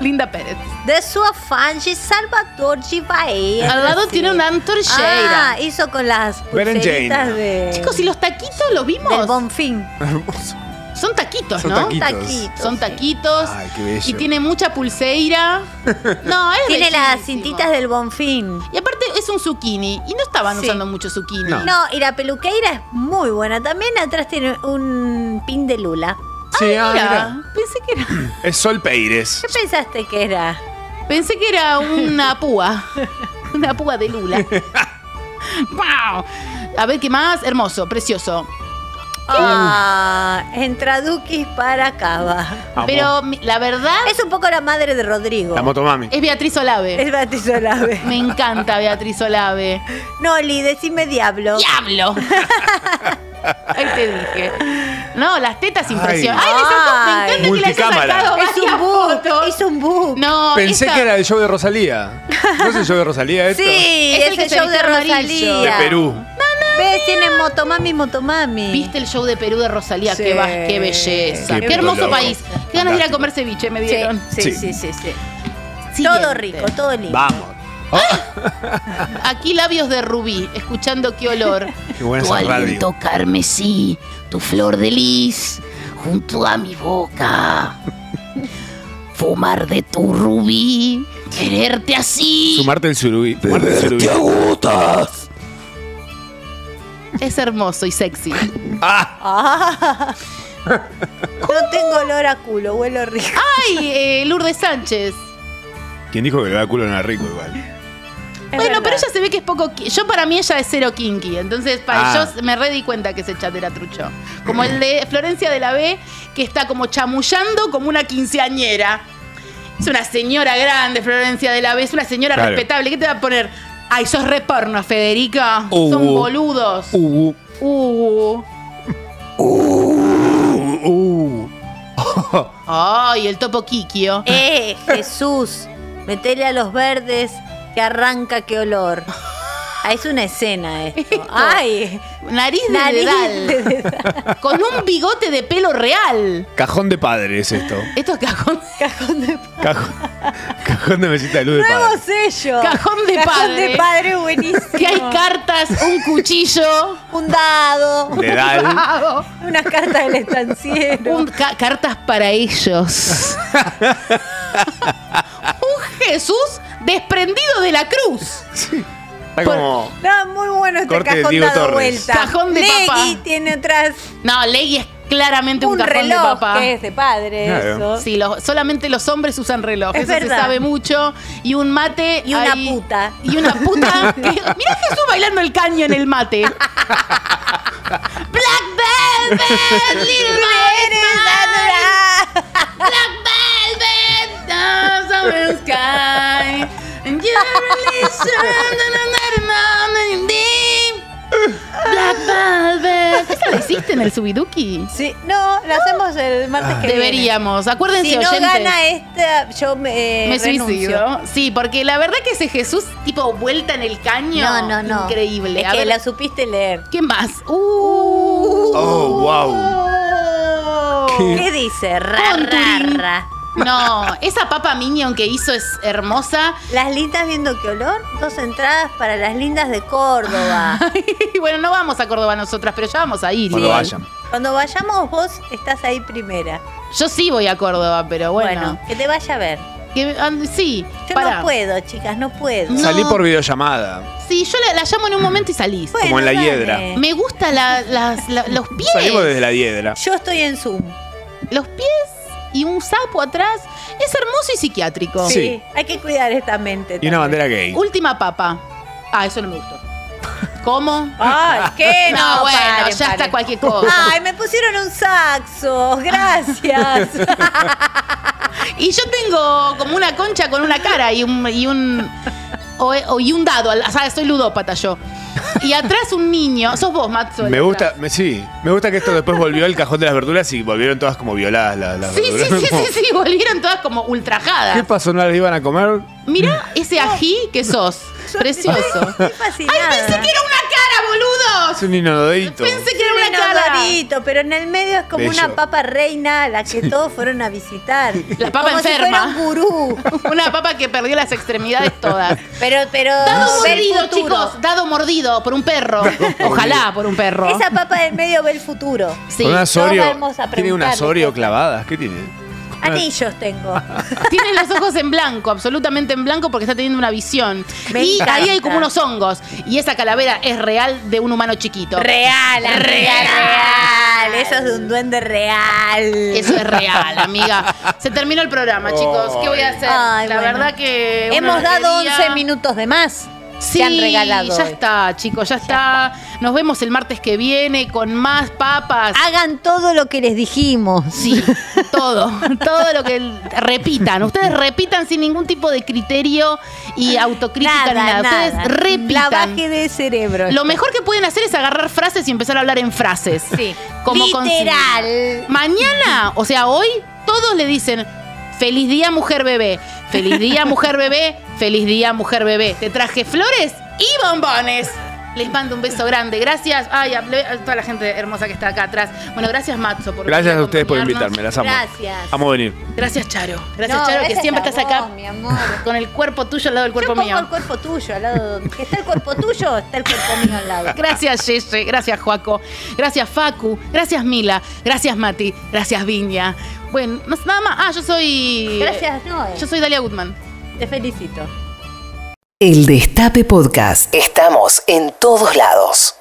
Linda Pérez. De su afán, Salvador de Bahía. Al lado tiene una antorcheira. Ah, hizo con las Beren pulseritas Jane. de... Chicos, ¿y los taquitos los vimos? del Bonfín. Hermoso. Son taquitos, Son ¿no? taquitos. Taquitos, Son sí. taquitos. Ay, qué bello. Y tiene mucha pulseira. No, es Tiene las bellísimo. cintitas del Bonfín. Y aparte es un zucchini. Y no estaban Sí. usando mucho zucchini. No. y la peluqueira es muy buena. También atrás tiene un pin de Lula. Sí, ah, Mira, mira. pensé que era. Es Sol Peires. ¿Qué pensaste que era? Pensé que era una púa. Una púa de Lula. ¡Wow! A ver, ¿qué más? Hermoso, precioso. Oh. Ah, entraduquis para Cava. Amo. Pero mi- la verdad Es un poco la madre de Rodrigo. La motomami. es Beatriz Olave. Es Beatriz Olave. Me encanta Beatriz Olave. Noli, decime diablo. ¡Diablo! Ahí te dije. No, las tetas impresionantes. Ay, Ay. le sacó- me encanta que le hayas Multicámara. sacado Es un varias book, fotos. es un book. No, Pensé esta- que era el show de Rosalía. ¿No es el show de Rosalía esto? Sí, Es el es, que el se show de viste amarillo. De Rosalía. Perú. ¿Ves? Tiene motomami, motomami. ¿Viste el show de Perú de Rosalía? Sí. Qué, vas- qué belleza. Qué Qué, hermoso loco. país. Qué ganas de ir a Fantástico. comer ceviche, me Sí, dieron. sí, sí, Sí. sí, sí. Siguiente. Todo rico, todo lindo. Vamos. Aquí labios de rubí, escuchando qué olor. Qué buena Tu esa radio. aliento carmesí, tu flor de lis, junto a mi boca. Fumar de tu rubí, quererte así. Sumarte el surubí. Sumarte el surubí. Es hermoso y sexy. Ah. No tengo olor a culo, huelo rico. Ay, eh, Lourdes Sánchez. ¿Quién dijo que le da culo no era rico igual? bueno, pero ella se ve que es poco. ki- Yo para mí ella es cero kinky. Entonces, para Ah. yo me re di cuenta que ese chat era trucho. Como el de Florencia de la B, que está como chamullando como una quinceañera. Es una señora grande, Florencia de la B, es una señora Claro. respetable. ¿Qué te va a poner? Ay, sos re porno, Federica. Uh. Son boludos. Uh. Uh, uh, uh. Ay, el topo Kikio. Eh, Jesús, metele a los verdes que arranca qué olor. Ah, es una escena esto. Ay, Nariz de nariz dedal. de dedal. Con un bigote de pelo real. Cajón de padre es esto. Esto es cajón, Cajón, cajón de mesita de luz de Nuevo padre. sello. Cajón de Cajón padre. de padre, buenísimo. que hay cartas, un cuchillo, Un dado, Le da unas cartas del estanciero. un ca- cartas para ellos. un Jesús desprendido de la cruz. Está como. No, muy bueno este Corte de cajón Diego dado Torres. vuelta. Cajón de Legui papa. tiene atrás No, Leggy es claramente un, un cajón reloj de papá. que es de padre Claro. eso. Sí, los- solamente los hombres usan reloj, Es eso verdad. se sabe mucho. Y un mate. Y una ahí- puta. Y una puta. que- mirá Jesús bailando el caño en el mate. Black Velvet, Little Nightmares, Black velvet down the sky. And you're releasing the night in the morning deep. Black velvet. Esa la hiciste en el Subiduki? Sí, no, la hacemos el martes que viene. Deberíamos. Acuérdense, Si no Ah. oyentes. gana esta, yo me, eh, Me renuncio. suicido. Sí, porque la verdad que ese Jesús, tipo, vuelta en el caño. No, no, no. Increíble. Es A que ver, la supiste leer. ¿Qué más? Uh. Oh, wow. ¿Qué? ¿Qué? dice? Ra, Contouring. ra, ra. No, esa papa minion que hizo es hermosa. Las lindas viendo qué olor. Dos entradas para las lindas de Córdoba. Y bueno, no vamos a Córdoba nosotras, pero ya vamos a ir. Cuando vayan. Cuando vayamos, vos estás ahí primera. Yo sí voy a Córdoba, pero bueno. Que te vaya a ver. Que, ah, sí. Yo pará. no puedo, chicas, no puedo. Salí por videollamada. Sí, yo la, la llamo en un momento y salís. Como en la hiedra. Me gustan los pies. Salimos desde la hiedra. Yo estoy en Zoom. Los pies y un sapo atrás. Es hermoso y psiquiátrico. Sí. Sí, hay que cuidar esta mente. Y una bandera gay. Última papa. Ah, eso no me gustó. ¿Cómo? Ay, qué No, no, bueno, paren, ya paren. está cualquier cosa. Ay, me pusieron un saxo, gracias. Y yo tengo como una concha con una cara y un. Y un o, o- y un dado. O sea, soy ludópata yo. Y atrás un niño. Sos vos, Matzo. Me gusta, me, sí, me gusta que esto después volvió al cajón de las verduras y volvieron todas como violadas la- las, Sí, sí, verduras. sí, Como, sí, sí, volvieron todas como ¿Qué ultrajadas. pasó? ¿No las iban a comer? Mirá ese ají que sos. Precioso. Estoy fascinada. Ay, pensé que era una cara, boludo. Es un inododito. Pensé que era Sí, un una cara. inodorito, pero en el medio es como Bello. una papa reina a la que todos fueron a visitar. La papa como enferma. Si fuera un gurú. Una papa que perdió las extremidades todas. Pero, pero. Dado ve el mordido, futuro. chicos. Dado mordido por un perro. Ojalá por un perro. Esa papa del medio ve el futuro. Sí, Con una todos Sorio. vamos a ¿Tiene una preguntarle Sorio clavadas? ¿Qué tiene? Anillos tengo. Tiene los ojos en blanco, absolutamente en blanco, porque está teniendo una visión. Me y ahí hay encanta. como unos hongos. Y esa calavera es real de un humano chiquito. Real, amiga, real. Eso es de un duende real. Eso es real, amiga. Se terminó el programa, chicos. ¿Qué voy a hacer? Ay, La bueno. verdad que. uno Hemos no dado quería. 11 minutos de más. Sí, Se han regalado. Ya hoy. está, chicos, ya, está. Nos vemos el martes que viene con más papas. Hagan todo lo que les dijimos. Sí, todo, todo lo que repitan. Ustedes repitan sin ningún tipo de criterio y autocrítica ni Nada, nada. nada. Ustedes repitan. Lavaje de cerebro. Lo mejor que pueden hacer es agarrar frases y empezar a hablar en frases. Sí. Como con- Literal. Mañana, o sea, hoy, todos le dicen. Feliz día, mujer bebé. Feliz día, mujer bebé. Feliz día, mujer bebé. Te traje flores y bombones. Les mando un beso grande. Gracias. Ay, a a toda la gente hermosa que está acá atrás. Bueno, gracias, Matzo. Por Gracias venir a ustedes por acompañarnos. invitarme, las amo. Gracias. Amo venir. Gracias, Charo. Gracias, No, Charo, gracias que siempre a estás vos, acá. mi amor. Con el cuerpo tuyo al lado del cuerpo Pongo mío. el cuerpo tuyo al lado. donde- Que está el cuerpo tuyo, está el cuerpo mío al lado. Gracias, Yeye. Gracias, Joaco. Gracias, Facu. Gracias, Mila. Gracias, Mati. Gracias, Viña. Bueno, no- nada más. Ah, yo soy. Gracias, Noé. Yo soy Dalia Goodman. Te felicito. El Destape Podcast. Estamos en todos lados.